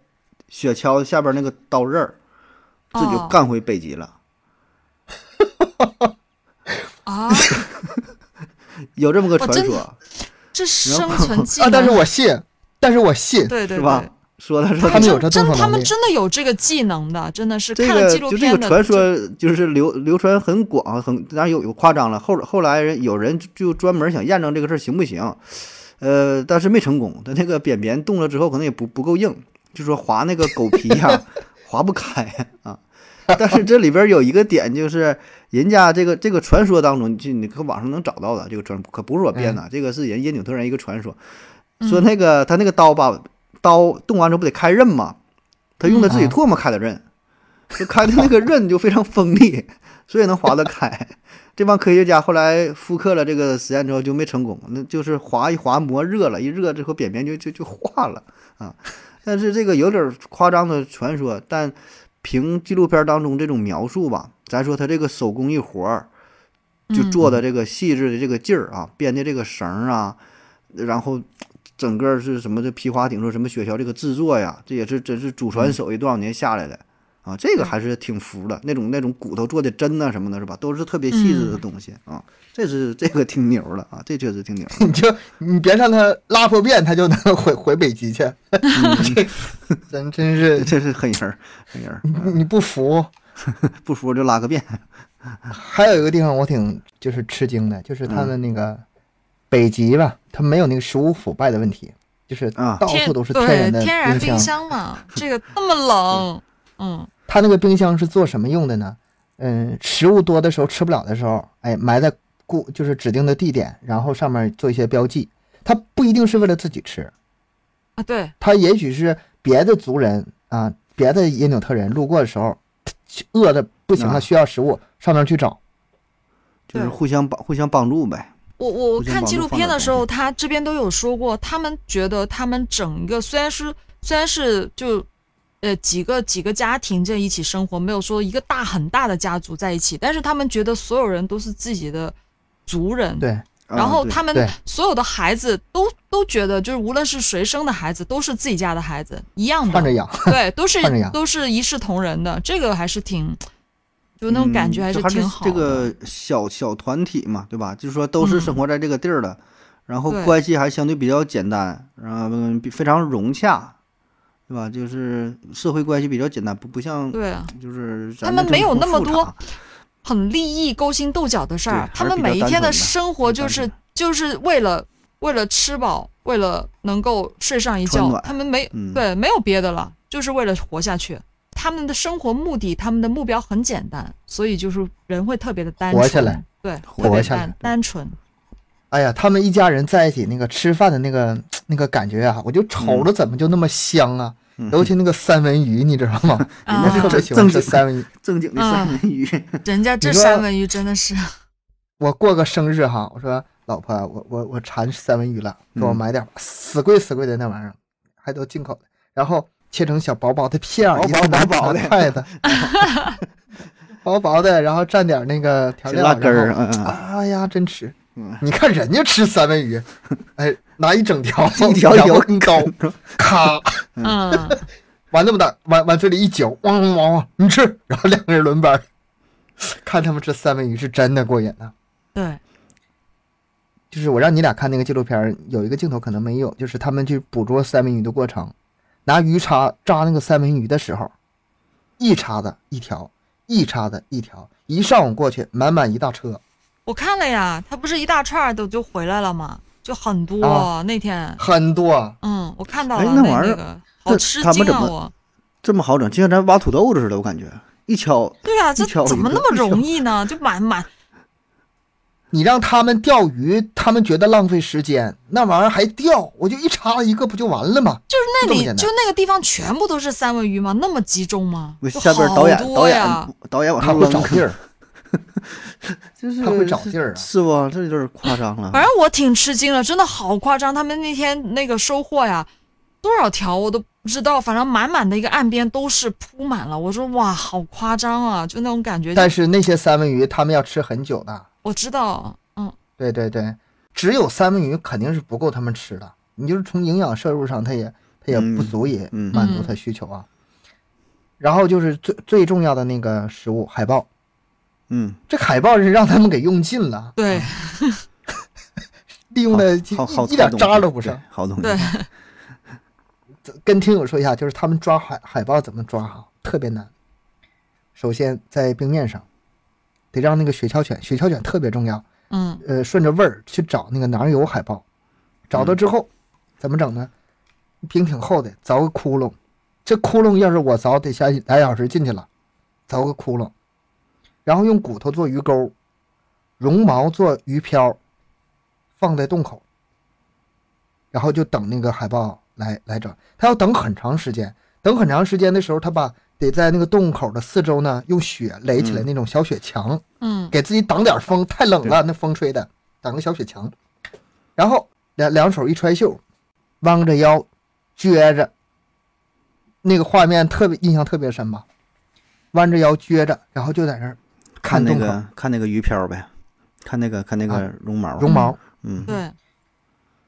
Speaker 3: 雪橇下边那个刀刃儿，这就
Speaker 2: 哦
Speaker 3: 干回北极了。
Speaker 2: 啊，
Speaker 3: 有这么个
Speaker 2: 我
Speaker 3: 传
Speaker 2: 哦真
Speaker 3: 说
Speaker 2: <laughs> 这生存技
Speaker 1: 啊，
Speaker 2: 能，
Speaker 1: 但是我信，但是我信，
Speaker 2: 对对
Speaker 3: 是
Speaker 2: 对，
Speaker 3: 吧？说的是
Speaker 1: 他们
Speaker 2: 真
Speaker 1: 有这
Speaker 2: 真
Speaker 1: 动手
Speaker 2: 他
Speaker 1: 能
Speaker 2: 们
Speaker 1: 力
Speaker 2: 真的有这个技能的，真的是
Speaker 3: 这
Speaker 2: 看了纪
Speaker 3: 个
Speaker 2: 录
Speaker 3: 就这个
Speaker 2: 片的
Speaker 3: 传说就是流流传很广，很当然有有夸张了。后后来人有人就就专门想验证这个事儿行不行，呃，但是没成功。他那个扁扁动了之后，可能也不不够硬，就说划那个狗皮呀、 <laughs> 划不开啊。但是这里边有一个点，就是人家这个这个传说当中，就你可网上能找到的这个传，可不是我编的，这个是人因纽特人一个传说，说那个他那个刀吧，刀动完之后不得开刃吗？他用他自己
Speaker 1: 嗯
Speaker 3: 唾沫开的刃，就开的那个刃就非常锋利， <laughs> 所以能划得开。这帮科学家后来复刻了这个实验之后就没成功，那就是划一划磨热了，一热之后扁扁就就就化了啊。但是这个有点儿夸张的传说，但凭纪录片当中这种描述吧，咱说他这个手工艺活儿就
Speaker 2: 嗯
Speaker 3: 做的这个细致的这个劲儿啊，编的这个绳儿啊，然后整个是什么这皮划艇说什么雪橇这个制作呀，这也是真是祖
Speaker 2: 嗯
Speaker 3: 传手艺多少年下来的、啊，这个还是挺服的。那种那种骨头做的针呐、什么的，是吧？都是特别细
Speaker 2: 嗯
Speaker 3: 致的东西、啊，这是这个挺牛了啊，这确实挺牛。
Speaker 1: <laughs> 你就你别让他拉破遍，他就能回回北极去。这
Speaker 2: 嗯
Speaker 1: <laughs> 真真
Speaker 3: 这
Speaker 1: 是
Speaker 2: <laughs>
Speaker 3: 这是黑人儿，黑人儿
Speaker 1: 你不服？
Speaker 3: 不服就拉个遍。
Speaker 1: 还有一个地方我挺就是吃惊的，就是它的
Speaker 3: 嗯
Speaker 1: 那个北极吧，它没有那个食物腐败的问题，就是
Speaker 3: 啊
Speaker 1: 到处都是
Speaker 2: 对
Speaker 1: 天然的
Speaker 2: 天然
Speaker 1: 冰
Speaker 2: 冰
Speaker 1: 箱。
Speaker 2: 箱嘛，这个这么冷，嗯
Speaker 1: 它那个冰箱是做什么用的呢？嗯，食物多的时候吃不了的时候，哎，埋在固就是指定的地点，然后上面做一些标记。它不一定是为了自己吃，
Speaker 2: 啊，对，
Speaker 1: 它也许是别的族人啊，别的因纽特人路过的时候，饿的不行
Speaker 3: 啊
Speaker 1: 了，需要食物，上那儿去找。
Speaker 3: 就是
Speaker 2: 对
Speaker 3: 互相帮互相帮助呗。
Speaker 2: 我我我
Speaker 3: 互相
Speaker 2: 看
Speaker 3: 帮
Speaker 2: 纪
Speaker 3: 助
Speaker 2: 录
Speaker 3: 放
Speaker 2: 片
Speaker 3: 点
Speaker 2: 的时
Speaker 3: 东
Speaker 2: 候，他这边都有说过，他们觉得他们整个虽然是虽然是就呃几个几个家庭这一起生活，没有说一个大很大的家族在一起，但是他们觉得所有人都是自己的族人，
Speaker 1: 对，
Speaker 3: 啊
Speaker 2: 然后
Speaker 3: 对
Speaker 2: 他们
Speaker 1: 嗯对
Speaker 2: 所有的孩子都都觉得，就是无论是谁生的孩子，都是自己家的孩子一样
Speaker 1: 换着
Speaker 2: 的，
Speaker 1: 养。
Speaker 2: 对，都是
Speaker 1: 换着养
Speaker 2: 都是一视同仁的，这个还是挺，就那种感觉是
Speaker 3: 嗯就还
Speaker 2: 挺好
Speaker 3: 这
Speaker 2: 的。
Speaker 3: 个小小团体嘛，对吧？就是说都是生活在这个地儿的，然后
Speaker 2: 嗯对
Speaker 3: 关系还相对比较简单，然后嗯比非常融洽，对吧？就是社会关系比较简单，不不像
Speaker 2: 对，啊
Speaker 3: 就是咱
Speaker 2: 他们
Speaker 3: 这
Speaker 2: 没
Speaker 3: 么
Speaker 2: 有那么
Speaker 3: 复杂
Speaker 2: 多很利益勾心斗角的事儿
Speaker 3: 对，
Speaker 2: 他
Speaker 3: 还是
Speaker 2: 们
Speaker 3: 比较
Speaker 2: 每一
Speaker 3: 单
Speaker 2: 天
Speaker 3: 纯的
Speaker 2: 的生活
Speaker 3: 比较
Speaker 2: 就
Speaker 3: 单
Speaker 2: 是
Speaker 3: 纯
Speaker 2: 就是为了为了吃饱，为了能够睡上一
Speaker 3: 穿
Speaker 2: 觉
Speaker 3: 暖，
Speaker 2: 他们没
Speaker 3: 嗯
Speaker 2: 对没有别的了，就是为了活下去。他们的生活目的，他们的目标很简单，所以就是人会特别的单纯，
Speaker 1: 活下来，
Speaker 2: 对，
Speaker 3: 活
Speaker 2: 特别
Speaker 1: 下来
Speaker 2: 单单纯，
Speaker 1: 哎呀，他们一家人在一起那个吃饭的那个那个感觉啊，我就瞅着怎么就那么香啊！
Speaker 3: 嗯哦
Speaker 1: 尤其那个三文鱼，你知道
Speaker 3: <laughs>
Speaker 1: 吗？
Speaker 2: 啊
Speaker 1: 我特别喜欢吃三文鱼。
Speaker 3: 正经的
Speaker 2: 嗯
Speaker 3: 三文鱼，
Speaker 2: 人家这
Speaker 1: 你说
Speaker 2: 三文鱼真的
Speaker 3: <laughs>
Speaker 2: 是，
Speaker 1: 我过个生日哈，我说老婆，我我我馋三文鱼了，给我
Speaker 3: 嗯
Speaker 1: 买点吧，死贵死贵的那玩意儿，还都进口的，然后切成小薄薄的片儿，
Speaker 3: 薄
Speaker 1: 一人拿
Speaker 3: 哦薄薄的
Speaker 1: 拿筷子， <laughs> 薄薄的，然后蘸点那个调
Speaker 3: 小 <laughs>
Speaker 1: 料，
Speaker 3: 辣根儿，
Speaker 1: 然后
Speaker 3: 嗯嗯嗯，
Speaker 1: 哎呀，真吃！
Speaker 3: 嗯
Speaker 1: 你看人家吃三文鱼， <laughs> 哎，拿一整条
Speaker 3: <laughs> ，一条嗯一
Speaker 1: 然后
Speaker 3: 条
Speaker 1: 跟
Speaker 3: <laughs>
Speaker 1: 刀，咔，
Speaker 2: 嗯，
Speaker 1: 往那么大，往往嘴里一嚼，汪汪汪汪，你吃， <laughs> 然后两个人轮班儿，看他们吃三文鱼是真的过瘾啊！
Speaker 2: 对，
Speaker 1: 就是我让你俩看那个纪录片儿，有一个镜头可能没有，就是他们去捕捉三文鱼的过程，拿鱼叉扎那个三文鱼的时候，一叉子一条，一叉子一条，一上午过去，满满一大车，
Speaker 2: 我看了呀，他不是一大串儿都就回来了嘛，就很多、
Speaker 1: 啊
Speaker 2: 那天，
Speaker 1: 很多。啊
Speaker 2: 嗯，我看到
Speaker 3: 哎
Speaker 2: 了
Speaker 3: 那
Speaker 2: 那
Speaker 3: 玩意
Speaker 2: 那
Speaker 3: 儿
Speaker 2: 个，好
Speaker 3: 这
Speaker 2: 吃
Speaker 3: 他们
Speaker 2: 惊
Speaker 3: 怎
Speaker 2: 啊
Speaker 3: 么
Speaker 2: 我。
Speaker 3: 这么好整，就像咱挖土豆子似的，我感觉一敲
Speaker 2: 对啊，
Speaker 3: 一
Speaker 2: 这
Speaker 3: 条
Speaker 2: 怎
Speaker 3: 鱼
Speaker 2: 么
Speaker 3: 的
Speaker 2: 那么容易呢？就满满
Speaker 1: 你让他们钓鱼，他们觉得浪费时间，那玩意儿还钓，我就一叉一个不就完了吗？
Speaker 2: 就是
Speaker 1: 就
Speaker 2: 那
Speaker 1: 这么
Speaker 2: 里
Speaker 1: 简单
Speaker 2: 就那个地方全部都是三文鱼吗？那么集中吗？
Speaker 3: 我
Speaker 2: 就
Speaker 3: 下边
Speaker 2: 好
Speaker 3: 导演
Speaker 2: 多
Speaker 3: 导演
Speaker 2: 呀，
Speaker 3: 导演往
Speaker 1: 他
Speaker 3: 上
Speaker 1: 会
Speaker 3: 扔，
Speaker 1: 找地儿，
Speaker 3: <laughs> 就是
Speaker 1: 他会找地儿啊
Speaker 3: 是不？这有点夸张了。
Speaker 2: 反正我挺吃惊了，真的好夸张。他们那天那个收获呀，多少条我都不知道，反正满满的一个岸边都是铺满了。我说哇，好夸张啊，就那种感觉。
Speaker 1: 但是那些三文鱼他们要吃很久的。
Speaker 2: 我知道，嗯，
Speaker 1: 对对对，只有三文鱼肯定是不够他们吃的。你就是从营养摄入上，它也它也不
Speaker 3: 嗯
Speaker 1: 足以
Speaker 3: 嗯
Speaker 1: 满足它需求啊。然后就是最最重要的那个食物海豹，
Speaker 3: 嗯，
Speaker 1: 这个海豹是让他们给用尽了，
Speaker 2: 对
Speaker 1: 利用的
Speaker 3: 好好
Speaker 1: 一点
Speaker 3: 好东西
Speaker 1: 渣都不
Speaker 3: 对
Speaker 1: 剩。
Speaker 3: 好东西。
Speaker 2: 对，
Speaker 1: 跟听友说一下，就是他们抓海海豹怎么抓哈、特别难。首先在冰面上，得让那个雪橇犬，雪橇犬特别重要。
Speaker 2: 嗯
Speaker 1: 呃，顺着味儿去找那个哪儿有海豹，找到之后、怎么整呢？冰挺厚的，凿个窟窿。这窟窿要是我凿，得下俩小时进去了，凿个窟窿，然后用骨头做鱼钩，绒毛做鱼漂，放在洞口，然后就等那个海豹来来整。它要等很长时间，等很长时间的时候，他把得在那个洞口的四周呢用雪垒起来
Speaker 3: 嗯
Speaker 1: 那种小雪墙，
Speaker 2: 嗯
Speaker 1: 给自己挡点风，太冷了，那风吹的，挡个小雪墙。然后两两手一揣袖，弯着腰，撅着，那个画面特别印象特别深吧。弯着腰撅着，然后就在那儿
Speaker 3: 看那
Speaker 1: 洞口
Speaker 3: 个看那个鱼漂呗，看那个看那个绒毛，
Speaker 1: 啊绒毛，
Speaker 3: 嗯，
Speaker 2: 对，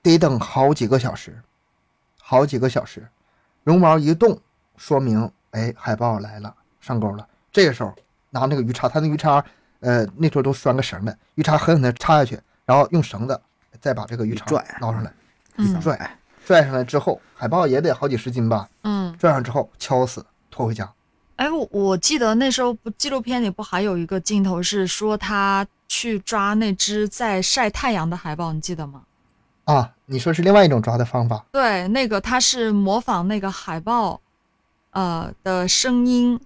Speaker 1: 得等好几个小时，好几个小时，绒毛一动，说明哎海豹来了，上钩了。这个时候拿那个鱼叉，他那鱼叉，呃，那时候都拴个绳的，鱼叉狠狠地插下去，然后用绳子再把这个鱼叉
Speaker 3: 一拽
Speaker 1: 捞上来。
Speaker 2: 嗯
Speaker 1: 拽拽上来之后，海豹也得好几十斤吧，
Speaker 2: 嗯。
Speaker 1: 拽上之后敲死拖回家。
Speaker 2: 哎，我我记得那时候不纪录片里不还有一个镜头是说他去抓那只在晒太阳的海豹，你记得吗？
Speaker 1: 啊，你说是另外一种抓的方法，
Speaker 2: 对，那个他是模仿那个海豹，呃的声音，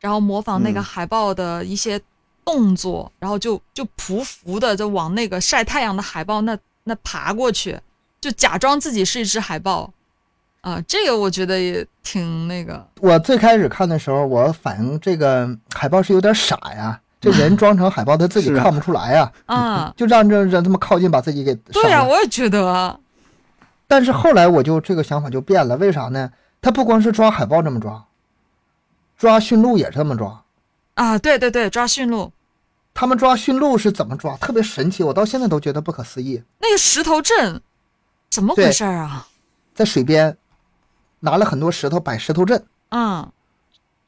Speaker 2: 然后模仿那个
Speaker 3: 嗯
Speaker 2: 海豹的一些动作，然后就就匍匐的就往那个晒太阳的海豹那那爬过去，就假装自己是一只海豹，啊、这个我觉得也挺那个，
Speaker 1: 我最开始看的时候，我反应这个海豹是有点傻呀，这人装成海豹他自己
Speaker 3: 是啊
Speaker 1: 看不出来呀， <laughs>
Speaker 2: 啊，
Speaker 1: 就让这人这么靠近把自己给
Speaker 2: 对呀、
Speaker 1: 伤了。
Speaker 2: 我也觉得啊，
Speaker 1: 但是后来我就这个想法就变了，为啥呢？他不光是抓海豹这么抓，抓驯鹿也是这么抓。
Speaker 2: 啊，对对对，抓驯鹿。
Speaker 1: 他们抓驯鹿是怎么抓？特别神奇，我到现在都觉得不可思议。
Speaker 2: 那个石头阵，怎么回
Speaker 1: 对
Speaker 2: 事儿啊？
Speaker 1: 在水边拿了很多石头摆石头阵，
Speaker 2: 嗯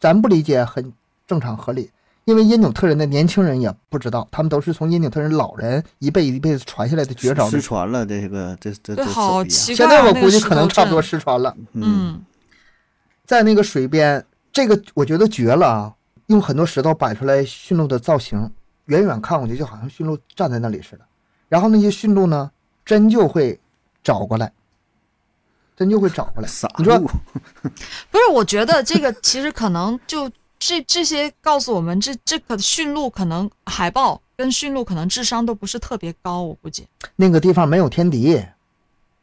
Speaker 1: 咱不理解很正常合理，因为因纽特人的年轻人也不知道，他们都是从因纽特人老人一辈一辈子传下来的绝招。
Speaker 3: 失传了这个这这
Speaker 2: 对
Speaker 3: 这
Speaker 2: 好
Speaker 3: 手艺啊
Speaker 2: 奇
Speaker 1: 现
Speaker 2: 怪啊
Speaker 1: 在我
Speaker 2: 那个
Speaker 1: 估计
Speaker 2: 石
Speaker 1: 可能
Speaker 2: 头
Speaker 1: 差不多
Speaker 2: 阵
Speaker 1: 失传了，
Speaker 3: 嗯，
Speaker 1: 在那个水边，这个我觉得绝了啊！用很多石头摆出来驯鹿的造型，远远看过去就好像驯鹿站在那里似的。然后那些驯鹿呢，真就会找过来，真就会找过来。
Speaker 3: 傻
Speaker 1: 你说
Speaker 3: 路
Speaker 2: 不是，我觉得这个其实可能就这这些告诉我们，这这个驯鹿可能海豹跟驯鹿可能智商都不是特别高，我估计
Speaker 1: 那个地方没有天敌，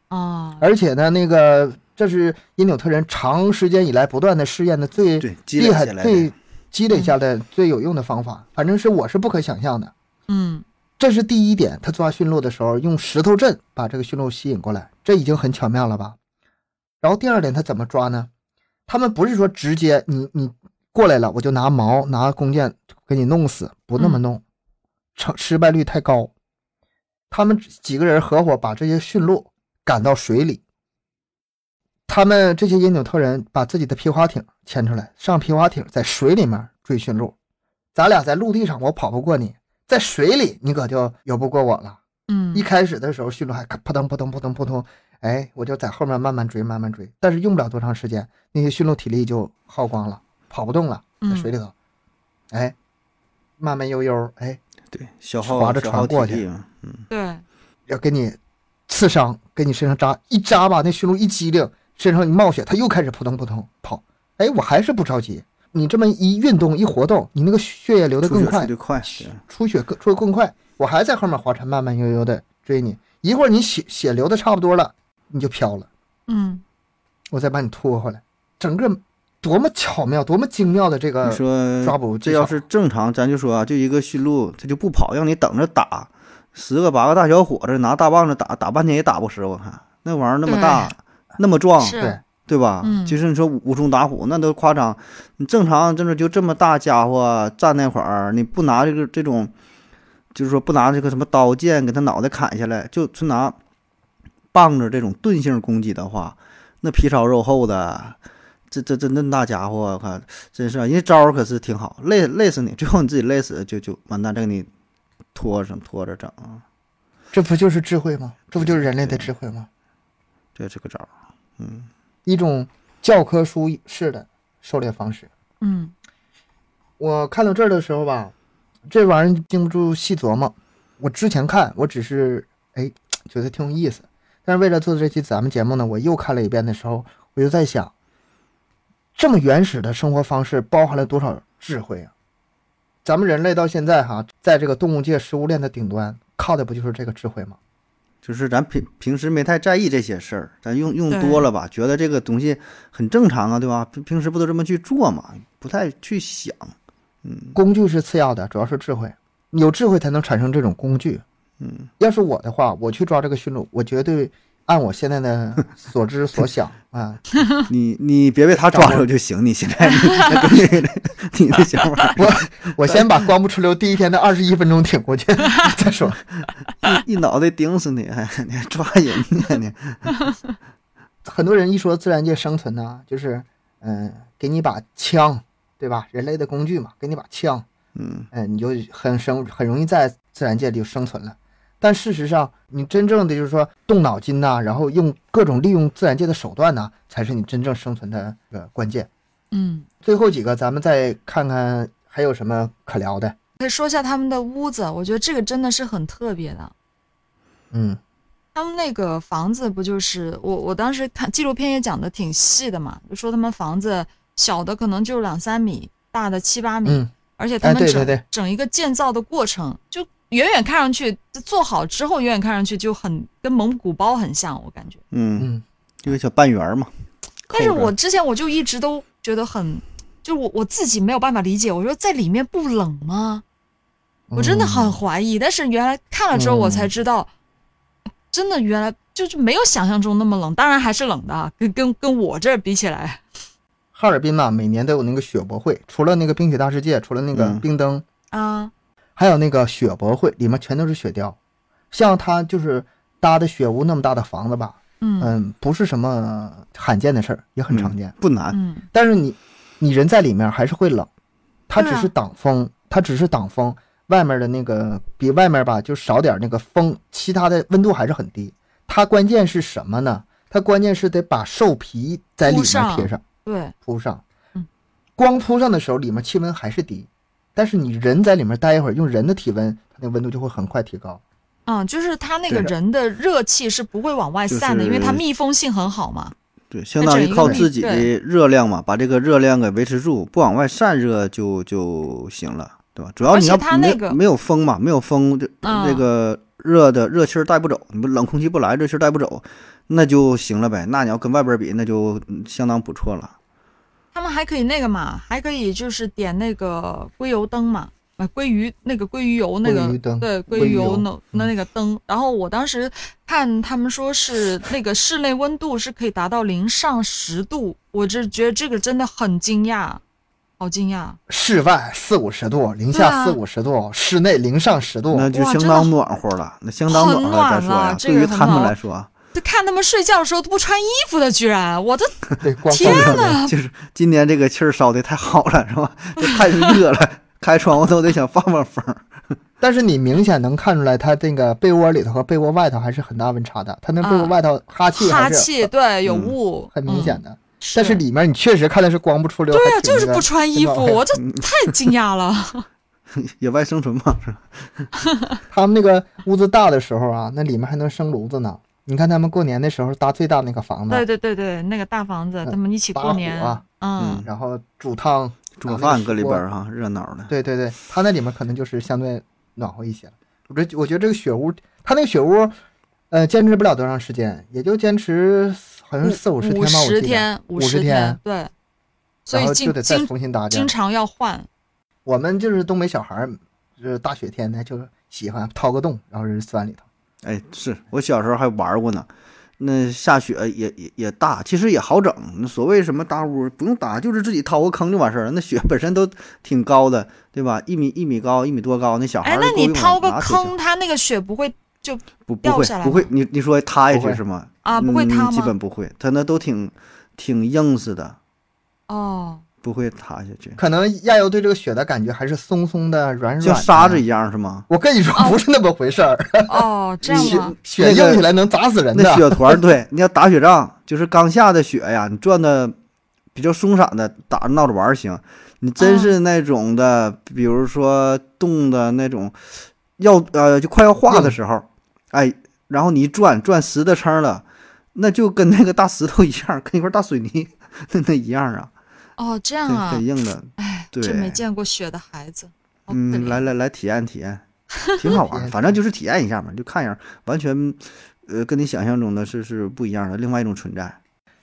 Speaker 2: 啊，
Speaker 1: 而且呢，那个这是因纽特人长时间以来不断的试验的最
Speaker 3: 对积累
Speaker 1: 厉害、
Speaker 3: 下来
Speaker 1: 最
Speaker 3: 的，
Speaker 1: 积累下来最有用的方法。反正是我是不可想象的。
Speaker 2: 嗯
Speaker 1: 这是第一点，他抓驯鹿的时候用石头阵把这个驯鹿吸引过来，这已经很巧妙了吧？然后第二点，他怎么抓呢？他们不是说直接你你过来了，我就拿矛拿弓箭给你弄死，不那么弄，成失败率太高。他们几个人合伙把这些驯鹿赶到水里，他们这些因纽特人把自己的皮划艇牵出来，上皮划艇在水里面追驯鹿。咱俩在陆地上我跑不过你，在水里你可就游不过我了。一
Speaker 2: 嗯
Speaker 1: 开始的时候，驯鹿还咔扑腾扑腾扑腾扑腾，哎，我就在后面慢慢追，慢慢追。但是用不了多长时间，那些驯鹿体力就耗光了，跑不动了，在
Speaker 2: 嗯
Speaker 1: 水里头，哎，慢慢悠悠，哎，
Speaker 3: 对，消
Speaker 1: 划
Speaker 3: 耗
Speaker 1: 着
Speaker 3: 消
Speaker 1: 船
Speaker 3: 耗
Speaker 1: 过
Speaker 3: 体
Speaker 1: 去
Speaker 3: 力嘛，嗯，
Speaker 2: 对，
Speaker 1: 要给你刺伤，给你身上扎一扎吧，那驯鹿一激灵，身上一冒血，它又开始扑腾扑腾跑。哎，我还是不着急，你这么一运动一活动，你那个血液流得
Speaker 3: 出
Speaker 1: 更
Speaker 3: 血出
Speaker 1: 快，
Speaker 3: 的快，对
Speaker 1: 出血更出得更快，我还在后面划船慢慢悠悠的追你，一会儿你血血流的差不多了，你就飘了，
Speaker 2: 嗯
Speaker 1: 我再把你拖回来，整个多么巧妙，多么精妙的这个
Speaker 3: 你说
Speaker 1: 呃抓捕技
Speaker 3: 这
Speaker 1: 巧
Speaker 3: 要是正常，咱就说啊，就一个驯鹿，它就不跑，让你等着打，十个八个大小伙子拿大棒子打，打半天也打不死。我看那玩意儿那么大，那么壮，
Speaker 2: 是
Speaker 1: 对
Speaker 3: 对吧？
Speaker 2: 嗯
Speaker 3: 就是你说武中打虎，那都夸张。你正常就是就这么大家伙站那块儿，你不拿这个这种，就是说不拿这个什么刀剑给他脑袋砍下来，就纯拿棒子这种钝性攻击的话，那皮糙肉厚的，这这这那大家伙，我看真是啊，人家招儿可是挺好，累累死你，最后你自己累死就就完蛋，再给你拖上拖着整啊，
Speaker 1: 这不就是智慧吗？这不就是人类的智慧吗？
Speaker 3: 这这个招儿，嗯，
Speaker 1: 一种教科书式的狩猎方式。
Speaker 2: 嗯
Speaker 1: 我看到这儿的时候吧，这玩意儿经不住细琢磨。我之前看，我只是哎觉得挺有意思，但是为了做这期咱们节目呢，我又看了一遍的时候，我就在想，这么原始的生活方式包含了多少智慧啊！咱们人类到现在哈，在这个动物界食物链的顶端，靠的不就是这个智慧吗？
Speaker 3: 就是咱平平时没太在意这些事儿，咱用用
Speaker 2: 对
Speaker 3: 多了吧，觉得这个东西很正常啊，对吧？平平时不都这么去做嘛，不太去想，
Speaker 1: 工具是次要的，主要是智慧。有智慧才能产生这种工具。
Speaker 3: 嗯，
Speaker 1: 要是我的话，我去抓这个驯鹿，我绝对按我现在的所知所想啊，
Speaker 3: 你你别被他抓住就行，你现在你根据你的想法，
Speaker 1: 我先把光不出溜第一天的二十一分钟挺过去再说。
Speaker 3: 一一脑袋盯死你，还哎你还抓人家呢，
Speaker 1: 很多人一说自然界生存呢，就是嗯，给你把枪，对吧？人类的工具嘛，给你把枪，
Speaker 3: 嗯，
Speaker 1: 嗯，你就很生很容易在自然界里就生存了。但事实上，你真正的就是说动脑筋呐、然后用各种利用自然界的手段呐、才是你真正生存的呃关键。
Speaker 2: 嗯，
Speaker 1: 最后几个，咱们再看看还有什么可聊的。
Speaker 2: 可以说一下他们的屋子，我觉得这个真的是很特别的。
Speaker 1: 嗯
Speaker 2: 他们那个房子不就是我我当时看纪录片也讲的挺细的嘛，就说他们房子小的可能就两三米，大的七八米，
Speaker 1: 嗯，
Speaker 2: 而且他
Speaker 1: 哎，
Speaker 2: 们
Speaker 1: 对
Speaker 2: 整、
Speaker 1: 对对，
Speaker 2: 整一个建造的过程，就远远看上去做好之后，远远看上去就很跟蒙古包很像，我感觉。
Speaker 3: 嗯，
Speaker 1: 嗯，
Speaker 3: 这个小半圆儿嘛，
Speaker 2: 但是
Speaker 3: 扣着
Speaker 2: 我之前我就一直都觉得很，就是我我自己没有办法理解，我说在里面不冷吗？我真的很
Speaker 1: 嗯
Speaker 2: 怀疑。但是原来看了之后，我
Speaker 3: 嗯
Speaker 2: 才知道，真的原来就是没有想象中那么冷。当然还是冷的啊，跟跟跟我这儿比起来，
Speaker 1: 哈尔滨嘛，每年都有那个雪博会，除了那个冰雪大世界，除了那个
Speaker 3: 嗯
Speaker 1: 冰灯，
Speaker 2: 啊，
Speaker 1: 还有那个雪博会，里面全都是雪雕。像他就是搭的雪屋那么大的房子吧，
Speaker 3: 哎
Speaker 2: 嗯
Speaker 1: 嗯，不是什么罕见的事儿，也很常见。
Speaker 3: 不难，
Speaker 2: 嗯
Speaker 1: 但是你你人在里面还是会冷，它只是
Speaker 2: 对啊
Speaker 1: 挡风，它只是挡风，外面的那个比外面吧就少点那个风，其他的温度还是很低。它关键是什么呢？它关键是得把兽皮在里
Speaker 2: 铺上
Speaker 1: 面贴上
Speaker 2: 对，
Speaker 1: 铺上
Speaker 2: 嗯，
Speaker 1: 光铺上的时候里面气温还是低，但是你人在里面待一会儿，用人的体温，它那温度就会很快提高。
Speaker 2: 嗯，就是它那个
Speaker 3: 对的
Speaker 2: 人的热气是不会往外散的，
Speaker 3: 就是
Speaker 2: 因为它密封性很好嘛。
Speaker 3: 对，相当于靠自己的热量嘛，把这个热量给维持住，不往外散热就就行了，对吧？主要你要
Speaker 2: 而且它
Speaker 3: 没
Speaker 2: 那个
Speaker 3: 没有风嘛，没有风，这、
Speaker 2: 嗯
Speaker 3: 这个热的热气儿带不走，你不冷空气不来，热气儿带不走，那就行了呗。那你要跟外边比，那就嗯相当不错了。
Speaker 2: 他们还可以那个嘛，还可以就是点那个硅油灯嘛，啊，鲑鱼那个鲑鱼油那个
Speaker 1: 鲑鱼灯
Speaker 2: 对
Speaker 1: 鲑
Speaker 2: 鲑
Speaker 1: 鱼
Speaker 2: 鱼油
Speaker 1: 油嗯
Speaker 2: 那那那个灯。然后我当时看他们说是那个室内温度是可以达到零上十度，我这觉得这个真的很惊讶，好惊讶。
Speaker 1: 室外四五十度，零
Speaker 2: 对
Speaker 1: 下
Speaker 2: 啊
Speaker 1: 四五十度，室内零上十度，
Speaker 3: 那就
Speaker 2: 哇
Speaker 3: 相当暖和了，那相当
Speaker 2: 很
Speaker 3: 暖和了。再说
Speaker 2: 暖
Speaker 3: 呀
Speaker 2: 了，这
Speaker 3: 对
Speaker 2: 个
Speaker 3: 于
Speaker 2: 很
Speaker 3: 他们
Speaker 2: 好 <laughs>
Speaker 3: 来说啊，
Speaker 2: 就看他们睡觉的时候都不穿衣服的，居然，我的
Speaker 1: 对，光
Speaker 2: 天
Speaker 1: 光热
Speaker 2: 呐，
Speaker 3: 就是今年这个气儿烧的太好了，是吧？这太热了，开窗户都得想放放风。
Speaker 1: 但是你明显能看出来，它这个被窝里头和被窝外头还是很大温差的。它那被窝
Speaker 2: 啊
Speaker 1: 外头哈气
Speaker 2: 哈
Speaker 1: 还是
Speaker 2: 气，对，有
Speaker 3: 嗯
Speaker 2: 雾，
Speaker 1: 很明显
Speaker 2: 嗯
Speaker 1: 的，
Speaker 2: 是
Speaker 1: 但是里面你确实看的是光不出溜，
Speaker 2: 对
Speaker 1: 还
Speaker 2: 啊，
Speaker 1: 挺
Speaker 2: 就是
Speaker 1: 那
Speaker 2: 不
Speaker 1: 个
Speaker 2: 穿衣
Speaker 1: 挺嗯
Speaker 2: 服，
Speaker 1: 暖和
Speaker 2: 我这太惊讶了。
Speaker 1: <laughs>
Speaker 3: 野外生存嘛，是吧？
Speaker 1: 他们那个屋子大的时候啊，那里面还能生炉子呢。你看他们过年的时候搭最大那个房
Speaker 2: 对
Speaker 1: 子，
Speaker 2: 对对对，那个大房子，
Speaker 1: 嗯
Speaker 2: 他们一起
Speaker 1: 八
Speaker 2: 过
Speaker 1: 虎
Speaker 2: 年，
Speaker 1: 啊
Speaker 2: 嗯，
Speaker 1: 然后煮汤，
Speaker 3: 做饭搁里边儿哈、热闹的。
Speaker 1: 对对对，他那里面可能就是相对暖和一些了。我这我觉得这个雪屋，他那个雪屋，呃，坚持不了多长时间，也就坚持好像是四五十天吧，我
Speaker 2: 十
Speaker 1: 记得。
Speaker 2: 天，
Speaker 1: 50
Speaker 2: 十
Speaker 1: 天，
Speaker 2: 对，所
Speaker 1: 然
Speaker 2: 以
Speaker 1: 后就
Speaker 2: 经
Speaker 1: 得再
Speaker 2: 经
Speaker 1: 重新搭建
Speaker 2: 经。常要换，
Speaker 1: 我们就是东北小孩儿，就是大雪天呢，就是喜欢掏个洞，然后人钻里头。
Speaker 3: 哎，是我小时候还玩过呢。那下雪呃也也也大，其实也好整。那所谓什么搭屋，不用搭，就是自己掏个坑就完事儿了。那雪本身都挺高的，对吧？一米一米高，一米多高，那小孩
Speaker 2: 哎
Speaker 3: 儿，
Speaker 2: 那
Speaker 3: 都够
Speaker 2: 你
Speaker 3: 用了啊
Speaker 2: 掏个
Speaker 3: 拿腿
Speaker 2: 坑，它那个雪不会
Speaker 3: 不不
Speaker 2: 掉
Speaker 3: 会
Speaker 2: 下来
Speaker 3: 不会，你你说塌下
Speaker 1: 不会
Speaker 3: 去是吗？
Speaker 2: 啊，不会
Speaker 3: 嗯
Speaker 2: 塌
Speaker 3: 基
Speaker 2: 吗？
Speaker 3: 本不会，它那都挺挺硬实的，
Speaker 2: 哦，
Speaker 3: 不会塌下去，
Speaker 1: 可能亚优对这个雪的感觉还是松松的、软软的，
Speaker 3: 像沙子一样是吗？
Speaker 1: 我跟你说
Speaker 2: 哦，
Speaker 1: 不是那么回事儿，
Speaker 2: 哦，
Speaker 1: <laughs>
Speaker 2: 这样
Speaker 3: 你
Speaker 2: 吗？
Speaker 1: 雪
Speaker 3: 那个
Speaker 1: 硬起来能砸死人的
Speaker 3: 那。雪团儿，对，你要打雪仗，就是刚下的雪呀，你转的比较松散的，打着闹着玩儿行。你真是那种的，比如说冻的那种，要呃就快要化的时候，哎，然后你一转转实的撑了，那就跟那个大石头一样，跟一块大水泥那那一样啊，
Speaker 2: 哦，这样
Speaker 3: 很
Speaker 2: 啊
Speaker 3: 很，硬的。
Speaker 2: 哎，
Speaker 3: 对
Speaker 2: 真没见过雪的孩子，好可
Speaker 3: 嗯，
Speaker 2: 怜
Speaker 3: 来来来，体验体验，挺好玩儿，反正就是体验一下嘛，就看一下，完全，呃，跟你想象中的是是不一样的，另外一种存在。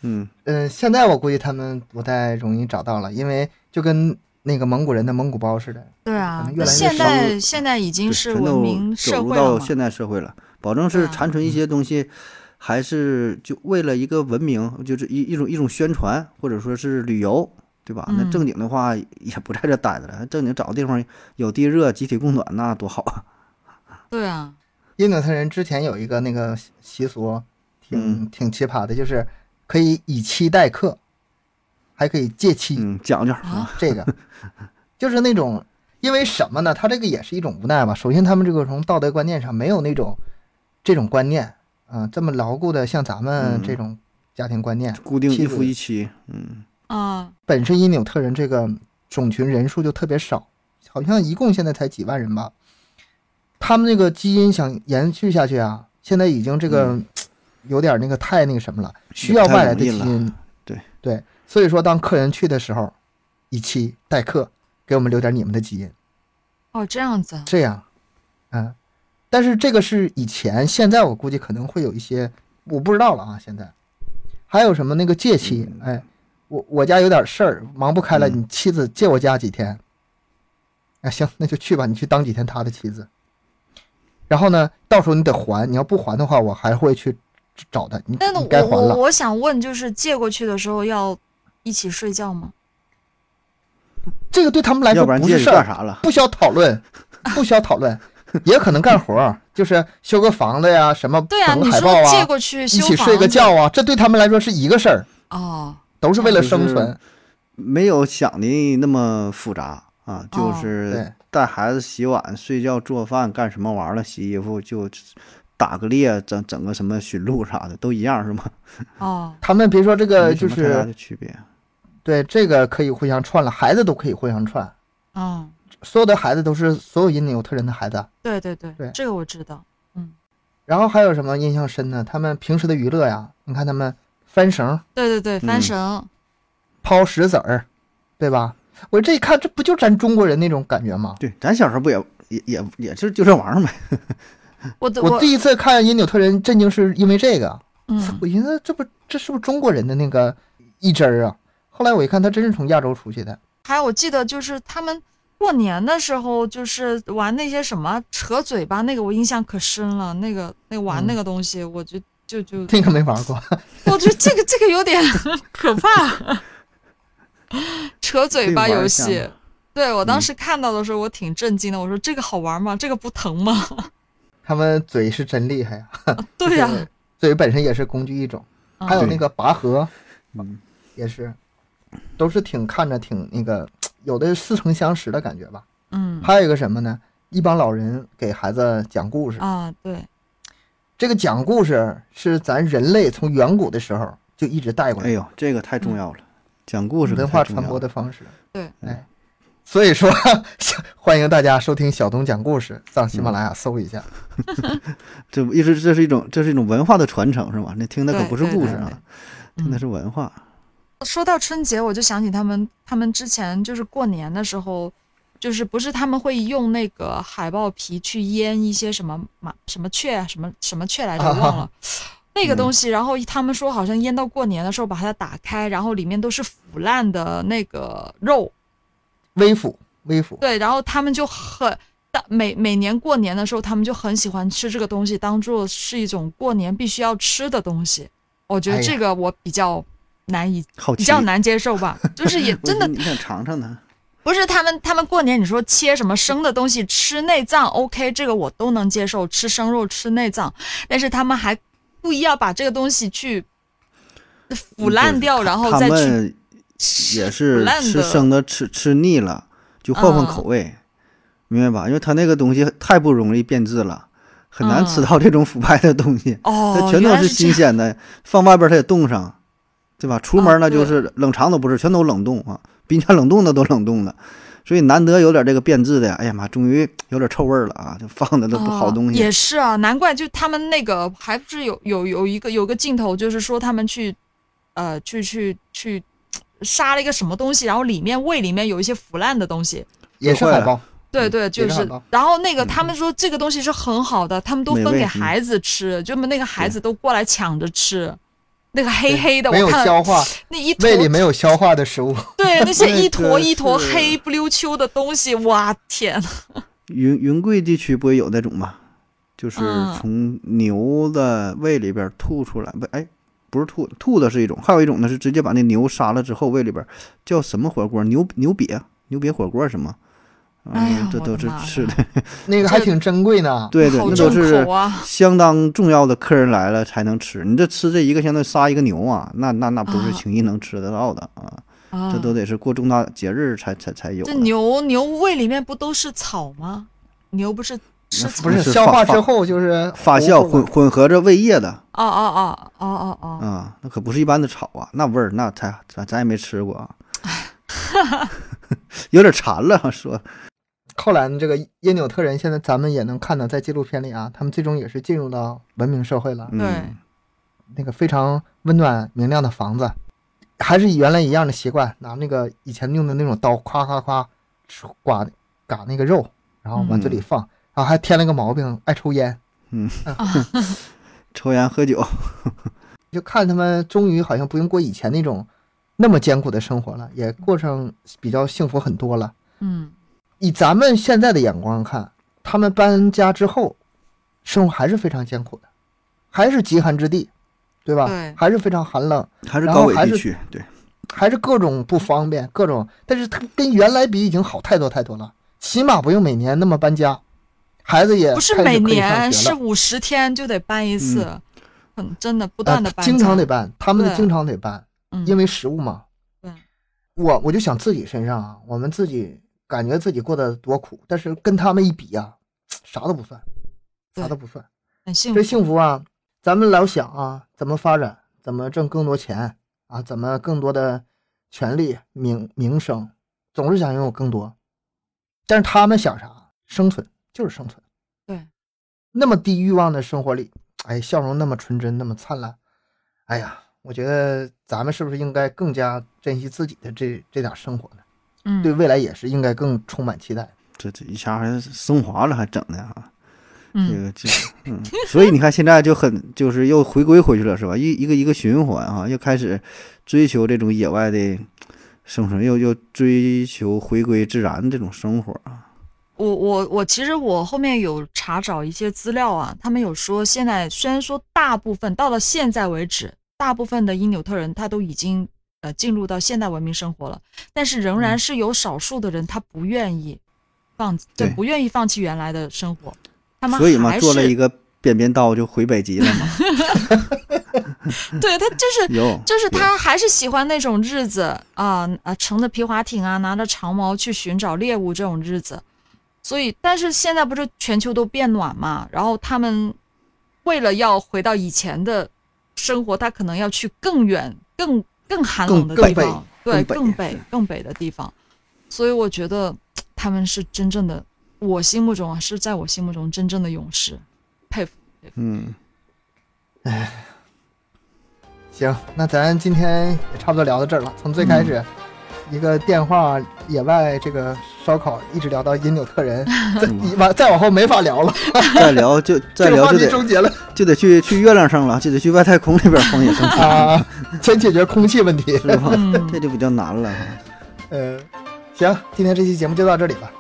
Speaker 3: 嗯，
Speaker 1: 嗯，现在我估计他们不太容易找到了，因为就跟那个蒙古人的蒙古包似的。
Speaker 2: 对
Speaker 1: 可
Speaker 2: 啊
Speaker 1: 能越，来越
Speaker 2: 现
Speaker 1: 深
Speaker 2: 在
Speaker 3: 入
Speaker 2: 现在已经
Speaker 3: 对
Speaker 2: 是
Speaker 3: 全
Speaker 2: 文
Speaker 3: 都
Speaker 2: 明社
Speaker 3: 走入
Speaker 2: 会了
Speaker 3: 到
Speaker 2: 嘛，
Speaker 3: 现代社会了，保证
Speaker 2: 对
Speaker 3: 是
Speaker 2: 啊
Speaker 3: 残存一些东西，还是就为了一个文明，就是一一种一种宣传，或者说是旅游，对吧？那
Speaker 2: 嗯
Speaker 3: 正经的话也不在这待着了，正经找个地方有地热、集体供暖，那多好啊！ <laughs>
Speaker 2: 对啊，
Speaker 1: 印度特人之前有一个那个习习俗，
Speaker 3: 嗯
Speaker 1: 挺挺奇葩的，就是可以以妻代客，还可以借妻。
Speaker 3: 嗯，讲究 <laughs>
Speaker 2: 啊，
Speaker 1: <laughs> 这个就是那种，因为什么呢？他这个也是一种无奈吧。首先，他们这个从道德观念上没有那种这种观念，啊、这么牢固的像咱们
Speaker 3: 嗯
Speaker 1: 这种家庭观念，
Speaker 3: 固定
Speaker 1: 妻
Speaker 3: 一
Speaker 1: 子
Speaker 3: 夫一妻，嗯。
Speaker 2: 啊，
Speaker 1: 本身因纽特人这个种群人数就特别少，好像一共现在才几万人吧。他们那个基因想延续下去啊，现在已经这个、有点那个太那个什么了，需要外来的基
Speaker 3: 嗯太容易
Speaker 1: 因。
Speaker 3: 对
Speaker 1: 对，所以说当客人去的时候，以期待客，给我们留点你们的基因，
Speaker 2: 哦这样子啊，
Speaker 1: 这样，嗯。但是这个是以前，现在我估计可能会有一些，我不知道了啊。现在还有什么那个借妻，哎，我我家有点事儿，忙不开了，
Speaker 3: 嗯
Speaker 1: 你妻子借我家几天。啊，行，那就去吧，你去当几天他的妻子。然后呢，到时候你得还，你要不还的话，我还会去找他。你
Speaker 2: 但是
Speaker 1: 你该
Speaker 2: 我
Speaker 1: 还
Speaker 2: 我
Speaker 1: 了。
Speaker 2: 我想问，就是借过去的时候要一起睡觉吗？
Speaker 1: 这个对他们来说
Speaker 3: 要不然
Speaker 1: 不
Speaker 3: 戒
Speaker 1: 是
Speaker 3: 指
Speaker 1: 事
Speaker 3: 干
Speaker 1: 儿，
Speaker 3: 啥了？
Speaker 1: 不需要讨论，不需要讨论，也可能干活儿，就是修个房子呀，什么
Speaker 2: 对啊，
Speaker 1: 整个
Speaker 2: 你
Speaker 1: 海
Speaker 2: 说
Speaker 1: 报啊，
Speaker 2: 借过去
Speaker 1: 一
Speaker 2: 修
Speaker 1: 起
Speaker 2: 房
Speaker 1: 睡个
Speaker 2: 子
Speaker 1: 觉啊，这对他们来说是一个事儿，
Speaker 2: 哦，
Speaker 1: 都是为了
Speaker 3: 就是
Speaker 1: 生存。
Speaker 3: 没有想的那么复杂啊，就
Speaker 2: 哦
Speaker 1: 对
Speaker 3: 是带孩子洗碗、睡觉、做饭、干什么玩意儿了，洗衣服就打个猎，整整个什么驯鹿啥的都一样是吗？
Speaker 2: 哦，
Speaker 1: 他们别说这个，
Speaker 3: 没
Speaker 1: 就
Speaker 3: 什么太大
Speaker 1: 是
Speaker 3: 的区别。
Speaker 1: 对这个可以互相串了，孩子都可以互相串，
Speaker 2: 嗯，
Speaker 1: 所有的孩子都是所有印第纽特人的孩子。
Speaker 2: 对对对，
Speaker 1: 对
Speaker 2: 这个我知道。
Speaker 1: 然后还有什么印象深的？他们平时的娱乐呀，你看他们翻绳、
Speaker 2: 对对对，翻
Speaker 3: 嗯
Speaker 2: 绳，
Speaker 1: 抛石子儿，对吧？我这一看，这不就咱中国人那种感觉吗？
Speaker 3: 对，咱小时候不也也也也就就这玩意儿呗。
Speaker 2: 我的
Speaker 1: 我第一次看印纽特人震惊是因为这个，
Speaker 2: 嗯
Speaker 1: 我寻思这不这是不是中国人的那个一支儿啊？后来我一看，他真是从亚洲出去的。
Speaker 2: 还有我记得就是他们过年的时候，就是玩那些什么扯嘴巴那个，我印象可深了。那个那玩
Speaker 1: 嗯
Speaker 2: 那个东西，我就就就，
Speaker 1: 这个没玩过，
Speaker 2: 我觉得这个这个有点可怕，扯嘴巴游
Speaker 3: 可以玩一
Speaker 2: 戏
Speaker 3: 下。
Speaker 2: 对我当时看到的时候，我挺震惊的。我说这个好玩吗？这个不疼吗？
Speaker 1: 他们嘴是真厉害呀、啊
Speaker 2: 对呀、
Speaker 1: 嘴本身也是工具一种，
Speaker 2: 嗯
Speaker 1: 还有那个拔河
Speaker 3: 嗯，
Speaker 1: 也是，都是挺看着挺那个，有的似曾相识的感觉吧。
Speaker 2: 嗯
Speaker 1: 还有一个什么呢？一帮老人给孩子讲故事，
Speaker 2: 啊，对，
Speaker 1: 这个讲故事是咱人类从远古的时候就一直带过
Speaker 3: 哎
Speaker 1: 来的
Speaker 3: 呦，这个太重要了，讲故事
Speaker 1: 文化传播的方式。
Speaker 2: 对，
Speaker 1: 哎，所以说 <laughs> 欢迎大家收听小东讲故事，上喜马拉雅
Speaker 3: 嗯
Speaker 1: 搜一下。
Speaker 3: 这一直这是一种这是一种文化的传承是吧？那听的可
Speaker 2: 对
Speaker 3: 不是
Speaker 2: 对
Speaker 3: 故
Speaker 2: 对
Speaker 3: 事
Speaker 1: 对
Speaker 3: 啊，听的
Speaker 2: 嗯
Speaker 3: 是文化。
Speaker 2: 说到春节，我就想起他们，他们之前就是过年的时候，就是不是他们会用那个海豹皮去腌一些什么马什么雀啊什么什么雀来着，
Speaker 1: 啊
Speaker 2: 我
Speaker 1: <laughs>
Speaker 2: 忘了。那个
Speaker 3: 嗯
Speaker 2: 东西，然后他们说好像腌到过年的时候把它打开，然后里面都是腐烂的那个肉，
Speaker 1: 微腐，微腐，
Speaker 2: 对，然后他们就很，当每每年过年的时候，他们就很喜欢吃这个东西，当做是一种过年必须要吃的东西。我觉
Speaker 1: 哎
Speaker 2: 得
Speaker 1: 呀
Speaker 2: 这个我比较难以
Speaker 3: 好奇，
Speaker 2: 比较难接受
Speaker 3: <laughs>
Speaker 2: 吧，就是也
Speaker 3: 我以
Speaker 2: 真的
Speaker 3: 为你想尝尝它。
Speaker 2: 不是他们，他们过年你说切什么生的东西吃内脏，OK，这个我都能接受，吃生肉吃内脏，但是他们还故意要把这个东西去腐烂掉，
Speaker 3: 嗯对
Speaker 2: 然后
Speaker 3: 他
Speaker 2: 再
Speaker 3: 他
Speaker 2: 去
Speaker 3: 们
Speaker 2: 吃
Speaker 3: 也
Speaker 2: 腐
Speaker 3: 是
Speaker 2: 烂
Speaker 3: 吃
Speaker 2: 的
Speaker 3: 生的吃吃腻了，就换换
Speaker 2: 嗯
Speaker 3: 口味，明白吧？因为它那个东西太不容易变质了，很难吃
Speaker 2: 嗯
Speaker 3: 到这种腐败的东西，
Speaker 2: 哦，
Speaker 3: 它全
Speaker 2: 原
Speaker 3: 都
Speaker 2: 来是
Speaker 3: 是
Speaker 2: 这
Speaker 3: 新
Speaker 2: 样
Speaker 3: 鲜的，放外边它也冻上，对吧？出门
Speaker 2: 啊
Speaker 3: 那就
Speaker 2: 对
Speaker 3: 是冷藏都不是，全都冷冻啊，冰箱冷冻的都冷冻了。所以难得有点这个变质的，哎呀妈，终于有点臭味儿了啊！就放的都不好
Speaker 2: 哦
Speaker 3: 东西，
Speaker 2: 也是啊，难怪就他们那个还不是有有有一个有个镜头，就是说他们去，呃，去去去杀了一个什么东西，然后里面胃里面有一些腐烂的东西，
Speaker 1: 也是海豹，
Speaker 2: 对对，就
Speaker 1: 别
Speaker 2: 是
Speaker 1: 看吧，
Speaker 2: 然后
Speaker 1: 嗯
Speaker 2: 那个他们说这个东西是很好的，他们都
Speaker 3: 美
Speaker 2: 分
Speaker 3: 味
Speaker 2: 给
Speaker 3: 嗯
Speaker 2: 孩子吃，就那个孩子都过来抢着吃，那个黑黑的，
Speaker 1: 没
Speaker 2: 我
Speaker 1: 有
Speaker 2: 看了
Speaker 1: 消
Speaker 2: <laughs>
Speaker 1: 化，
Speaker 2: 那一坨
Speaker 1: 胃里没有消化的食物，
Speaker 2: 对，
Speaker 1: <laughs>
Speaker 2: 那些
Speaker 3: 那
Speaker 2: 一坨
Speaker 3: 个
Speaker 2: 一坨
Speaker 3: 是
Speaker 2: 黑不溜秋的东西，哇天呐，
Speaker 3: 云云贵地区不也有那种吗？就是
Speaker 2: 嗯
Speaker 3: 从牛的胃里边吐出来，不、哎，不是吐，吐的是一种，还有一种呢是直接把那牛杀了之后，胃里边叫什么火锅？牛牛瘪，牛瘪火锅是吗？嗯、
Speaker 2: 哎呀
Speaker 3: 这
Speaker 2: 我
Speaker 3: 都
Speaker 2: 的
Speaker 3: 是
Speaker 2: 妈
Speaker 3: 吃的 <laughs>
Speaker 2: 呀，
Speaker 1: 那个还
Speaker 2: 这
Speaker 1: 挺珍贵呢。
Speaker 3: 对对，
Speaker 2: 好
Speaker 3: 那都
Speaker 2: 重
Speaker 3: 是
Speaker 2: 口啊！
Speaker 3: 相当重要的客人来了才能吃。你这吃这一个，相当于杀一个牛啊，那那那不是
Speaker 2: 啊
Speaker 3: 轻易能吃得到的啊，
Speaker 2: 啊
Speaker 3: 这都得是过重大节日才才才有的。
Speaker 2: 这牛牛胃里面不都是草吗？牛不是吃草？
Speaker 1: 不是
Speaker 3: 是
Speaker 1: 消
Speaker 3: 发
Speaker 1: 化之
Speaker 3: 发
Speaker 1: 后就是
Speaker 3: 发
Speaker 1: 糊
Speaker 3: 酵
Speaker 1: 糊
Speaker 3: 混
Speaker 1: 的
Speaker 3: 混合着胃液的，
Speaker 2: 哦哦哦哦哦哦，
Speaker 3: 啊、那可不是一般的炒啊，那味儿那才咱咱也没吃过
Speaker 2: <laughs>
Speaker 3: 啊，有点馋了说，
Speaker 1: 后来呢，这个耶纽特人现在咱们也能看到，在纪录片里啊，他们最终也是进入到文明社会了。
Speaker 3: 嗯、
Speaker 2: 对，
Speaker 1: 那个非常温暖明亮的房子，还是原来一样的习惯，拿那个以前用的那种刀，夸夸夸，刮嘎那个肉，然后往嘴
Speaker 3: 嗯
Speaker 1: 里放，然后还添了个毛病，爱抽烟。
Speaker 3: 抽烟喝酒，
Speaker 1: 就看他们终于好像不用过以前那种那么艰苦的生活了，也过上比较幸福很多了。
Speaker 2: 嗯，
Speaker 1: 以咱们现在的眼光看，他们搬家之后，生活还是非常艰苦的，还是极寒之地，对吧？
Speaker 2: 对
Speaker 1: 还是非常寒冷，
Speaker 3: 还是
Speaker 1: 然
Speaker 3: 高
Speaker 1: 后
Speaker 3: 纬
Speaker 1: 还
Speaker 3: 地
Speaker 1: 是
Speaker 3: 区，对，
Speaker 1: 还是各种不方便，各种，但是它跟原来比已经好太多太多了，起码不用每年那么搬家，孩子也
Speaker 2: 不是
Speaker 1: 开始
Speaker 2: 每
Speaker 1: 可以上
Speaker 2: 年
Speaker 1: 学
Speaker 2: 是
Speaker 1: 了，嗯
Speaker 2: 五十天就得搬一次，很真的不断的
Speaker 1: 呃
Speaker 2: 搬家，
Speaker 1: 经常得搬，他们
Speaker 2: 对
Speaker 1: 经常得搬，
Speaker 2: 嗯，
Speaker 1: 因为食物嘛。
Speaker 2: 对
Speaker 1: 我我就想自己身上啊，我们自己感觉自己过得多苦，但是跟他们一比啊，啥都不算，啥
Speaker 2: 对
Speaker 1: 都不算。
Speaker 2: 很幸福嗯
Speaker 1: 这，幸福啊，咱们老想啊，怎么发展，怎么挣更多钱啊，怎么更多的权利、名名声，总是想拥有更多。但是他们想啥？生存就是生存。
Speaker 2: 对，
Speaker 1: 那么低欲望的生活里，哎，笑容那么纯真，那么灿烂。哎呀，我觉得咱们是不是应该更加珍惜自己的这这点生活呢？
Speaker 2: 嗯，
Speaker 1: 对未来也是应该更充满期待。
Speaker 3: 这这一下还升华了，还整的啊，这
Speaker 2: 嗯，
Speaker 3: 个这个，嗯， <laughs> 所以你看现在就很就是又回归回去了，是吧？一一个一个循环啊，又开始追求这种野外的生存，又又追求回归自然这种生活啊，
Speaker 2: 我我我其实我后面有查找一些资料啊，他们有说现在虽然说大部分到了现在为止，大部分的因纽特人他都已经呃进入到现代文明生活了，但是仍
Speaker 3: 嗯
Speaker 2: 然是有少数的人他不愿意放对
Speaker 3: 对
Speaker 2: 不愿意放弃原来的生活，他们
Speaker 3: 所以嘛，
Speaker 2: 还
Speaker 3: 做了
Speaker 2: 是
Speaker 3: 一个扁扁刀就回北极了嘛，
Speaker 2: 对他就是
Speaker 3: 有，
Speaker 2: <laughs> 就是
Speaker 3: 有
Speaker 2: 他还是喜欢那种日子啊啊，乘着皮划艇啊，拿着长矛去寻找猎物这种日子。所以，但是现在不是全球都变暖嘛，然后他们为了要回到以前的生活，他可能要去更远、更更寒冷的
Speaker 1: 更
Speaker 2: 地
Speaker 1: 更
Speaker 2: 方，对，
Speaker 3: 更北
Speaker 2: 更北
Speaker 3: 是、
Speaker 2: 更北的地方。所以我觉得嘖他们是真正的，我心目中啊，是在我心目中真正的勇士，佩服。
Speaker 3: 嗯。
Speaker 1: 行，那咱今天也差不多聊到这儿了。从最开
Speaker 3: 嗯
Speaker 1: 始，一个电话野外这个烧烤，一直聊到因纽特
Speaker 3: <laughs>
Speaker 1: 人，再一往再往后没法聊了，
Speaker 3: 再聊
Speaker 1: <laughs>
Speaker 3: 就嗯再
Speaker 1: 这个
Speaker 3: 聊
Speaker 1: 话
Speaker 3: 就
Speaker 1: 题
Speaker 3: 得
Speaker 1: 终
Speaker 3: <laughs>
Speaker 1: 结了
Speaker 3: 就得去去月亮上了，就得去外太空那边荒野生存，
Speaker 1: 啊！ <laughs> 先解决空气问题。
Speaker 3: 是吧？
Speaker 2: 嗯
Speaker 3: <laughs> 这就比较难了。
Speaker 1: 呃，行，今天这期节目就到这里了。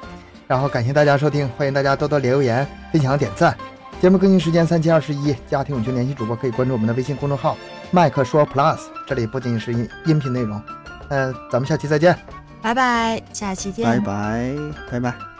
Speaker 1: 然后感谢大家收听，欢迎大家多多留言、分享、点赞。节目更新时间三七二十一，家庭友群联系主播可以关注我们的微信公众号“麦克说 Plus”，这里不仅仅是音音频内容。嗯、咱们下期再见。
Speaker 2: 拜拜，下期见。
Speaker 3: 拜拜，拜拜。